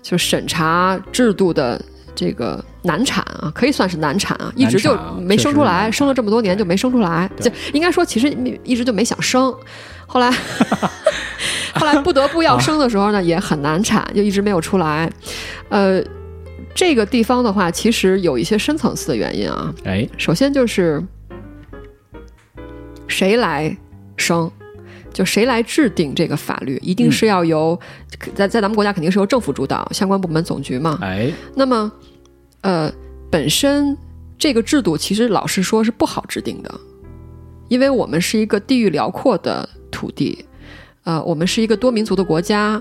Speaker 2: 就审查制度的这个难产啊，可以算是难产啊，一直就
Speaker 1: 难产啊
Speaker 2: 没生出
Speaker 1: 确实是难
Speaker 2: 来，
Speaker 1: 产
Speaker 2: 生了这么多年就没生出来，
Speaker 1: 对
Speaker 2: 就应该说其实一直就没想 生，后来。后来不得不要生的时候呢，也很难产，就一直没有出来。呃，这个地方的话，其实有一些深层次的原因啊。
Speaker 1: 哎，
Speaker 2: 首先就是谁来生，就谁来制定这个法律，一定是要由、在在咱们国家肯定是由政府主导，相关部门总局嘛。
Speaker 1: 哎，
Speaker 2: 那么，呃，本身这个制度其实老实说是不好制定的，因为我们是一个地域辽阔的土地，呃，我们是一个多民族的国家，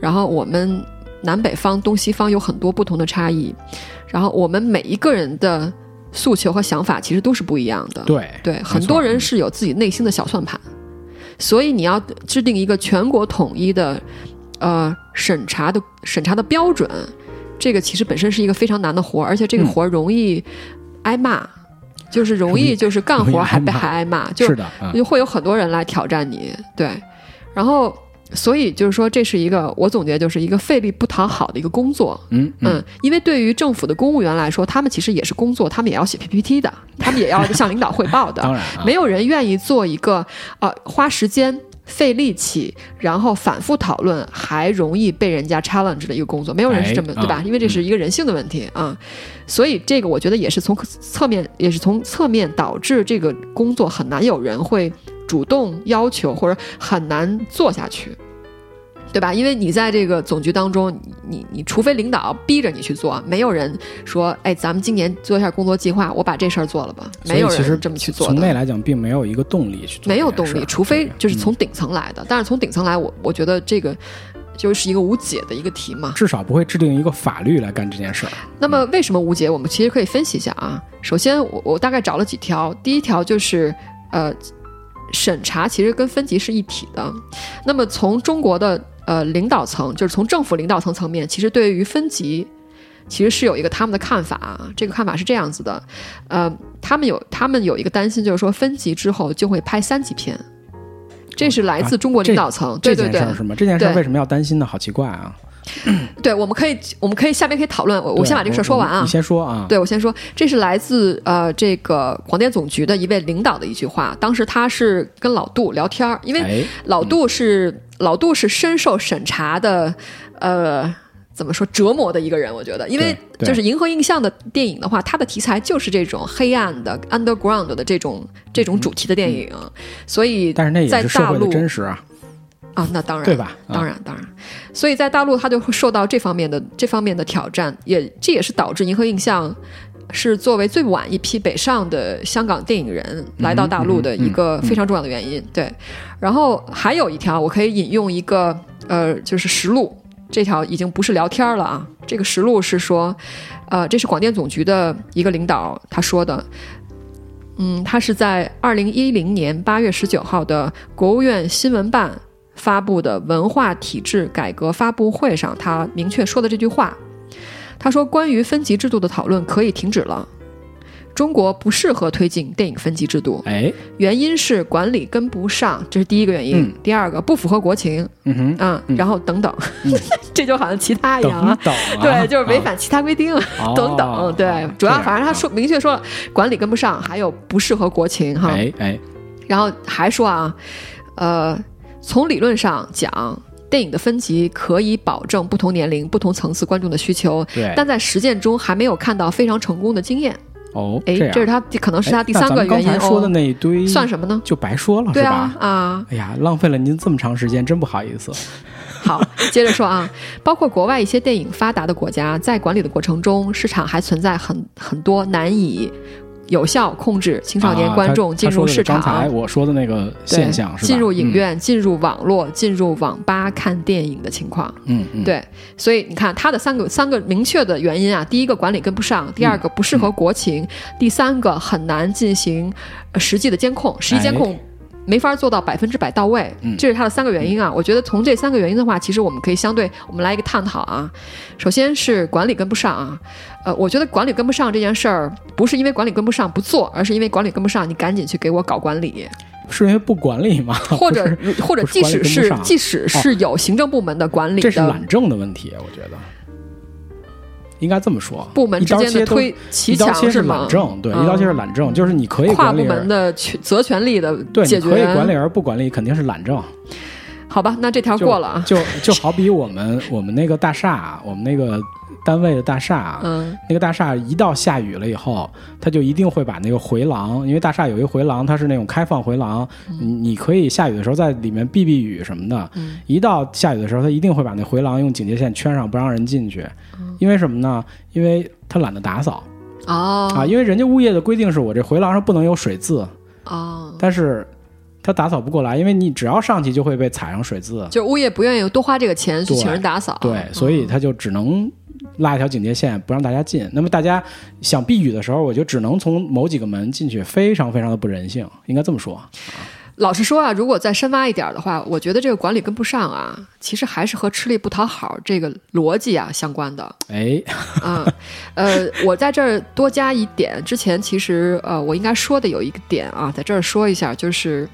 Speaker 2: 然后我们南北方、东西方有很多不同的差异，然后我们每一个人的诉求和想法其实都是不一样的。
Speaker 1: 对
Speaker 2: 啊对，很多
Speaker 1: 嗯
Speaker 2: 人是有自己内心的小算盘，所以你要制定一个全国统一的呃审查的审查的标准，这个其实本身是一个非常难的活儿，而且这个
Speaker 1: 嗯
Speaker 2: 活儿容易挨骂，就是容易就是干
Speaker 1: 容易
Speaker 2: 活儿还
Speaker 1: 挨
Speaker 2: 被
Speaker 1: 骂
Speaker 2: 还挨骂，就是
Speaker 1: 的，嗯
Speaker 2: 就会有很多人来挑战你，对，然后所以就是说，这是一个我总结就是一个费力不讨好的一个工作，
Speaker 1: 嗯嗯，
Speaker 2: 嗯，因为对于政府的公务员来说，他们其实也是工作，他们也要写 PPT 的，他们也要向领导汇报的，
Speaker 1: 当然啊，
Speaker 2: 没有人愿意做一个呃花时间。费力气，然后反复讨论，还容易被人家 challenge 的一个工作。没有人是这么、
Speaker 1: 哎
Speaker 2: 对吧
Speaker 1: 啊？
Speaker 2: 因为这是一个人性的问题啊、所以这个我觉得也是从侧面，也是从侧面导致这个工作很难有人会主动要求，或者很难做下去。对吧？因为你在这个总局当中，你你你除非领导逼着你去做，没有人说，哎，咱们今年做一下工作计划，我把这事儿做了吧？
Speaker 1: 所以
Speaker 2: 没有
Speaker 1: 其实
Speaker 2: 人这么去做
Speaker 1: 从
Speaker 2: 的。
Speaker 1: 内来讲，并没有一个动力去做这件事儿，
Speaker 2: 没有动力，除非
Speaker 1: 对
Speaker 2: 就是
Speaker 1: 嗯
Speaker 2: 从顶层来的。但是从顶层来，我我觉得这个就是一个无解的一个题嘛。
Speaker 1: 至少不会制定一个法律来干这件事儿。
Speaker 2: 那么为什么无解？我们其实可以分析一下啊。首先，我我大概找了几条，第一条就是呃，审查其实跟分级是一体的。那么从中国的呃领导层，就是从政府领导层层面，其实对于分级。其实是有一个他们的看法啊，这个看法是这样子的，呃，他们有他们有一个担心，就是说分级之后就会拍三级片，这是来自中国领导层，对
Speaker 1: 哦啊这
Speaker 2: 对
Speaker 1: 件
Speaker 2: 对
Speaker 1: 事儿是吗？这件事儿
Speaker 2: 对
Speaker 1: 为什么要担心呢？好奇怪啊！
Speaker 2: 对，我们可以我们可以下面可以讨论，我
Speaker 1: 对
Speaker 2: 我先把这个事儿说完啊，
Speaker 1: 你先说啊。
Speaker 2: 对，我先说，这是来自呃这个广电总局的一位领导的一句话。当时他是跟老杜聊天儿，因为
Speaker 1: 哎，
Speaker 2: 老杜是、老杜是深受审查的，呃，怎么说折磨的一个人，我觉得，因为
Speaker 1: 对对
Speaker 2: 就是银河映像的电影的话，它的题材就是这种黑暗的 underground 的这种这种主题的电影，所以
Speaker 1: 嗯但是那也
Speaker 2: 在
Speaker 1: 是社
Speaker 2: 大
Speaker 1: 会的
Speaker 2: 陆
Speaker 1: 真实啊，
Speaker 2: 啊，那当然
Speaker 1: 对吧？啊
Speaker 2: 当然，当然，所以在大陆，它就会受到这方面的这方面的挑战，也这也是导致银河映像是作为最晚一批北上的香港电影人来到大陆的一个非常重要的原因。对，然后还有一条，我可以引用一个呃，就是实录，这条已经不是聊天了啊，这个实录是说，呃，这是广电总局的一个领导他说的，嗯，他是在二零一零年八月十九号的国务院新闻办发布的文化体制改革发布会上，他明确说的这句话。他说：“关于分级制度的讨论可以停止了，中国不适合推进电影分级制度，
Speaker 1: 哎，
Speaker 2: 原因是管理跟不上，这是第一个原因。
Speaker 1: 嗯
Speaker 2: 第二个不符合国情
Speaker 1: 嗯哼，
Speaker 2: 啊、然后等等，这就好像其他一
Speaker 1: 等
Speaker 2: 样啊。”
Speaker 1: 等啊，
Speaker 2: 对，就是违反其他规定。
Speaker 1: 哦 啊嗯
Speaker 2: 等等，对，主要反正他，说明确说了，管理跟不上，还有不适合国情
Speaker 1: 这
Speaker 2: 哈
Speaker 1: 样啊，哎哎，
Speaker 2: 然后还说啊，呃，从理论上讲，电影的分级可以保证不同年龄、不同层次观众的需求，
Speaker 1: 对，
Speaker 2: 但在实践中还没有看到非常成功的经验。
Speaker 1: 哦，
Speaker 2: 哎，
Speaker 1: 样
Speaker 2: 这是他可能是他
Speaker 1: 哎
Speaker 2: 第
Speaker 1: 那
Speaker 2: 三
Speaker 1: 咱
Speaker 2: 个
Speaker 1: 们
Speaker 2: 原因
Speaker 1: 刚才说的
Speaker 2: 哦，
Speaker 1: 那一堆
Speaker 2: 算什么呢？
Speaker 1: 就白说了，
Speaker 2: 对
Speaker 1: 是
Speaker 2: 啊
Speaker 1: 吧？
Speaker 2: 啊，
Speaker 1: 哎呀，浪费了您这么长时间，真不好意思。
Speaker 2: 好，接着说啊，包括国外一些电影发达的国家，在管理的过程中，市场还存在很很多难以有效控制青少年
Speaker 1: 啊
Speaker 2: 观
Speaker 1: 他
Speaker 2: 众
Speaker 1: 他
Speaker 2: 进
Speaker 1: 说
Speaker 2: 入
Speaker 1: 的是
Speaker 2: 市场。
Speaker 1: 刚才我说的那个
Speaker 2: 对
Speaker 1: 现象是吧？
Speaker 2: 进入影
Speaker 1: 嗯，
Speaker 2: 院、进入网络、进入网吧看电影的情况。
Speaker 1: 嗯嗯，
Speaker 2: 对，所以你看他的三个三个明确的原因啊，第一个管理跟不
Speaker 1: 嗯
Speaker 2: 上，第二个不适合国情，第三个很难进行呃实际的监
Speaker 1: 哎
Speaker 2: 控，实际监控。没法做到百分之百到位，
Speaker 1: 嗯
Speaker 2: 这是它的三个原因啊。我觉得从这三个原因的话，其实我们可以相对，我们来一个探讨啊。首先是管理跟不上啊，呃，我觉得管理跟不上这件事儿，不是因为管理跟不上不做，而是因为管理跟不上，你赶紧去给我搞管理。
Speaker 1: 是因为不管理吗？
Speaker 2: 或
Speaker 1: 啊不
Speaker 2: 者
Speaker 1: 是
Speaker 2: 或者
Speaker 1: 不
Speaker 2: 即
Speaker 1: 是管理
Speaker 2: 使
Speaker 1: 跟不
Speaker 2: 是
Speaker 1: 上啊
Speaker 2: 即使是有行政部门的管理
Speaker 1: 这是
Speaker 2: 的
Speaker 1: 懒政的问题，啊我觉得应该这么说。
Speaker 2: 部门
Speaker 1: 一
Speaker 2: 之
Speaker 1: 刀
Speaker 2: 间的
Speaker 1: 切都
Speaker 2: 推骑
Speaker 1: 一刀
Speaker 2: 墙
Speaker 1: 切是
Speaker 2: 吗
Speaker 1: 懒？政，对，
Speaker 2: 嗯
Speaker 1: 一刀切是懒政，就是你可以
Speaker 2: 跨
Speaker 1: 管
Speaker 2: 部
Speaker 1: 理，
Speaker 2: 门的权责权利的
Speaker 1: 对，你
Speaker 2: 解决，
Speaker 1: 可以管理而不管理肯定是懒政。
Speaker 2: 好吧？那这条
Speaker 1: 就
Speaker 2: 过了啊，
Speaker 1: 就就好比我们我们那个大厦，啊我们那个单位的大厦，啊
Speaker 2: 嗯，
Speaker 1: 那个大厦一到下雨了以后，它就一定会把那个回廊，因为大厦有一回廊，它是那种开放回廊，你你可以下雨的时候在里面避避雨什么的。一到下雨的时候，它一定会把那回廊用警戒线圈上，不让人进去。因为什么呢？因为他懒得打扫啊，
Speaker 2: 哦
Speaker 1: 因为人家物业的规定是我这回廊上不能有水渍，
Speaker 2: 哦，
Speaker 1: 但是他打扫不过来，因为你只要上去就会被踩上水渍。
Speaker 2: 就物业不愿意多花这个钱去
Speaker 1: 对
Speaker 2: 请人打扫，嗯
Speaker 1: 对，所以他就只能拉一条警戒线，不让大家进。那么大家想避雨的时候，我就只能从某几个门进去，非常非常的不人性，应该这么说。
Speaker 2: 老实说啊，如果再深挖一点儿的话，我觉得这个管理跟不上啊，其实还是和吃力不讨好这个逻辑啊相关的。
Speaker 1: 哎，
Speaker 2: 啊，呃，我在这儿多加一点，之前其实呃，我应该说的有一个点啊，在这儿说一下，就是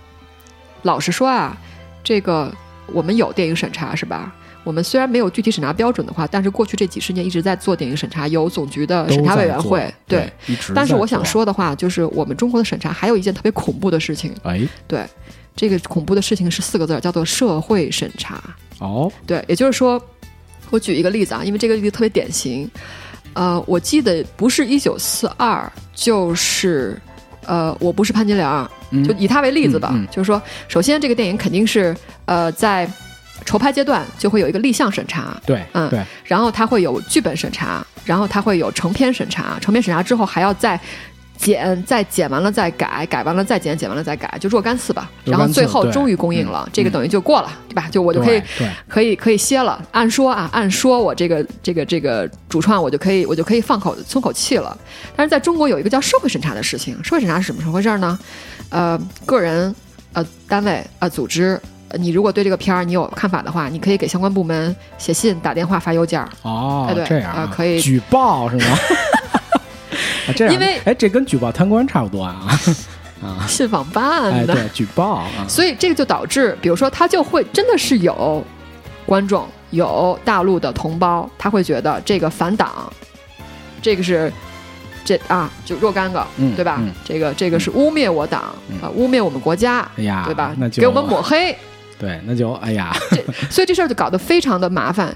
Speaker 2: 老实说啊，这个我们有电影审查是吧？我们虽然没有具体审查标准的话，但是过去这几十年一直在做电影审查，有总局的审查委员会，
Speaker 1: 都
Speaker 2: 对。
Speaker 1: 在做对，一直。
Speaker 2: 但是我想，说的话，就是我们中国的审查还有一件特别恐怖的事情，
Speaker 1: 哎，
Speaker 2: 对，这个恐怖的事情是四个字儿，叫做社会审查。
Speaker 1: 哦，
Speaker 2: 对，也就是说，我举一个例子啊，因为这个例子特别典型。呃，我记得不是一九四二，就是呃，我不是潘金莲儿，就以它为例子吧。
Speaker 1: 嗯嗯
Speaker 2: 就是说，首先这个电影肯定是呃在筹拍阶段就会有一个立项审查，
Speaker 1: 对，
Speaker 2: 嗯
Speaker 1: 对，
Speaker 2: 然后它会有剧本审查，然后它会有成片审查，成片审查之后还要再。剪，再剪完了再改，改完了再剪，剪完了再改，就若干次吧。
Speaker 1: 若干次
Speaker 2: 然后最后
Speaker 1: 对嗯
Speaker 2: 终于公映了，这个等于就过了，对吧？就我就可以
Speaker 1: 对对
Speaker 2: 可以可以歇了。按说啊，按说我这个这个这个主创，我就可以我就可以放口松口气了。但是在中国有一个叫社会审查的事情，社会审查是什么回事儿呢？呃，个人、呃单位、呃组织，呃你如果对这个片儿你有看法的话，你可以给相关部门写信、打电话、发邮件儿。
Speaker 1: 哦
Speaker 2: 哎，对
Speaker 1: 这样啊
Speaker 2: 啊可以
Speaker 1: 举报是吗？ 啊，这样，
Speaker 2: 因为
Speaker 1: 哎，这跟举报贪官差不多啊，
Speaker 2: 信访办
Speaker 1: 哎，
Speaker 2: 的。
Speaker 1: 对，举报 啊，
Speaker 2: 所以这个就导致，比如说他就会真的是有观众有大陆的同胞，他会觉得这个反党，这个是这啊就若干个，
Speaker 1: 嗯
Speaker 2: 对吧？
Speaker 1: 嗯
Speaker 2: 这个这个是污蔑我党啊、污蔑我们国家。
Speaker 1: 哎呀，
Speaker 2: 对吧？
Speaker 1: 那就
Speaker 2: 给我们抹 黑，
Speaker 1: 对，那就哎呀，
Speaker 2: 所以这事儿就搞得非常的麻烦。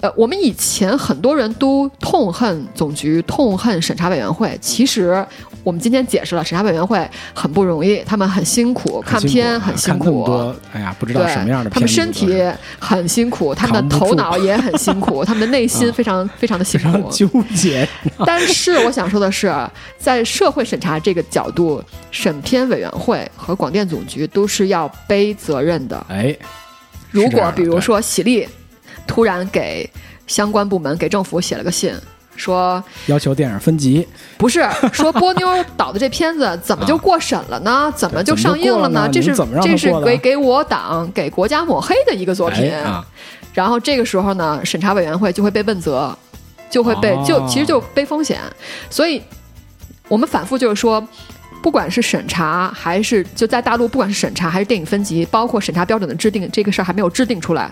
Speaker 2: 呃，我们以前很多人都痛恨总局、痛恨审查委员会，其实我们今天解释了，审查委员会很不容易，他们很辛苦，看
Speaker 1: 很辛苦
Speaker 2: 片
Speaker 1: 啊
Speaker 2: 很辛
Speaker 1: 看那么
Speaker 2: 苦，
Speaker 1: 多，哎呀，不知道
Speaker 2: 对，
Speaker 1: 什么样的片子都是，
Speaker 2: 他们身体很辛苦，他们的
Speaker 1: 扛不住啊
Speaker 2: 头脑也很 辛苦，他们的内心非常、非常的
Speaker 1: 非
Speaker 2: 辛
Speaker 1: 常
Speaker 2: 苦。
Speaker 1: 纠结，
Speaker 2: 但是我想说的是，在社会审查这个角度，审片委员会和广电总局都是要背责任的。
Speaker 1: 哎，
Speaker 2: 如
Speaker 1: 是这样的
Speaker 2: 果比如，说喜力突然给相关部门、给政府写了个信，说
Speaker 1: 对要求电影分级，
Speaker 2: 不是说波妞导的这片子怎么就过审了 呢？怎么就
Speaker 1: 怎么
Speaker 2: 上
Speaker 1: 就
Speaker 2: 映
Speaker 1: 过了呢
Speaker 2: 呢？这
Speaker 1: 您
Speaker 2: 是
Speaker 1: 怎么让
Speaker 2: 这
Speaker 1: 它
Speaker 2: 是
Speaker 1: 过的
Speaker 2: 给给我党给国家抹黑的一个作品
Speaker 1: 哎啊，
Speaker 2: 然后这个时候呢，审查委员会就会被问责，就会被、
Speaker 1: 哦
Speaker 2: 就其实就背风险。所以，我们反复就是说，不管是审查还是就在大陆，不管是审查还是电影分级，包括审查标准的制定，这个事儿还没有制定出来，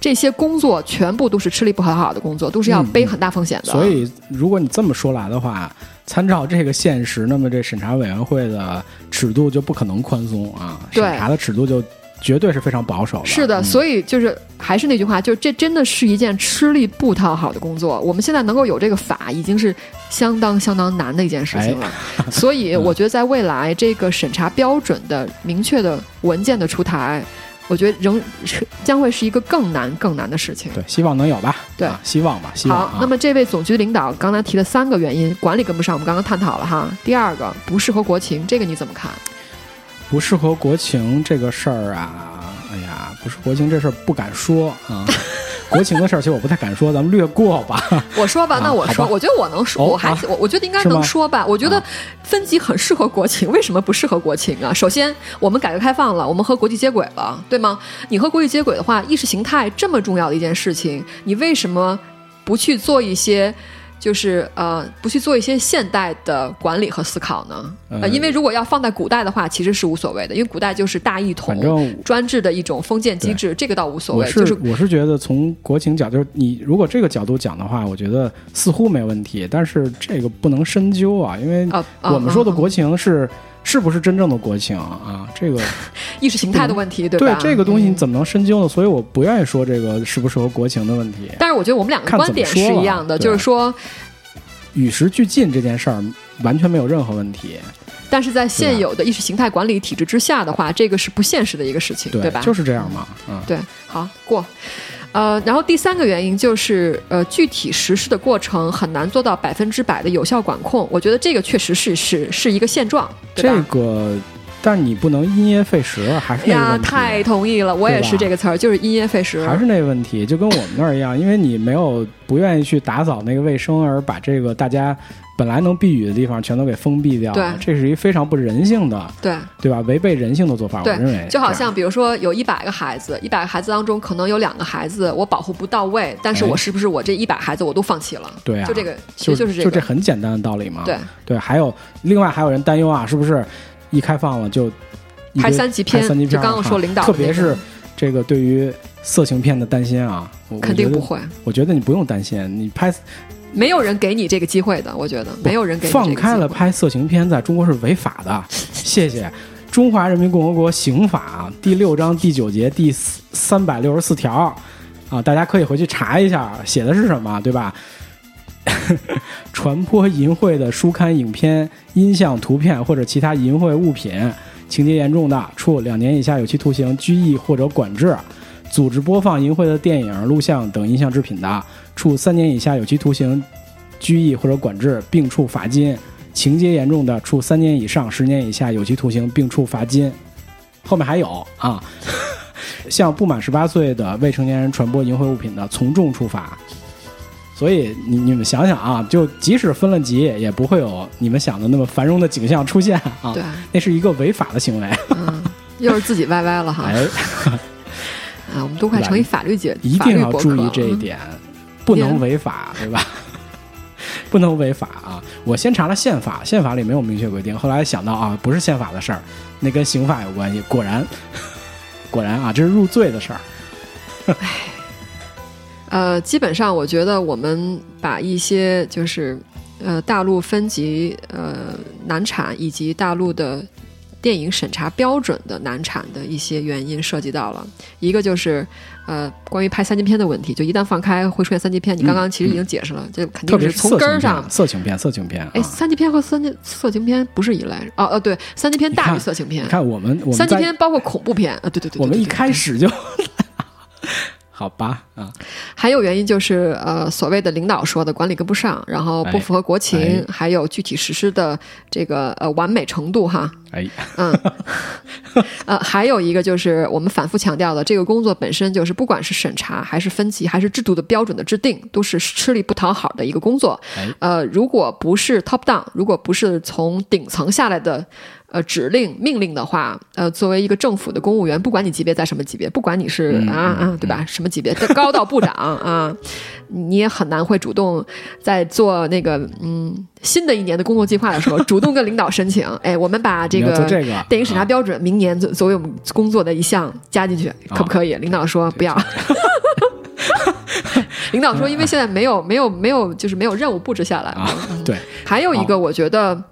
Speaker 2: 这些工作全部都是吃力不讨好的工作，都是要背很大风险
Speaker 1: 嗯
Speaker 2: 的。
Speaker 1: 所以，如果你这么说来的话，参照这个现实，那么这审查委员会的尺度就不可能宽松啊，
Speaker 2: 对
Speaker 1: 审查的尺度就绝对是非常保守的。
Speaker 2: 是的，
Speaker 1: 嗯
Speaker 2: 所以就是还是那句话，就是这真的是一件吃力不讨好的工作。我们现在能够有这个法，已经是相当相当难的一件事情了。
Speaker 1: 哎
Speaker 2: 所以我觉得，在未来这个审查标准的明确的文件的出台，我觉得仍是将会是一个更难更难的事情。
Speaker 1: 对，希望能有吧？
Speaker 2: 对
Speaker 1: 啊希望吧，希望、啊
Speaker 2: 好，。那么这位总局领导刚才提的三个原因，管理跟不上，我们刚刚探讨了哈。第二个不适合国情，这个你怎么看？
Speaker 1: 不适合国情这个事儿啊，哎呀，不是国情这事儿不敢说 啊。国情的事儿，其实我不太敢说，咱们略过吧。
Speaker 2: 我说吧，
Speaker 1: 啊
Speaker 2: 那我
Speaker 1: 好
Speaker 2: 说，
Speaker 1: 吧
Speaker 2: 我觉得我能说，
Speaker 1: 哦
Speaker 2: 我还
Speaker 1: 啊
Speaker 2: 我我觉得应该
Speaker 1: 是吗啊
Speaker 2: 能说吧。我觉得分级很适合国情， 为什么不适合国情啊？首先，我们改革开放了，我们和国际接轨了，对吗？你和国际接轨的话，意识形态这么重要的一件事情，你为什么不去做一些？就是呃，不去做一些现代的管理和思考呢？呃，
Speaker 1: 呃
Speaker 2: 因为如果要放在古代的话，其实是无所谓的，因为古代就是大一
Speaker 1: 反
Speaker 2: 统
Speaker 1: 正
Speaker 2: 专制的一种封建机制，这个倒无所
Speaker 1: 我
Speaker 2: 谓。
Speaker 1: 是、
Speaker 2: 就是
Speaker 1: 我是觉得从国情角，就是你如果这个角度讲的话，我觉得似乎没问题。但是这个不能深究啊，因为
Speaker 2: 啊，啊
Speaker 1: 我们说的
Speaker 2: 啊
Speaker 1: 国情是、是不是真正的国情啊？这个
Speaker 2: 呃意识形态的问题，对
Speaker 1: 对
Speaker 2: 吧？
Speaker 1: 这个东西
Speaker 2: 嗯
Speaker 1: 你怎么能深究呢？所以我不愿意说这个适不适合国情的问题。
Speaker 2: 但是我觉得我们两个
Speaker 1: 看怎
Speaker 2: 观
Speaker 1: 么
Speaker 2: 点是
Speaker 1: 说了
Speaker 2: 一样的，
Speaker 1: 对啊
Speaker 2: 就是说，
Speaker 1: 与时俱进这件事儿完全没有任何问题，
Speaker 2: 但是在现
Speaker 1: 对吧
Speaker 2: 有的意识形态管理体制之下的话，这个是不现实的一个事情，
Speaker 1: 啊对
Speaker 2: 吧？
Speaker 1: 就是这样嘛，嗯，
Speaker 2: 对，好过。呃，然后第三个原因就是，呃，具体实施的过程很难做到百分之百的有效管控。我觉得这个确实是是是一个现状，对
Speaker 1: 这
Speaker 2: 吧？
Speaker 1: 个，但你不能因噎废食，啊还是那个
Speaker 2: 呀，
Speaker 1: 问题。
Speaker 2: 太同意了，我也
Speaker 1: 对吧
Speaker 2: 是这个词儿，就是因噎废食。
Speaker 1: 还是那问题，就跟我们那儿一样，因为你没有不愿意去打扫那个卫生，而把这个大家本来能避雨的地方全都给封闭掉了，
Speaker 2: 对
Speaker 1: 这是一非常不人性的，
Speaker 2: 对，
Speaker 1: 对吧？违背人性的做法，我
Speaker 2: 对
Speaker 1: 认为
Speaker 2: 就好
Speaker 1: 这样
Speaker 2: 像比如说有一百个孩子，一百个孩子当中可能有两个孩子我保护不到位，但是
Speaker 1: 哎
Speaker 2: 我是不是我这一百孩子我都放弃了？
Speaker 1: 对啊，
Speaker 2: 就这个，其
Speaker 1: 就
Speaker 2: 实就是
Speaker 1: 就
Speaker 2: 这个，
Speaker 1: 这很简单的道理嘛，
Speaker 2: 对，
Speaker 1: 对，还有另外还有人担忧啊，是不是一开放了就一
Speaker 2: 拍
Speaker 1: 堆
Speaker 2: 三级片，
Speaker 1: 拍三级片啊
Speaker 2: 就刚刚我说领导、那
Speaker 1: 特
Speaker 2: 个，
Speaker 1: 别是这个对于色情片的担心啊，我
Speaker 2: 肯定不
Speaker 1: 我觉得
Speaker 2: 会，
Speaker 1: 我觉得你不用担心，你拍
Speaker 2: 没有人给你这个机会的，我觉得没有人给你这个
Speaker 1: 放
Speaker 2: 机会
Speaker 1: 开了，拍色情片在中国是违法的，谢谢。中华人民共和国刑法》第六章第九节第三百六十四条啊，大家可以回去查一下，写的是什么，对吧？ 传播淫秽的书刊、影片、音像、图片或者其他淫秽物品，情节严重的，处两年以下有期徒刑、拘役或者管制；组织播放淫秽的电影、录像等音像制品的，处三年以下有期徒刑、拘役或者管制，并处罚金；情节严重的，处三年以上十年以下有期徒刑，并处罚金。后面还有啊， 向不满十八岁的未成年人传播淫秽物品的，从重处罚。所以你你们想想啊，就即使分了级，也不会有你们想的那么繁荣的景象出现啊。
Speaker 2: 对，
Speaker 1: 那是一个违法的行为。
Speaker 2: 嗯，又是自己歪歪了哈。
Speaker 1: 哎，
Speaker 2: 啊，我们都快成一法律节，
Speaker 1: 一
Speaker 2: 法律
Speaker 1: 定要
Speaker 2: 博
Speaker 1: 注
Speaker 2: 客
Speaker 1: 意
Speaker 2: 了
Speaker 1: 这一
Speaker 2: 嗯
Speaker 1: 点，不能违法，对吧？ 不能违法啊！我先查了宪法，宪法里没有明确规定。后来想到啊，不是宪法的事儿，那跟刑法有关系。果然，果然啊，这是入罪的事儿。
Speaker 2: 呃，基本上我觉得我们把一些就是呃大陆分级呃难产以及大陆的电影审查标准的难产的一些原因涉及到了，一个就是呃关于拍三级片的问题，就一旦放开会出现三级片，你刚刚其实已经解释了，这肯
Speaker 1: 嗯特
Speaker 2: 定
Speaker 1: 别
Speaker 2: 是
Speaker 1: 是
Speaker 2: 从
Speaker 1: 色
Speaker 2: 根
Speaker 1: 情
Speaker 2: 儿上
Speaker 1: 片、。色情片、色情片啊！
Speaker 2: 哎，三级片和三级色情片不是一类，哦哦，对，三级片
Speaker 1: 你
Speaker 2: 大于
Speaker 1: 看
Speaker 2: 色情片
Speaker 1: 你，看我们我
Speaker 2: 三
Speaker 1: 们
Speaker 2: 级
Speaker 1: 在
Speaker 2: 片包括恐怖片啊，对对对对，
Speaker 1: 我们
Speaker 2: 对
Speaker 1: 一
Speaker 2: 对
Speaker 1: 开始就好吧啊，
Speaker 2: 还有原因就是，呃，所谓的领导说的管理跟不上，然后不符合国情，
Speaker 1: 哎
Speaker 2: 还有具体实施的这个呃完美程度哈，
Speaker 1: 哎，
Speaker 2: 嗯，呃，还有一个就是我们反复强调的，这个工作本身就是不管是审查还是分级还是制度的标准的制定，都是吃力不讨好的一个工作
Speaker 1: 哎。
Speaker 2: 呃，如果不是 top down，如果不是从顶层下来的。呃，指令命令的话，呃，作为一个政府的公务员，不管你级别在什么级别，不管你是
Speaker 1: 嗯
Speaker 2: 啊啊，对吧？什么级别，高到部长啊，你也很难会主动在做那个嗯新的一年的工作计划的时候，主动跟领导申请，哎，我们把这
Speaker 1: 你要
Speaker 2: 个
Speaker 1: 做这个啊
Speaker 2: 电影审查标准明年作作为我们工作的一项加进去，可不可以？领导说不要。领导说，因为现在没有没有没有，就是没有任务布置下来。
Speaker 1: 啊，对，
Speaker 2: 还有一个，我觉得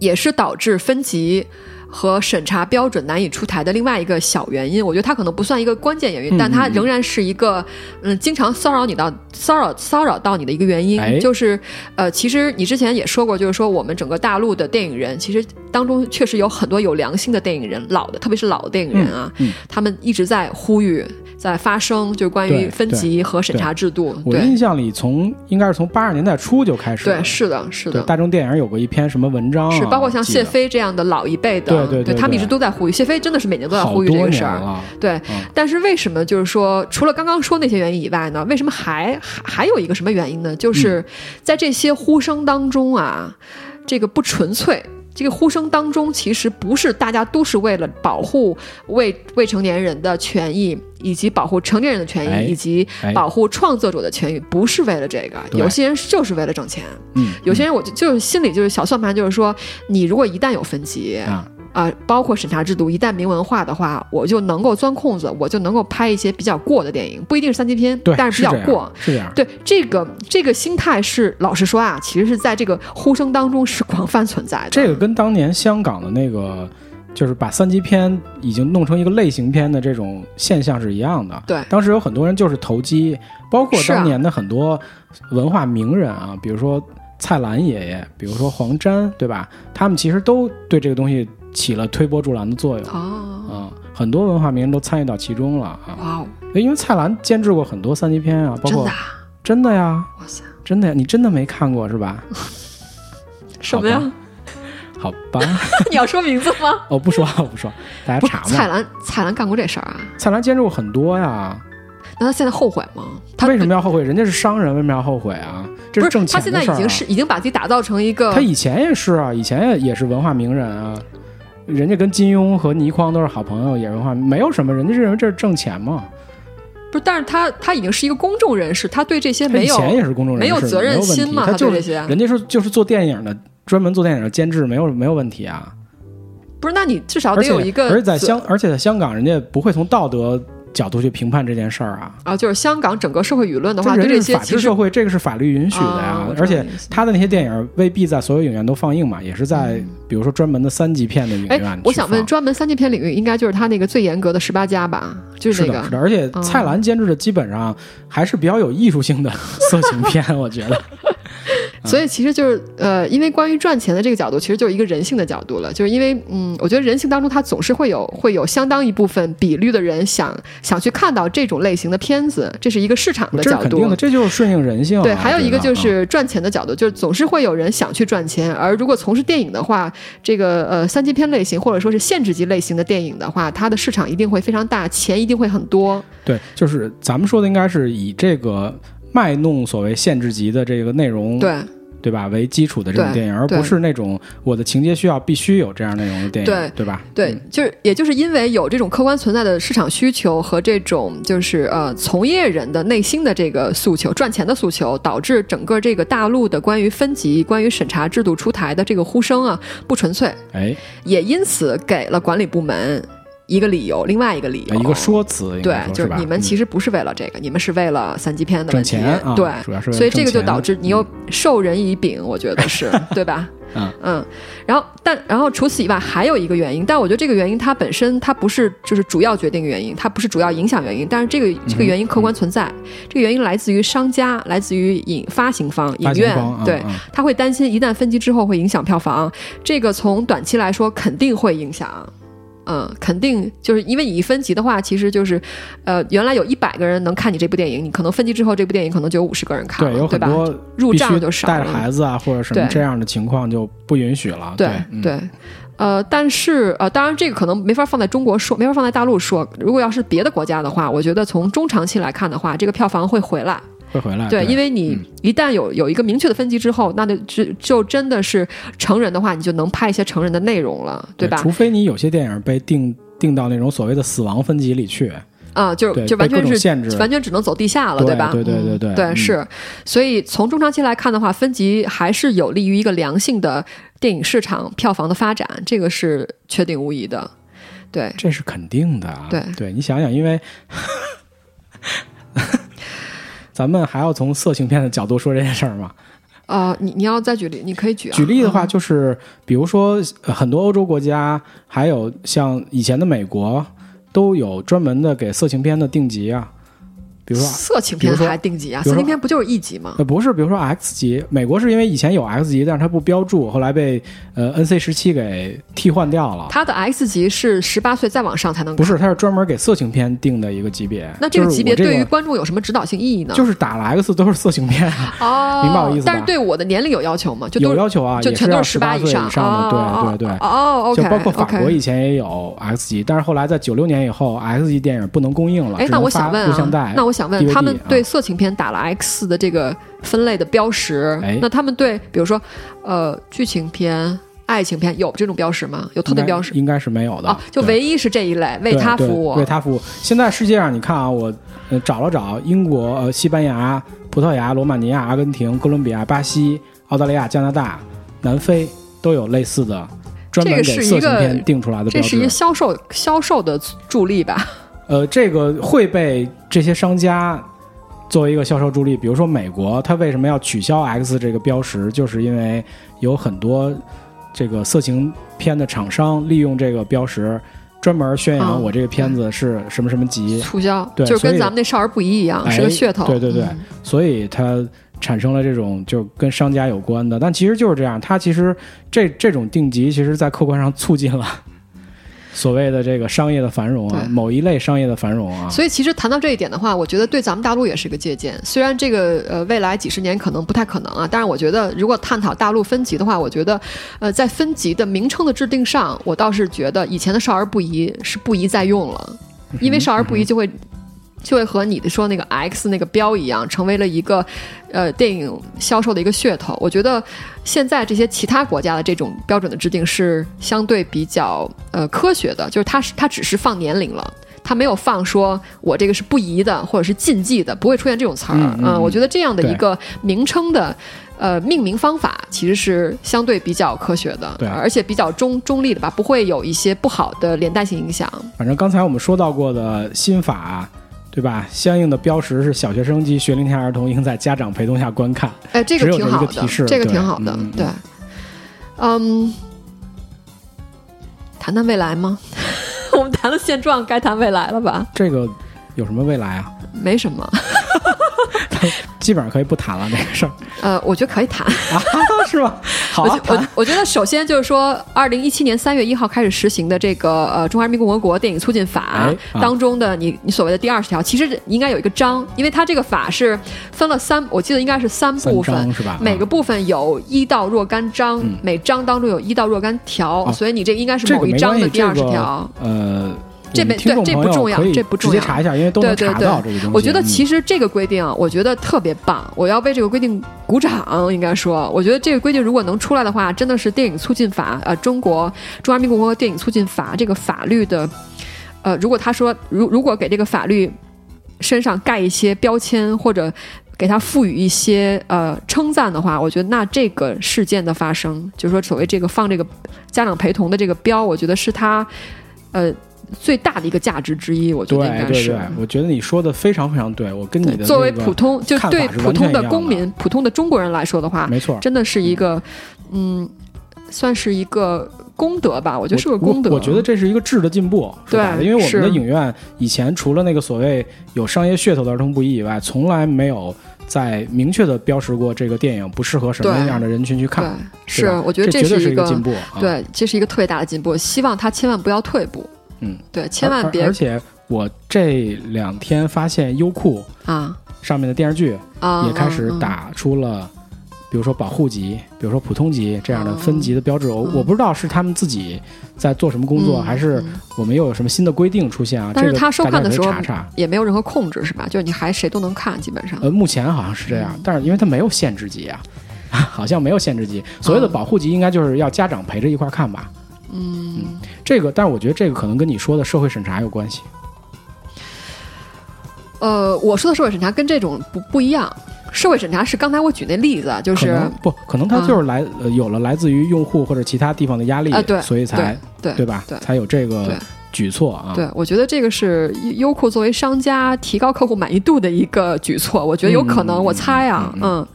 Speaker 2: 也是导致分级。和审查标准难以出台的另外一个小原因，我觉得它可能不算一个关键
Speaker 1: 嗯
Speaker 2: 原因，但它仍然是一个嗯，经常骚扰你到骚扰骚扰到你的一个原因，
Speaker 1: 哎
Speaker 2: 就是呃，其实你之前也说过，就是说我们整个大陆的电影人，其实当中确实有很多有良心的电影人，老的，特别是老的电影人啊，
Speaker 1: 嗯
Speaker 2: 他们一直在呼吁，在发声，就是关于
Speaker 1: 对
Speaker 2: 分级和审查制度，
Speaker 1: 我
Speaker 2: 对
Speaker 1: 印象里从应该是从八十年代初就开始了，
Speaker 2: 对，是的，是
Speaker 1: 对
Speaker 2: 的，
Speaker 1: 大众电影有过一篇什么文章啊、
Speaker 2: 是包括像
Speaker 1: 我记得
Speaker 2: 谢飞这样的老一辈
Speaker 1: 对
Speaker 2: 的，
Speaker 1: 对对
Speaker 2: 他们一直
Speaker 1: 对
Speaker 2: 都在呼吁。谢飞真的是每年都在
Speaker 1: 好
Speaker 2: 呼吁
Speaker 1: 多
Speaker 2: 这个
Speaker 1: 年
Speaker 2: 事儿，
Speaker 1: 了
Speaker 2: 对。
Speaker 1: 嗯
Speaker 2: 但是为什么就是说，除了刚刚说那些原因以外呢？为什么还还还有一个什么原因呢？
Speaker 1: 嗯
Speaker 2: 就是在这些呼声当中啊，这个不纯粹。这个呼声当中，其实不是大家都是为了保护未未成年人的权益，以及保护成年人的权益，
Speaker 1: 哎
Speaker 2: 以及
Speaker 1: 哎
Speaker 2: 保护创作者的权益，不是为了这个。
Speaker 1: 对
Speaker 2: 有些人就是为了挣钱，
Speaker 1: 嗯，
Speaker 2: 有些人我就就是心里就是小算盘，就是说，你如果一旦有分级
Speaker 1: 嗯啊，
Speaker 2: 啊、包括审查制度一旦明文化的话，我就能够钻空子，我就能够拍一些比较过的电影，不一定是三级片
Speaker 1: 对，，
Speaker 2: 但
Speaker 1: 是
Speaker 2: 比较
Speaker 1: 这样
Speaker 2: 过。
Speaker 1: 是这样，
Speaker 2: 对这个这个心态是，老实说啊，其实是在这个呼声当中是广泛存在的。
Speaker 1: 这个跟当年香港的那个就是把三级片已经弄成一个类型片的这种现象是一样的。
Speaker 2: 对
Speaker 1: 当时有很多人就是投机，包括
Speaker 2: 是啊
Speaker 1: 当年的很多文化名人啊，比如说蔡澜爷爷，比如说黄沾，对吧？他们其实都对这个东西起了推波助澜的作用。
Speaker 2: 哦，
Speaker 1: 啊、很多文化名人都参与到其中了啊，
Speaker 2: 哇哦，
Speaker 1: 因为蔡澜监制过很多三级片啊，包
Speaker 2: 真
Speaker 1: 括
Speaker 2: 的、啊，
Speaker 1: 真的呀，
Speaker 2: 哇塞，
Speaker 1: 真的呀，你真的没看过是吧？
Speaker 2: 什么呀
Speaker 1: 好？好吧，
Speaker 2: 你要说名字吗？
Speaker 1: 我不说， 我不说，大家
Speaker 2: 不是
Speaker 1: 查
Speaker 2: 蔡
Speaker 1: 嘛。
Speaker 2: 澜，蔡澜干过这事儿啊？
Speaker 1: 蔡澜监制过很多呀，
Speaker 2: 那他现在后悔吗？他
Speaker 1: 为什么要后悔？人家是商人，为什么要后悔啊？这
Speaker 2: 不是
Speaker 1: 挣钱
Speaker 2: 他
Speaker 1: 的事
Speaker 2: 现
Speaker 1: 儿、啊。
Speaker 2: 在已经是已经把自己打造成一个
Speaker 1: 他以前也是啊，以前也也是文化名人啊，人家跟金庸和倪匡都是好朋友，也是文化，没有什么，人家认为这是挣钱嘛。
Speaker 2: 不是，但是他他已经是一个公众人士，他对这些
Speaker 1: 他
Speaker 2: 没
Speaker 1: 以
Speaker 2: 有
Speaker 1: 前也是公众人
Speaker 2: 没
Speaker 1: 士，
Speaker 2: 有责任
Speaker 1: 问
Speaker 2: 心
Speaker 1: 题
Speaker 2: 嘛？
Speaker 1: 他就
Speaker 2: 对这
Speaker 1: 是
Speaker 2: 些
Speaker 1: 人家是就是做电影的，专门做电影的监制，没有没有问题啊。
Speaker 2: 不是？那你至少
Speaker 1: 而
Speaker 2: 哦得
Speaker 1: 且
Speaker 2: 有一个
Speaker 1: 而且在
Speaker 2: 责
Speaker 1: 香，而且在香港，人家不会从道德角度去评判这件事儿啊。
Speaker 2: 啊，就是香港整个社会舆论的
Speaker 1: 这
Speaker 2: 话，对这
Speaker 1: 人是
Speaker 2: 些
Speaker 1: 法
Speaker 2: 其
Speaker 1: 治
Speaker 2: 实
Speaker 1: 社会，这个是法律允许的呀
Speaker 2: 啊我。知道
Speaker 1: 而且
Speaker 2: 你的意思嗯
Speaker 1: 他的那些电影未必在所有影院都放映嘛，也是在比如说专门的三级片的影院
Speaker 2: 哎，我想问，
Speaker 1: 去
Speaker 2: 专门三级片领域应该就是他那个最严格的十八家吧？就
Speaker 1: 放是
Speaker 2: 那
Speaker 1: 的，是的。
Speaker 2: 个。
Speaker 1: 而且
Speaker 2: 嗯
Speaker 1: 蔡澜监制的基本上还是比较有艺术性的 色情片，我觉得。
Speaker 2: 所以其实就是呃，因为关于赚钱的这个角度，其实就是一个人性的角度了。就是因为嗯，我觉得人性当中它总是会有会有相当一部分比率的人想想去看到这种类型的片子，这是一个市场的
Speaker 1: 这是
Speaker 2: 角
Speaker 1: 肯
Speaker 2: 度。
Speaker 1: 定的，这就是顺应人性啊。
Speaker 2: 对，还有一个
Speaker 1: 我觉得
Speaker 2: 就
Speaker 1: 啊
Speaker 2: 是赚钱的角度，就是总是会有人想去赚钱，而如果从事电影的话，这个呃三级片类型或者说是限制级类型的电影的话，它的市场一定会非常大，钱一定会很多。
Speaker 1: 对，就是咱们说的应该是以这个卖弄所谓限制级的这个内容，
Speaker 2: 对
Speaker 1: 对吧为基础的这种
Speaker 2: 对
Speaker 1: 电影，而
Speaker 2: 对
Speaker 1: 不是那种我的情节需要必须有这样内容的电影，
Speaker 2: 对
Speaker 1: 对吧？
Speaker 2: 对，就是
Speaker 1: 嗯
Speaker 2: 也就是因为有这种客观存在的市场需求和这种就是呃从业人的内心的这个诉求、赚钱的诉求，导致整个这个大陆的关于分级、关于审查制度出台的这个呼声啊不纯粹，
Speaker 1: 哎，
Speaker 2: 也因此给了管理部门一个理由，另外一个理由，
Speaker 1: 哎一个说辞，应
Speaker 2: 对
Speaker 1: 该，说
Speaker 2: 就是
Speaker 1: 吧
Speaker 2: 你们
Speaker 1: 嗯
Speaker 2: 其实不是为了这个，你们是为了三级片的问题
Speaker 1: 挣钱啊
Speaker 2: 对，
Speaker 1: 主要是为了
Speaker 2: 所以这个就
Speaker 1: 挣钱
Speaker 2: 导致你又授人以柄，我觉得 是对吧？
Speaker 1: 嗯
Speaker 2: 然后但然后除此以外还有一个原因，但我觉得这个原因它本身它不是就是主要决定原因，它不是主要影响原因，但是
Speaker 1: 嗯
Speaker 2: 这个这个原因客观存在，这个原因来自于商家，来自于影发行方、影
Speaker 1: 发行
Speaker 2: 院，
Speaker 1: 方啊
Speaker 2: 对，
Speaker 1: 啊
Speaker 2: 他会担心一旦分级之后会影响票房，这个从短期来说肯定会影响。嗯，肯定就是因为你一分级的话，其实就是，呃，原来有一百个人能看你这部电影，你可能分级之后，这部电影可能就有五十个人看
Speaker 1: 对，有
Speaker 2: 了，对
Speaker 1: 很
Speaker 2: 吧？
Speaker 1: 多
Speaker 2: 入
Speaker 1: 必须
Speaker 2: 账就少
Speaker 1: 带着
Speaker 2: 了
Speaker 1: 孩子啊，或者什么
Speaker 2: 对
Speaker 1: 这样的情况就不允许了。
Speaker 2: 对
Speaker 1: 嗯
Speaker 2: 对，呃，但是呃，当然这个可能没法放在中国说，没法放在大陆说。如果要是别的国家的话，我觉得从中长期来看的话，这个票房会回来。
Speaker 1: 会回来。
Speaker 2: 对，因
Speaker 1: 为
Speaker 2: 为你一旦有有一个明确的分级之后，那就就就真的是成人的话，你就能拍一些成人的内容了，对吧？
Speaker 1: 除非你有些电影被定定到那种所谓的死亡分级里去，
Speaker 2: 啊，就
Speaker 1: 对
Speaker 2: 就
Speaker 1: 被
Speaker 2: 完
Speaker 1: 各
Speaker 2: 全
Speaker 1: 种
Speaker 2: 是
Speaker 1: 限制
Speaker 2: 完全只能走地下了，
Speaker 1: 对
Speaker 2: 吧？
Speaker 1: 对对对对
Speaker 2: 嗯
Speaker 1: 嗯
Speaker 2: 是。所以从中长期来看的话，分级还是有利于一个良性的电影市场票房的发展，这个是确定无疑的。对，
Speaker 1: 这是肯定的啊。
Speaker 2: 对
Speaker 1: 你想想，因 为咱们还要从色情片的角度说这件事儿嘛。
Speaker 2: 啊，你你要再举例，你可以举、啊。
Speaker 1: 举例的话，就是比如说、呃很多欧洲国家，还有像以前的美国，都有专门的给色情片的定级啊。比如说
Speaker 2: 色情
Speaker 1: 比如
Speaker 2: 片
Speaker 1: 说
Speaker 2: 还定级啊？
Speaker 1: 比如说
Speaker 2: 色情片不就是一级吗？
Speaker 1: 呃，不是，比如说 X 级，美国是因为以前有 X 级，但是它不标注，后来被呃 NC 十七给替换掉了。
Speaker 2: 它的 X 级是十八岁再往上才能看
Speaker 1: 不是，它是专门给色情片定的一个级别。
Speaker 2: 那这个
Speaker 1: 就是
Speaker 2: 级
Speaker 1: 我
Speaker 2: 别
Speaker 1: 这
Speaker 2: 对于
Speaker 1: 个
Speaker 2: 观众有什么指导性意义呢？
Speaker 1: 就是打了 X 都是色情片，啊
Speaker 2: 哦，
Speaker 1: 明白我意思吧
Speaker 2: 但是对我的年龄有要求吗？就都
Speaker 1: 有
Speaker 2: 是
Speaker 1: 要求啊，
Speaker 2: 就
Speaker 1: 也
Speaker 2: 全
Speaker 1: 是
Speaker 2: 都
Speaker 1: 要
Speaker 2: 是十
Speaker 1: 八
Speaker 2: 八
Speaker 1: 岁
Speaker 2: 以上
Speaker 1: 以上的，
Speaker 2: 哦、
Speaker 1: 对对对。
Speaker 2: 哦，OK，
Speaker 1: 就包括法
Speaker 2: OK
Speaker 1: 国以前也有 X 级，但是后来在九六年以后，X 级电影不能供应了，
Speaker 2: 哎，
Speaker 1: 只
Speaker 2: 那
Speaker 1: 能
Speaker 2: 我
Speaker 1: 发
Speaker 2: 想问
Speaker 1: 录像带
Speaker 2: 啊，那我想问，
Speaker 1: DVD
Speaker 2: 他们
Speaker 1: 啊
Speaker 2: 对色情片打了 X 的这个分类的标识，
Speaker 1: 哎
Speaker 2: 那他们对比如说呃剧情片、爱情片有这种标识吗？有特
Speaker 1: 应该
Speaker 2: 定标识？
Speaker 1: 应该是没有的，
Speaker 2: 哦，就
Speaker 1: 对
Speaker 2: 唯一是这一类，为
Speaker 1: 对
Speaker 2: 他服
Speaker 1: 对
Speaker 2: 务。啊
Speaker 1: 为他服务。现在世界上你看啊，我呃找了找，英国、呃西班牙、葡萄牙、罗马尼亚、阿根廷、哥伦比亚、巴西、澳大利亚、加拿大、南非都有类似的。专门给
Speaker 2: 这个是
Speaker 1: 色
Speaker 2: 一
Speaker 1: 情
Speaker 2: 个
Speaker 1: 片定出来的标
Speaker 2: 这是一
Speaker 1: 志啊
Speaker 2: 个，销售销售的助力吧？
Speaker 1: 呃，这个会被这些商家作为一个销售助力。比如说美国，它为什么要取消 X 这个标识，就是因为有很多这个色情片的厂商利用这个标识，专门宣
Speaker 2: 哦
Speaker 1: 扬我这个片子是什么什么级，
Speaker 2: 促销
Speaker 1: 对
Speaker 2: 就是
Speaker 1: 所以
Speaker 2: 跟咱们那少儿不宜一样，
Speaker 1: 哎
Speaker 2: 是个噱头。
Speaker 1: 对对对
Speaker 2: 嗯
Speaker 1: 所以它产生了这种就跟商家有关的，但其实就是这样，它其实这这种定级，其实在客观上促进了所谓的这个商业的繁荣啊，
Speaker 2: 对
Speaker 1: 某一类商业的繁荣啊。
Speaker 2: 所以其实谈到这一点的话，我觉得对咱们大陆也是个借鉴。虽然这个呃未来几十年可能不太可能啊，但是我觉得如果探讨大陆分级的话，我觉得呃在分级的名称的制定上，我倒是觉得以前的少儿不宜是不宜再用了，因为少儿不宜就会。就会和你的说那个 X 那个标一样，成为了一个，呃，电影销售的一个噱头。我觉得现在这些其他国家的这种标准的制定是相对比较呃科学的，就是它是它只是放年龄了，它没有放说我这个是不宜的或者是禁忌的，不会出现这种词儿。
Speaker 1: 嗯嗯嗯
Speaker 2: 我觉得这样的
Speaker 1: 对
Speaker 2: 一个名称的。呃，命名方法其实是相对比较科学的，
Speaker 1: 对
Speaker 2: 而且比较中中立的吧，不会有一些不好的连带性影响。
Speaker 1: 反正刚才我们说到过的新法，对吧？相应的标识是小学生及学龄前儿童应在家长陪同下观看。
Speaker 2: 哎，这
Speaker 1: 只有
Speaker 2: 个挺
Speaker 1: 这一个
Speaker 2: 好
Speaker 1: 提
Speaker 2: 的，
Speaker 1: 示
Speaker 2: 这个
Speaker 1: 对
Speaker 2: 挺好的
Speaker 1: 嗯嗯，
Speaker 2: 对，嗯，谈谈未来吗？ 我们谈了现状，该谈未来了吧？
Speaker 1: 这个有什么未来啊？
Speaker 2: 没什么，
Speaker 1: 基本上可以不谈了这个事儿
Speaker 2: 呃，我觉得可以谈。
Speaker 1: 啊，是吧？好
Speaker 2: 我
Speaker 1: 啊，
Speaker 2: 觉
Speaker 1: 谈
Speaker 2: 我我觉得首先就是说，二零一七年三月一号开始实行的这个呃《中华人民共和国电影促进法
Speaker 1: 哎》啊
Speaker 2: 当中的你你所谓的第二十条，其实应该有一个章，因为它这个法是分了三，我记得应该是三部
Speaker 1: 三
Speaker 2: 分
Speaker 1: 章是吧嗯
Speaker 2: 每个部分有一到若干章，每章当中有一到若干条，
Speaker 1: 哦
Speaker 2: 所以你这应该是
Speaker 1: 这
Speaker 2: 某
Speaker 1: 个
Speaker 2: 一
Speaker 1: 没
Speaker 2: 章
Speaker 1: 关
Speaker 2: 的
Speaker 1: 系，
Speaker 2: 第二十
Speaker 1: 这个
Speaker 2: 条。
Speaker 1: 呃，
Speaker 2: 这
Speaker 1: 我们
Speaker 2: 没
Speaker 1: 听众
Speaker 2: 对这不
Speaker 1: 朋友
Speaker 2: 重要
Speaker 1: 可以
Speaker 2: 这不重
Speaker 1: 直接
Speaker 2: 要
Speaker 1: 查一下，因为都
Speaker 2: 对
Speaker 1: 能
Speaker 2: 对
Speaker 1: 查
Speaker 2: 对
Speaker 1: 到这个东西。
Speaker 2: 我觉得
Speaker 1: 嗯
Speaker 2: 其实这个规定啊，我觉得特别棒，我要为这个规定鼓掌。应该说，我觉得这个规定如果能出来的话，真的是电影促进法，呃，中国中华人民共和国电影促进法这个法律的，呃，如果他说如如果给这个法律身上盖一些标签或者。给它赋予一些呃称赞的话，我觉得那这个事件的发生，就是说所谓这个放这个家长陪同的这个标，我觉得是它呃最大的一个价值之一。我觉
Speaker 1: 对
Speaker 2: 得应该
Speaker 1: 对
Speaker 2: 是。
Speaker 1: 对，我觉得你说的非常非常对，我跟你的、那个、
Speaker 2: 作为普通，就
Speaker 1: 看法
Speaker 2: 对
Speaker 1: 是
Speaker 2: 普
Speaker 1: 完全
Speaker 2: 通
Speaker 1: 一
Speaker 2: 的
Speaker 1: 样
Speaker 2: 公
Speaker 1: 的
Speaker 2: 民、普通的中国人来说的话，
Speaker 1: 没错，
Speaker 2: 真的是一个，嗯，算是一个功德吧。我觉得是个功德。
Speaker 1: 我。我觉得这是一个质的进步，是吧
Speaker 2: 对
Speaker 1: 因为我们的
Speaker 2: 是
Speaker 1: 影院以前除了那个所谓有商业噱头的儿童不宜以外，从来没有在明确的标识过这个电影不适合什么
Speaker 2: 对
Speaker 1: 样的人群去
Speaker 2: 对
Speaker 1: 看。，
Speaker 2: 是
Speaker 1: 吧
Speaker 2: 我觉得
Speaker 1: 这绝
Speaker 2: 这
Speaker 1: 对是
Speaker 2: 一
Speaker 1: 个
Speaker 2: 个
Speaker 1: 进步。啊、，
Speaker 2: 对，这是一个特别大的进步。希望他千万不要退步。
Speaker 1: 嗯，
Speaker 2: 对，千万
Speaker 1: 而
Speaker 2: 别
Speaker 1: 而且我这两天发现优酷
Speaker 2: 啊
Speaker 1: 上面的电视剧
Speaker 2: 啊！
Speaker 1: 也开始
Speaker 2: 嗯嗯
Speaker 1: 打出了。比如说保护级，比如说普通级这样的分级的标志，我、
Speaker 2: 嗯
Speaker 1: 我不知道是他们自己在做什么工作，
Speaker 2: 嗯
Speaker 1: 还是
Speaker 2: 嗯
Speaker 1: 我们又有什么新的规定出现啊？
Speaker 2: 但是
Speaker 1: 这个
Speaker 2: 他收
Speaker 1: 大家
Speaker 2: 看的
Speaker 1: 可以
Speaker 2: 时候
Speaker 1: 查查，
Speaker 2: 也没有任何控制，是吧？就是你还谁都能看，基本上。
Speaker 1: 呃，目前好像是这样，
Speaker 2: 嗯
Speaker 1: 但是因为它没有限制级啊， 好像没有限制级。所谓的保护级，应该就是要家长陪着一块儿看吧。
Speaker 2: 嗯，
Speaker 1: 这个，但是我觉得这个可能跟你说的社会审查有关系。
Speaker 2: 呃，我说的社会审查跟这种不不一样。社会审查是刚才我举那例子，啊就
Speaker 1: 可
Speaker 2: 是
Speaker 1: 能不，可能它就是来、呃有了来自于用户或者其他地方的压力，
Speaker 2: 啊对
Speaker 1: 所以才
Speaker 2: 对
Speaker 1: 吧
Speaker 2: 对
Speaker 1: 才有这
Speaker 2: 对
Speaker 1: 个举措啊。
Speaker 2: 对，我觉得这个是优优酷作为商家提高客户满意度的一个举措，我觉得有可能，
Speaker 1: 嗯
Speaker 2: 我猜啊，
Speaker 1: 嗯
Speaker 2: 嗯。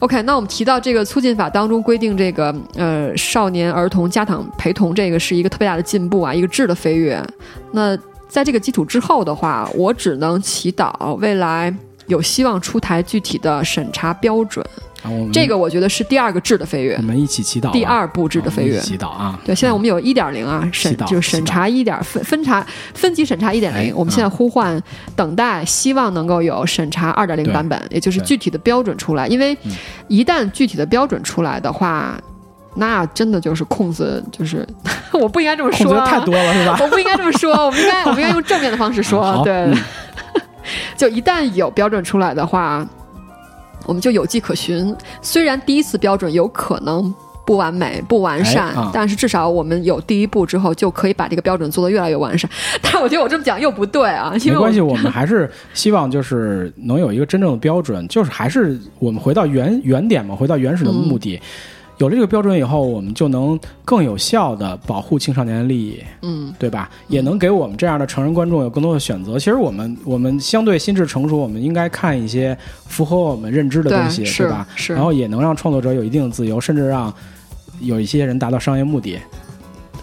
Speaker 2: OK，那我们提到这个促进法当中规定，这个呃少年儿童家长陪同，这个是一个特别大的进步啊，一个质的飞跃。那在这个基础之后的话，我只能祈祷未来有希望出台具体的审查标准，
Speaker 1: 啊，我们
Speaker 2: 这个我觉得是第二个质的飞跃
Speaker 1: 我，们一起祈祷啊、
Speaker 2: 第二步质的飞
Speaker 1: 我们
Speaker 2: 跃
Speaker 1: 一。起祈祷啊。嗯
Speaker 2: 对，现在我们有一点零啊，审
Speaker 1: 祈祷
Speaker 2: 就是审查一点分分查分级审查一点
Speaker 1: 哎
Speaker 2: 零，我们现在
Speaker 1: 嗯
Speaker 2: 呼唤等待，希望能够有审查二点零
Speaker 1: 对
Speaker 2: 版本，也就是
Speaker 1: 对
Speaker 2: 具体的标准出来。因为
Speaker 1: 嗯
Speaker 2: 一旦具体的标准出来的话，那真的就是空子，就是 我不应该这么
Speaker 1: 控制
Speaker 2: 说
Speaker 1: 的
Speaker 2: 啊，
Speaker 1: 太多了是吧？
Speaker 2: 我不应该这么说，我们应 该我们应该用正面的方式
Speaker 1: 啊
Speaker 2: 说
Speaker 1: 好，
Speaker 2: 对。 就一旦有标准出来的话，我们就有迹可循。虽然第一次标准有可能不完美、不完善，
Speaker 1: 哎啊
Speaker 2: 但是至少我们有第一步之后，就可以把这个标准做得越来越完善。 但我觉得我这么讲又不对啊，
Speaker 1: 没
Speaker 2: 因为我
Speaker 1: 关系，我们还是希望就是能有一个真正的标准，就是还是我们回到原原点嘛，回到原始的目
Speaker 2: 嗯
Speaker 1: 的。有了这个标准以后，我们就能更有效的保护青少年的利益，
Speaker 2: 嗯，
Speaker 1: 对吧？也能给我们这样的成人观众有更多的选择。其实我们我们相对心智成熟，我们应该看一些符合我们认知的东西，
Speaker 2: 对是
Speaker 1: 对吧？
Speaker 2: 是
Speaker 1: 然后也能让创作者有一定的自由，甚至让有一些人达到商业目的，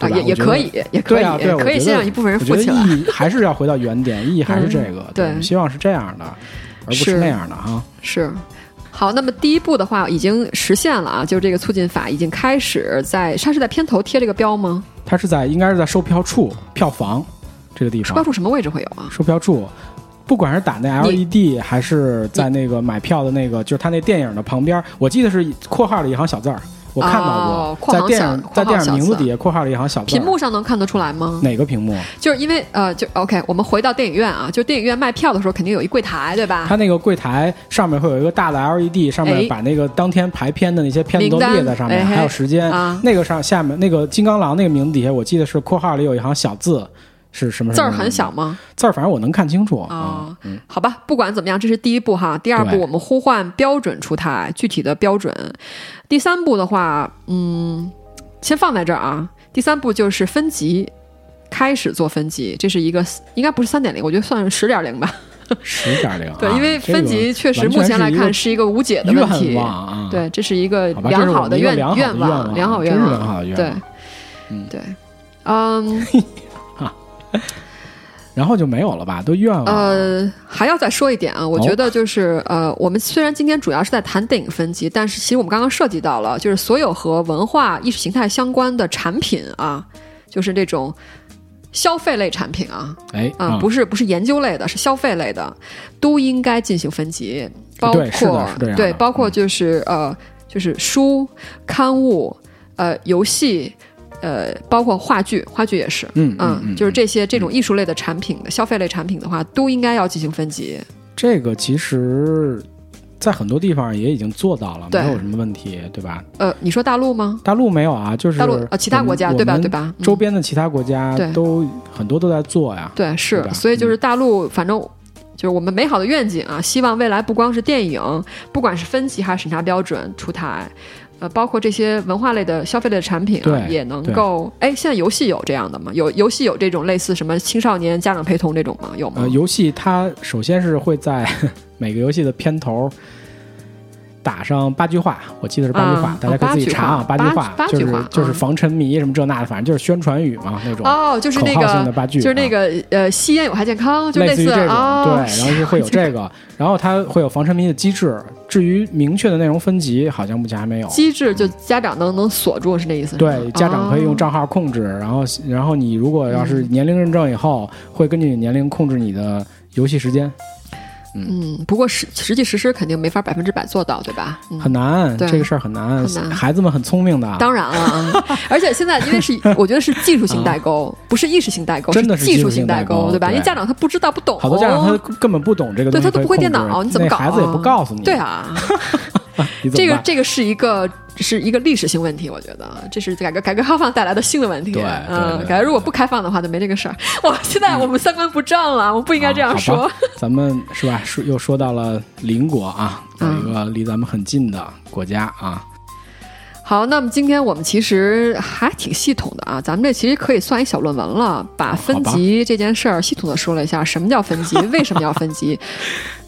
Speaker 2: 啊
Speaker 1: 对吧？
Speaker 2: 也也
Speaker 1: 我觉得
Speaker 2: 可以，也可
Speaker 1: 对
Speaker 2: 以，
Speaker 1: 啊对
Speaker 2: 也
Speaker 1: 我
Speaker 2: 可以
Speaker 1: 觉
Speaker 2: 先
Speaker 1: 得
Speaker 2: 让一部分人
Speaker 1: 我觉
Speaker 2: 富
Speaker 1: 得
Speaker 2: 起来。嗯
Speaker 1: 意义 还是要回到原点，意义还是这个，
Speaker 2: 对
Speaker 1: 我们希望是这样的，而不是
Speaker 2: 是
Speaker 1: 那样的哈。
Speaker 2: 是。好，那么第一步的话已经实现了啊，就是这个促进法已经开始在，它是在片头贴这个标吗？
Speaker 1: 它是在应该是在售票处、票房这个地
Speaker 2: 标
Speaker 1: 方，
Speaker 2: 注什么位置会有啊？
Speaker 1: 售票处，不管是打那
Speaker 2: 你
Speaker 1: LED 还是在那个买票的那个，就是他那电影的旁边，我记得是括号里一行小字儿，我看到
Speaker 2: 哦
Speaker 1: 过，
Speaker 2: 括
Speaker 1: 在
Speaker 2: 号
Speaker 1: 电
Speaker 2: 小
Speaker 1: 影
Speaker 2: 括
Speaker 1: 在
Speaker 2: 号
Speaker 1: 电影
Speaker 2: 小
Speaker 1: 名字
Speaker 2: 字
Speaker 1: 底下括号里一行小字
Speaker 2: 屏
Speaker 1: 儿，
Speaker 2: 幕上能看得出来吗？
Speaker 1: 哪个屏幕？
Speaker 2: 就是因为呃，就 OK，我们回到电影院啊，就电影院卖票的时候肯定有一柜台，对吧？
Speaker 1: 它那个柜台上面会有一个大的 LED，上面
Speaker 2: 啊哎
Speaker 1: 把那个当天排片的那些片子都
Speaker 2: 名单
Speaker 1: 列在上面，
Speaker 2: 哎嘿
Speaker 1: 还有时间。
Speaker 2: 啊
Speaker 1: 那个上下面那个金刚狼那个名字底下，我记得是括号里有一行小字，是什么
Speaker 2: 字儿很小，吗？
Speaker 1: 字儿反正我能看清楚啊。
Speaker 2: 哦，好吧，不管怎么样，这是第一步哈。第二步，
Speaker 1: 对
Speaker 2: 我们呼唤标准出台，具体的标准。第三步的话，嗯，先放在这儿啊。第三步就是分级，开始做分级，这是一个应该不是三点零，我觉得算十点零吧。
Speaker 1: 十点零，啊
Speaker 2: 对，因为
Speaker 1: 这个
Speaker 2: 分级确实
Speaker 1: 完全
Speaker 2: 目前来
Speaker 1: 是一
Speaker 2: 看
Speaker 1: 个
Speaker 2: 是一个无解的问题
Speaker 1: 愿。望啊。，
Speaker 2: 对，这是一个
Speaker 1: 好吧这是
Speaker 2: 良
Speaker 1: 我
Speaker 2: 好
Speaker 1: 们
Speaker 2: 的
Speaker 1: 一个
Speaker 2: 愿
Speaker 1: 良好的愿
Speaker 2: 望，
Speaker 1: 望啊
Speaker 2: 良
Speaker 1: 真
Speaker 2: 好愿
Speaker 1: 是
Speaker 2: 望，
Speaker 1: 良好的愿
Speaker 2: 对
Speaker 1: 望，嗯
Speaker 2: 对，嗯，
Speaker 1: 然后就没有了吧？都愿望了
Speaker 2: 呃，还要再说一点啊，我
Speaker 1: 嗯哦
Speaker 2: 觉得就是、呃，我们虽然今天主要是在谈电影分级，但是其实我们刚刚涉及到了，就是所有和文化意识形态相关的产品啊，就是这种消费类产品啊，
Speaker 1: 哎
Speaker 2: 啊、
Speaker 1: 嗯
Speaker 2: 不是不是研究类的，是消费类的，都应该进行分级，包括
Speaker 1: 对是的是这样的嗯
Speaker 2: 包括就是、呃，就是书、刊物、呃，游戏。呃，包括话剧，话剧也是，
Speaker 1: 嗯嗯
Speaker 2: 嗯，就是这些这种艺术类的产品的、消费类产品的话，都应该要进行分级。
Speaker 1: 这个其实，在很多地方也已经做到了，没
Speaker 2: 对
Speaker 1: 有什么问题，对吧？
Speaker 2: 呃，你说大陆吗？
Speaker 1: 大陆没有啊，就是
Speaker 2: 大陆呃，其他国家对吧？对？吧？嗯
Speaker 1: 周边的其他国家
Speaker 2: 对
Speaker 1: 都很多都在做呀。
Speaker 2: 对，是，
Speaker 1: 对吧嗯
Speaker 2: 所以就是大陆，反正就是我们美好的愿景啊，希望未来不光是电影，不管是分级还是审查标准出台，呃，包括这些文化类的消费类的产品啊
Speaker 1: 对，
Speaker 2: 也能
Speaker 1: 对
Speaker 2: 够。哎，现在游戏有这样的吗？有游戏有这种类似什么青少年家长陪同这种吗？有吗？
Speaker 1: 呃，游戏它首先是会在 每个游戏的片头打上八句话，我记得是八句话，
Speaker 2: 啊
Speaker 1: 大家可以自己查啊，
Speaker 2: 啊
Speaker 1: 八
Speaker 2: 八
Speaker 1: 句
Speaker 2: 句
Speaker 1: 话
Speaker 2: 话，八
Speaker 1: 就
Speaker 2: 八句
Speaker 1: 是
Speaker 2: 话
Speaker 1: 就是
Speaker 2: 啊
Speaker 1: 防沉迷什么这那的，反正就是宣传语嘛那种。
Speaker 2: 哦，就是那
Speaker 1: 口号性的
Speaker 2: 个，
Speaker 1: 八句，
Speaker 2: 就是那
Speaker 1: 啊
Speaker 2: 个呃，吸烟有害健康，就
Speaker 1: 类似于
Speaker 2: 似
Speaker 1: 这种，对，
Speaker 2: 哦，
Speaker 1: 然后就会有这个，然后它会有防沉迷的机制。至于明确的内容分级，好像目前还没有。
Speaker 2: 机制就家长能能锁住是那哦意思？
Speaker 1: 哦对，家长可以用
Speaker 2: 账。
Speaker 1: 账号控制，然后然后你如果要是年龄认证以后，会根据你年龄控制你的游戏时间，
Speaker 2: 嗯，不过实实际实施肯定没法百分之百做到，对吧？嗯。
Speaker 1: 很难，
Speaker 2: 对
Speaker 1: 这个事儿很难，
Speaker 2: 很难
Speaker 1: 孩子们很聪明的，
Speaker 2: 当然了啊，而且现在因 为是我觉得是技术性代沟，不是意识性代
Speaker 1: 嗯
Speaker 2: 沟，
Speaker 1: 真的是
Speaker 2: 技术
Speaker 1: 技术性
Speaker 2: 代
Speaker 1: 代沟
Speaker 2: 对吧？
Speaker 1: 对
Speaker 2: 因为家长他不知道不懂，
Speaker 1: 好多家长他根本不懂这个东
Speaker 2: 哦
Speaker 1: 西，
Speaker 2: 对他都不会电脑，你怎么搞、啊？
Speaker 1: 那孩子也不告诉你，
Speaker 2: 对， 啊，
Speaker 1: 你怎
Speaker 2: 这
Speaker 1: 么
Speaker 2: 个
Speaker 1: 办？
Speaker 2: 这个是一个是一个历史性问题，我觉得这是改革改革开放带来的新的问题。
Speaker 1: 对对对
Speaker 2: 嗯，
Speaker 1: 对
Speaker 2: 改革如果不开放的话，就没这个事儿。我现在我们三观不正了，我不应该这样
Speaker 1: 啊
Speaker 2: 说
Speaker 1: 好吧。咱们是吧？说又说到了邻国啊，有
Speaker 2: 嗯
Speaker 1: 一个离咱们很近的国家啊，
Speaker 2: 好，那么今天我们其实还挺系统的啊，咱们这其实可以算一小论文了，把分级这件事儿系统的说了一下，什么叫分 级，为什么要分级，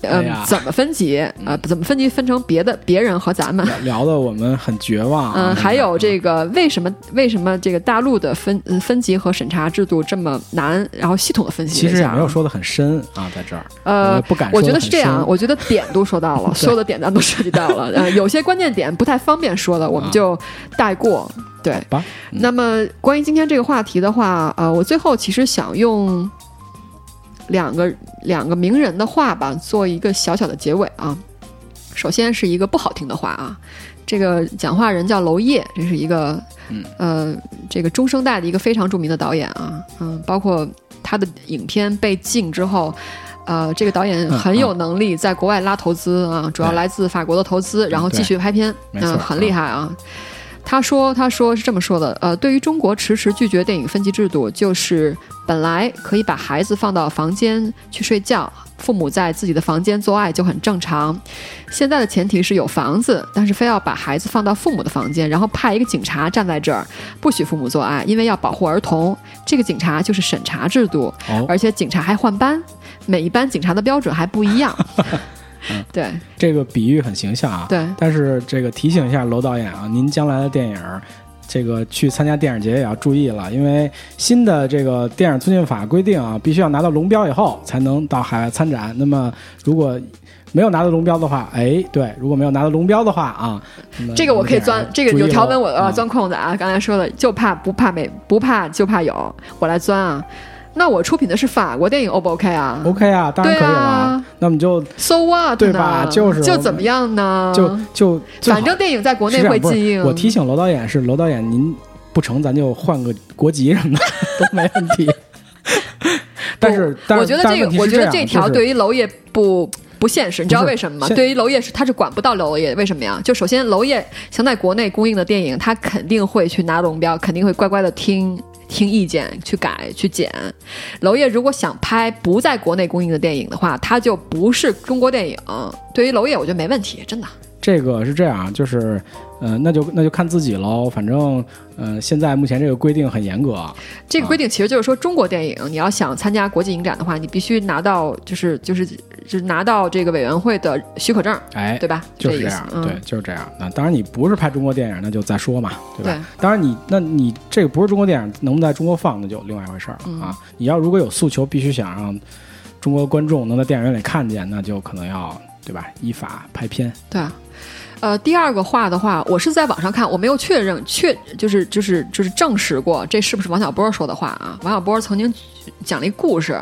Speaker 1: 哎
Speaker 2: 嗯、
Speaker 1: 呀嗯
Speaker 2: 怎么分级，呃，怎么分级分成别的别人和咱们。
Speaker 1: 聊聊的我们很绝望 啊。
Speaker 2: 嗯，还有这个为什么为什么这个大陆的分嗯分级和审查制度这么难？然后系统的分析
Speaker 1: 其
Speaker 2: 了一
Speaker 1: 实
Speaker 2: 下
Speaker 1: 也没有说的很深啊，在这儿，
Speaker 2: 呃
Speaker 1: 我不敢说
Speaker 2: 我
Speaker 1: 得
Speaker 2: 觉得
Speaker 1: 很
Speaker 2: 是这样，
Speaker 1: 深
Speaker 2: 我觉得点都说到 了，所有的点咱都涉及到了。呃，有些关键点不太方便说的，我们就带过。对，
Speaker 1: 啊吧，嗯
Speaker 2: 那么关于今天这个话题的话，呃，我最后其实想用两个两个名人的话吧，做一个小小的结尾啊。首先是一个不好听的话啊，这个讲话人叫娄烨，这是一个，
Speaker 1: 嗯、
Speaker 2: 呃，这个中生代的一个非常著名的导演啊，嗯，包括他的影片被禁之后。呃，这个导演
Speaker 1: 嗯
Speaker 2: 很有能力在国外拉投资啊，主要
Speaker 1: 对
Speaker 2: 来自法国的投资，然后继续拍片，
Speaker 1: 没
Speaker 2: 嗯、
Speaker 1: 错
Speaker 2: 很厉害啊。他说：“他说是这么说的，呃，对于中国迟迟拒绝电影分级制度，就是本来可以把孩子放到房间去睡觉，父母在自己的房间做爱就很正常。现在的前提是有房子，但是非要把孩子放到父母的房间，然后派一个警察站在这儿，不许父母做爱，因为要保护儿童。这个警察就是审查制 度，
Speaker 1: 哦，
Speaker 2: 而且警察还换班，每一班警察的标准还不 一样。对
Speaker 1: 这个比喻很形象啊。
Speaker 2: 对，
Speaker 1: 但是这个提醒一下娄导演啊，您将来的电影儿，这个去参加电影节也要注意了，因为新的这个电影促进法规定啊，必须要拿到龙标以后才能到海外参展。那么如果没有拿到龙标的话，哎，对，如果没有拿到龙标的话啊，那么
Speaker 2: 这个我可以
Speaker 1: 您电
Speaker 2: 钻
Speaker 1: 影，
Speaker 2: 这个
Speaker 1: 嗯注意
Speaker 2: 有条文
Speaker 1: 喽
Speaker 2: 我要
Speaker 1: 啊
Speaker 2: 钻空子啊！刚才说的，就怕不怕没不怕就怕有，我来钻啊。那我出品的是法国电影，O 不 OK 啊
Speaker 1: OK 啊，当然可以
Speaker 2: 对
Speaker 1: 了。
Speaker 2: 啊
Speaker 1: 那么就
Speaker 2: So what
Speaker 1: 对
Speaker 2: 呢
Speaker 1: 吧就是
Speaker 2: 就怎么样呢？
Speaker 1: 就就最好
Speaker 2: 嗯反正电影在国
Speaker 1: 是
Speaker 2: 内
Speaker 1: 这样
Speaker 2: 会
Speaker 1: 不是
Speaker 2: 禁映。
Speaker 1: 我提醒娄导演是娄导演，您不成，咱就换个国籍什么的 都没问题。 但是，但是
Speaker 2: 我觉得
Speaker 1: 但
Speaker 2: 这
Speaker 1: 是问
Speaker 2: 个
Speaker 1: 题，是
Speaker 2: 我觉得
Speaker 1: 这
Speaker 2: 这
Speaker 1: 样
Speaker 2: 条
Speaker 1: 就是
Speaker 2: 对于娄烨不不现实，你知道为什么吗？
Speaker 1: 现
Speaker 2: 对于娄烨是他是管不到娄烨，为什么呀？就首先娄烨想在国内公映的电影，他肯定会去拿龙标，肯定会乖乖的听听意见去改去剪。娄烨如果想拍不在国内公映的电影的话，它就不是中国电影。对于娄烨，我觉得没问题，真的。
Speaker 1: 这个是这样，啊就是，呃，那就那就看自己喽。反正，呃，现在目前这个规定很严格，啊
Speaker 2: 这个规定其实就是说，中国电影你要想参加国际影展的话，你必须拿到就是就是就是拿到这个委员会的许可证，
Speaker 1: 哎，
Speaker 2: 对吧？
Speaker 1: 就是
Speaker 2: 这
Speaker 1: 这
Speaker 2: 意思
Speaker 1: 样，
Speaker 2: 嗯、
Speaker 1: 对，就是这样。那当然，你不是拍中国电影，那就再说嘛，对吧？
Speaker 2: 对
Speaker 1: 当然你，那你这个不是中国电影，能不能在中国放，那就另外一回事儿了、啊。
Speaker 2: 嗯
Speaker 1: 你要如果有诉求，必须想让中国观众能在电影院里看见，那就可能要对吧？依法拍片，
Speaker 2: 对啊。呃，第二个话的话，我是在网上看，我没有确认确就是就是就是证实过这是不是王小波说的话啊？王小波曾经讲了一故事，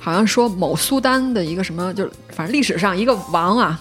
Speaker 2: 好像说某苏丹的一个什么，就是反正历史上一个王啊，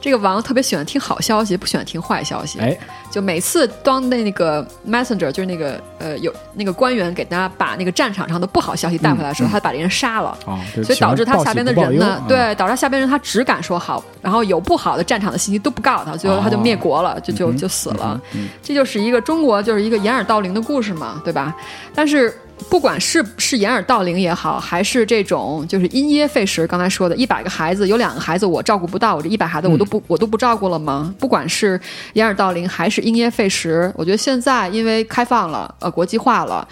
Speaker 2: 这个王特别喜欢听好消息，不喜欢听坏消息。
Speaker 1: 哎，
Speaker 2: 就每次当那那个 messenger 就是那个呃有那个官员给大家把那个战场上的不好消息带回来的时候，
Speaker 1: 嗯嗯
Speaker 2: 他就把这人杀了。
Speaker 1: 啊、就
Speaker 2: 所以导致他下边的人呢，
Speaker 1: 喜欢报喜不报忧啊
Speaker 2: 对，导致他下边人他只敢说好，然后有不好的战场的信息都不告诉他，最后他就灭国了，就就就死了。这就是一个中国就是一个掩耳盗铃的故事嘛，对吧？但是不管是是掩耳盗铃也好，还是这种就是因噎废食，刚才说的，一百个孩子有两个孩子我照顾不到，我这一百孩子我都不、我都不照顾了吗？不管是掩耳盗铃还是因噎废食，我觉得现在因为开放了，呃，国际化了。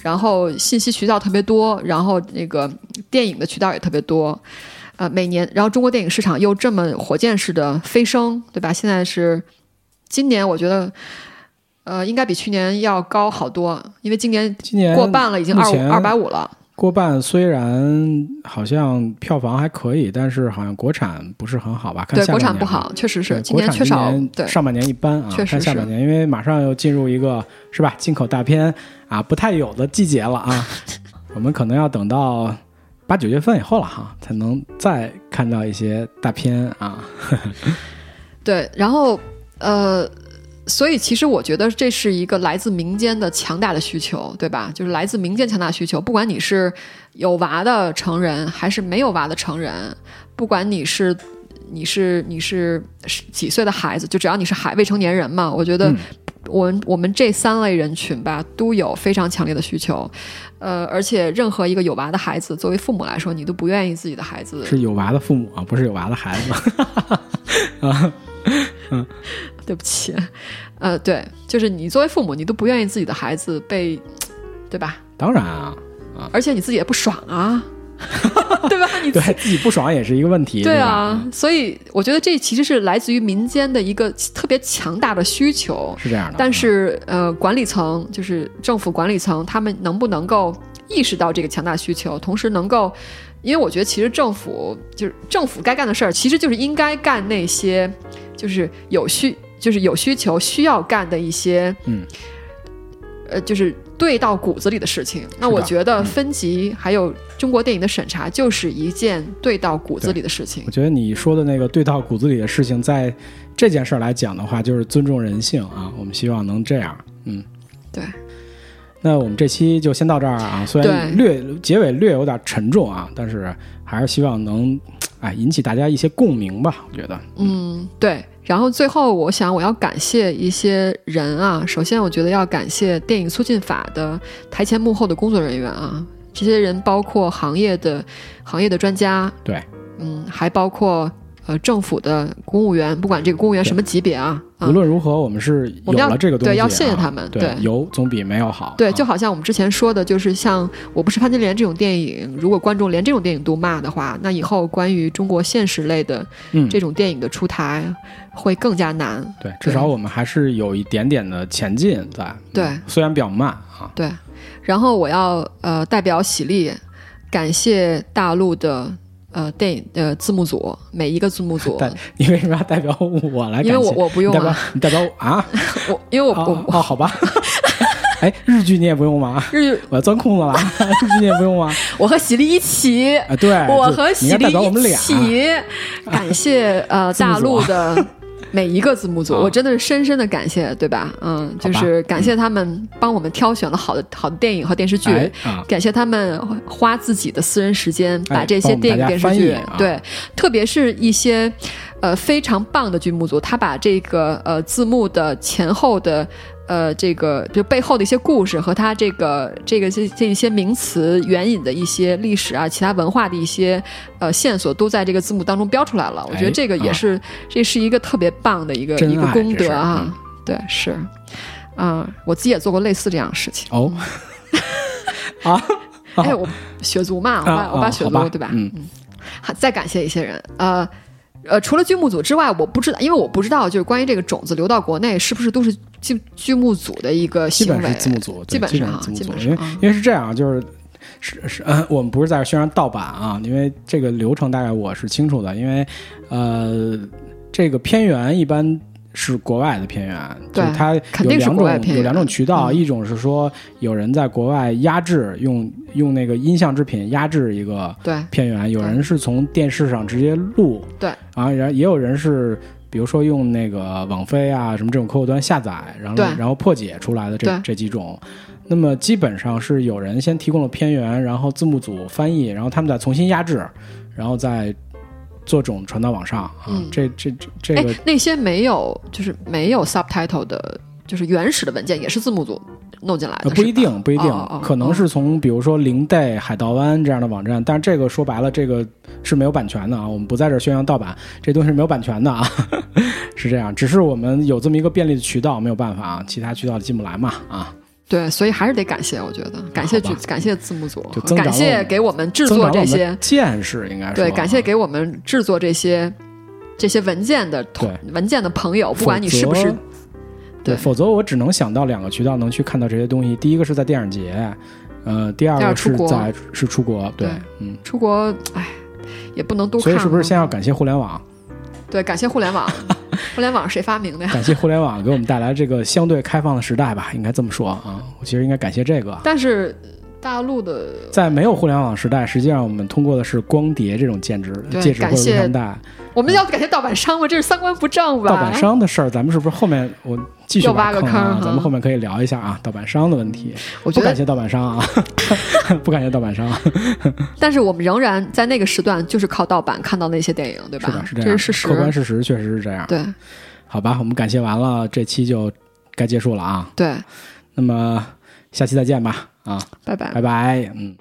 Speaker 2: 然后信息渠道特别多，然后那个电影的渠道也特别多，呃，每年，然后中国电影市场又这么火箭式的飞升，对吧？现在是今年，我觉得，呃，应该比去年要高好多，因为今年
Speaker 1: 今年
Speaker 2: 过半了，已经二
Speaker 1: 目前
Speaker 2: 五二百五了。
Speaker 1: 过半虽然好像票房还可以，但是好像国产不是很好吧？看
Speaker 2: 对，
Speaker 1: 下
Speaker 2: 国
Speaker 1: 半
Speaker 2: 产
Speaker 1: 年
Speaker 2: 不
Speaker 1: 吧
Speaker 2: 好，确实是
Speaker 1: 对
Speaker 2: 今
Speaker 1: 国
Speaker 2: 年
Speaker 1: 产
Speaker 2: 缺少
Speaker 1: 今年
Speaker 2: 对
Speaker 1: 上半年一般啊，
Speaker 2: 确实
Speaker 1: 看下
Speaker 2: 是
Speaker 1: 半年，因为马上又进入一个是吧进口大片啊不太有的季节了啊， 我们可能要等到八九月份以后了哈、才能再看到一些大片啊。
Speaker 2: 对，然后呃，所以其实我觉得这是一个来自民间的强大的需求，对吧？就是来自民间强大需求，不管你是有娃的成人还是没有娃的成人，不管你是。你是你是几岁的孩子？就只要你是孩未成年人嘛，我觉得
Speaker 1: 嗯
Speaker 2: 我们我们这三类人群吧，都有非常强烈的需求。呃，而且任何一个有娃的孩子，作为父母来说，你都不愿意自己的孩子
Speaker 1: 是有娃的父母啊，不是有娃的孩子。
Speaker 2: 对不起， 呃，对，就是你作为父母，你都不愿意自己的孩子被，对吧？
Speaker 1: 当然 啊，
Speaker 2: 而且你自己也不爽啊， 对吧？你
Speaker 1: 对自己不爽也是一个问题。
Speaker 2: 对
Speaker 1: 吧
Speaker 2: 啊，，所以我觉得这其实是来自于民间的一个特别强大的需求，
Speaker 1: 是这样的。
Speaker 2: 但是呃，管理层就是政府管理层，他们能不能够意识到这个强大需求，同时能够，因为我觉得其实政府就是政府该干的事儿，其实就是应该干那些就是呃有需就是有需求需要干的一些，
Speaker 1: 嗯，
Speaker 2: 呃，就是对到骨子里的事情。那我觉得分级还有中国电影的审查，就是一件对到骨子里的事情
Speaker 1: 我。觉得你说的那个对到骨子里的事情，在这件事儿来讲的话，就是尊重人性啊。我们希望能这样，嗯，
Speaker 2: 对。
Speaker 1: 那我们这期就先到这儿啊，虽然略结尾略有点沉重啊，但是还是希望能，哎，引起大家一些共鸣吧。我觉得，
Speaker 2: 嗯，对。然后最后，我想我要感谢一些人啊。首先，我觉得要感谢电影促进法的台前幕后的工作人员啊，这些人包括行业的行业的专家，
Speaker 1: 对，
Speaker 2: 嗯，还包括呃政府的公务员，不管这个公务员什么级别啊，啊
Speaker 1: 无论如何，我们是有
Speaker 2: 我们要
Speaker 1: 了这个东西、啊，
Speaker 2: 对要谢谢他们
Speaker 1: 对，
Speaker 2: 对
Speaker 1: 有总比没有好。
Speaker 2: 对，
Speaker 1: 啊
Speaker 2: 就好像我们之前说的，就是像《我不是潘金莲》这种电影，如果观众连这种电影都骂的话，那以后关于中国现实类的
Speaker 1: 嗯
Speaker 2: 这种电影的出台会更加难。
Speaker 1: 对，至少我们还是有一点点的前进在。嗯
Speaker 2: 对
Speaker 1: 虽然比较慢啊，
Speaker 2: 对，然后我要呃代表喜力，感谢大陆的呃电影呃字幕组每一个字幕组，
Speaker 1: 但你为什么要代表我来感谢？
Speaker 2: 因为我我不
Speaker 1: 你
Speaker 2: 用
Speaker 1: 代表
Speaker 2: 啊，
Speaker 1: 你代表我啊？
Speaker 2: 我因为我我、
Speaker 1: 哦哦，好吧。 哎，日剧你也不用吗？
Speaker 2: 日语
Speaker 1: 我要钻空子了， 日剧你也不用吗？
Speaker 2: 我和喜力一起。
Speaker 1: 啊，对，
Speaker 2: 我
Speaker 1: 就
Speaker 2: 和
Speaker 1: 你
Speaker 2: 喜
Speaker 1: 要
Speaker 2: 力
Speaker 1: 代表我们
Speaker 2: 一
Speaker 1: 俩，啊
Speaker 2: 起， 感谢呃
Speaker 1: 字幕
Speaker 2: 大
Speaker 1: 组
Speaker 2: 陆的每一个字幕组，
Speaker 1: 啊
Speaker 2: 我真的是深深的感谢，对吧？嗯，就
Speaker 1: 好吧
Speaker 2: 是感谢他们帮我们挑选了好的好的电影和电视剧，
Speaker 1: 哎啊，
Speaker 2: 感谢他们花自己的私人时间
Speaker 1: 哎
Speaker 2: 把这些电影电视
Speaker 1: 帮我
Speaker 2: 剧，
Speaker 1: 们大家翻译啊
Speaker 2: 对，特别是一些呃非常棒的剧目组，他把这个呃字幕的前后的呃，这个就背后的一些故事和它这个这个这这一些名词援引的一些历史啊，其他文化的一些呃线索都在这个字幕当中标出来了。我觉
Speaker 1: 哎
Speaker 2: 得这个也
Speaker 1: 啊
Speaker 2: 是、这是一个特别棒的一个
Speaker 1: 真
Speaker 2: 一个
Speaker 1: 爱
Speaker 2: 功
Speaker 1: 这
Speaker 2: 德
Speaker 1: 是
Speaker 2: 啊，
Speaker 1: 嗯
Speaker 2: 对，是，啊、我自己也做过类似这样的事情。
Speaker 1: 哦，啊，
Speaker 2: 哎，我血族嘛，我爸、
Speaker 1: 啊
Speaker 2: 我
Speaker 1: 啊
Speaker 2: 爸血
Speaker 1: 好
Speaker 2: 族、
Speaker 1: 吧
Speaker 2: 对吧？
Speaker 1: 嗯，
Speaker 2: 还再感谢一些人，呃。呃，除了剧目组之外，我不知道，因为我不知道，就是关于这个种子流到国内是不是都是剧剧目组的一个
Speaker 1: 基
Speaker 2: 行
Speaker 1: 本
Speaker 2: 为，
Speaker 1: 是字幕组，对
Speaker 2: 基本
Speaker 1: 基
Speaker 2: 上
Speaker 1: 本
Speaker 2: 啊
Speaker 1: 是字幕
Speaker 2: 基
Speaker 1: 组因
Speaker 2: 本，
Speaker 1: 为
Speaker 2: 上啊
Speaker 1: 因为是这样，就是。是是、呃，我们不是在宣传盗版啊，因为这个流程大概我是清楚的，因为呃，这个片源一般是国外的片源，就是
Speaker 2: 对
Speaker 1: 它
Speaker 2: 肯
Speaker 1: 有
Speaker 2: 定是
Speaker 1: 两
Speaker 2: 国外
Speaker 1: 种
Speaker 2: 片
Speaker 1: 有两种
Speaker 2: 源
Speaker 1: 渠道，
Speaker 2: 嗯
Speaker 1: 一种是说有人在国外压制，用用那个音像制品压制一个
Speaker 2: 对
Speaker 1: 片源，有人是从电视上直接录，
Speaker 2: 对，
Speaker 1: 然后然后也有人是。比如说用那个网飞啊什么这种客户端下载，然后
Speaker 2: 对
Speaker 1: 然后破解出来的这
Speaker 2: 对
Speaker 1: 这几种，那么基本上是有人先提供了片源，然后字幕组翻译，然后他们再重新压制，然后再做种传到网上啊。
Speaker 2: 嗯
Speaker 1: 这这这这
Speaker 2: 哎
Speaker 1: 个，
Speaker 2: 那些没有就是没有 subtitle 的，就是原始的文件也是字幕组弄进来
Speaker 1: 呃
Speaker 2: 的，
Speaker 1: 不一
Speaker 2: 是吧
Speaker 1: 定，不一定，
Speaker 2: 哦哦哦
Speaker 1: 可能是从比如说零 day、海盗湾这样的网站，但是这个说白了，这个是没有版权的啊，我们不在这儿宣扬盗版，这东西是没有版权的啊， 是这样，只是我们有这么一个便利的渠道，没有办法啊，其他渠道进不来嘛啊，
Speaker 2: 对，所以还是得感谢，我觉得感谢
Speaker 1: 好
Speaker 2: 剧
Speaker 1: 吧，
Speaker 2: 感谢字幕组
Speaker 1: 就，增长了
Speaker 2: 感
Speaker 1: 我
Speaker 2: 谢
Speaker 1: 们
Speaker 2: 给我们制
Speaker 1: 增长
Speaker 2: 作
Speaker 1: 了我
Speaker 2: 这
Speaker 1: 们
Speaker 2: 些，
Speaker 1: 见识应该说
Speaker 2: 对，感谢
Speaker 1: 啊
Speaker 2: 给我们制作这些这些文件的同文件的朋友，不管你是不
Speaker 1: 否
Speaker 2: 是
Speaker 1: 则对，
Speaker 2: 对
Speaker 1: 否则我只能想到两个渠道能去看到这些东西。第一个是在电影节，呃，第二
Speaker 2: 第
Speaker 1: 个
Speaker 2: 二出
Speaker 1: 是
Speaker 2: 国
Speaker 1: 在是出国，对，
Speaker 2: 对
Speaker 1: 嗯，
Speaker 2: 出国，哎，也不能多
Speaker 1: 所
Speaker 2: 看
Speaker 1: 以
Speaker 2: 啊。
Speaker 1: 是不是先要感谢互联网？
Speaker 2: 对感谢互 联网？互联网是谁发明的呀？
Speaker 1: 感谢互联网给我们带来这个相对开放的时代吧，应该这么说啊。我其实应该感谢这个。啊
Speaker 2: 但是大陆的
Speaker 1: 在没有互联网时代，实际上我们通过的是光碟这种介质、
Speaker 2: 对
Speaker 1: 介质或
Speaker 2: 感
Speaker 1: 者录
Speaker 2: 谢
Speaker 1: 像带。
Speaker 2: 我们要感谢盗版商吗？这是三观不正吧？
Speaker 1: 盗版商的事儿，咱们是不是后面我继续
Speaker 2: 又
Speaker 1: 挖
Speaker 2: 挖个
Speaker 1: 坑啊
Speaker 2: 坑？嗯哈
Speaker 1: 咱们后面可以聊一下啊，盗版商的问题。
Speaker 2: 哎我
Speaker 1: 不
Speaker 2: 觉
Speaker 1: 感
Speaker 2: 得，
Speaker 1: 谢盗版商 啊，不感谢盗版商。啊
Speaker 2: 但是我们仍然在那个时段就是靠盗版看到那些电影，对吧？
Speaker 1: 是的，是这
Speaker 2: 这
Speaker 1: 样，
Speaker 2: 是事实。
Speaker 1: 客观事实确实是这样。
Speaker 2: 对
Speaker 1: 好吧，我们感谢完了，这期就该结束了啊。
Speaker 2: 对，
Speaker 1: 那么下期再见吧，啊，
Speaker 2: 拜拜
Speaker 1: 拜。拜，嗯。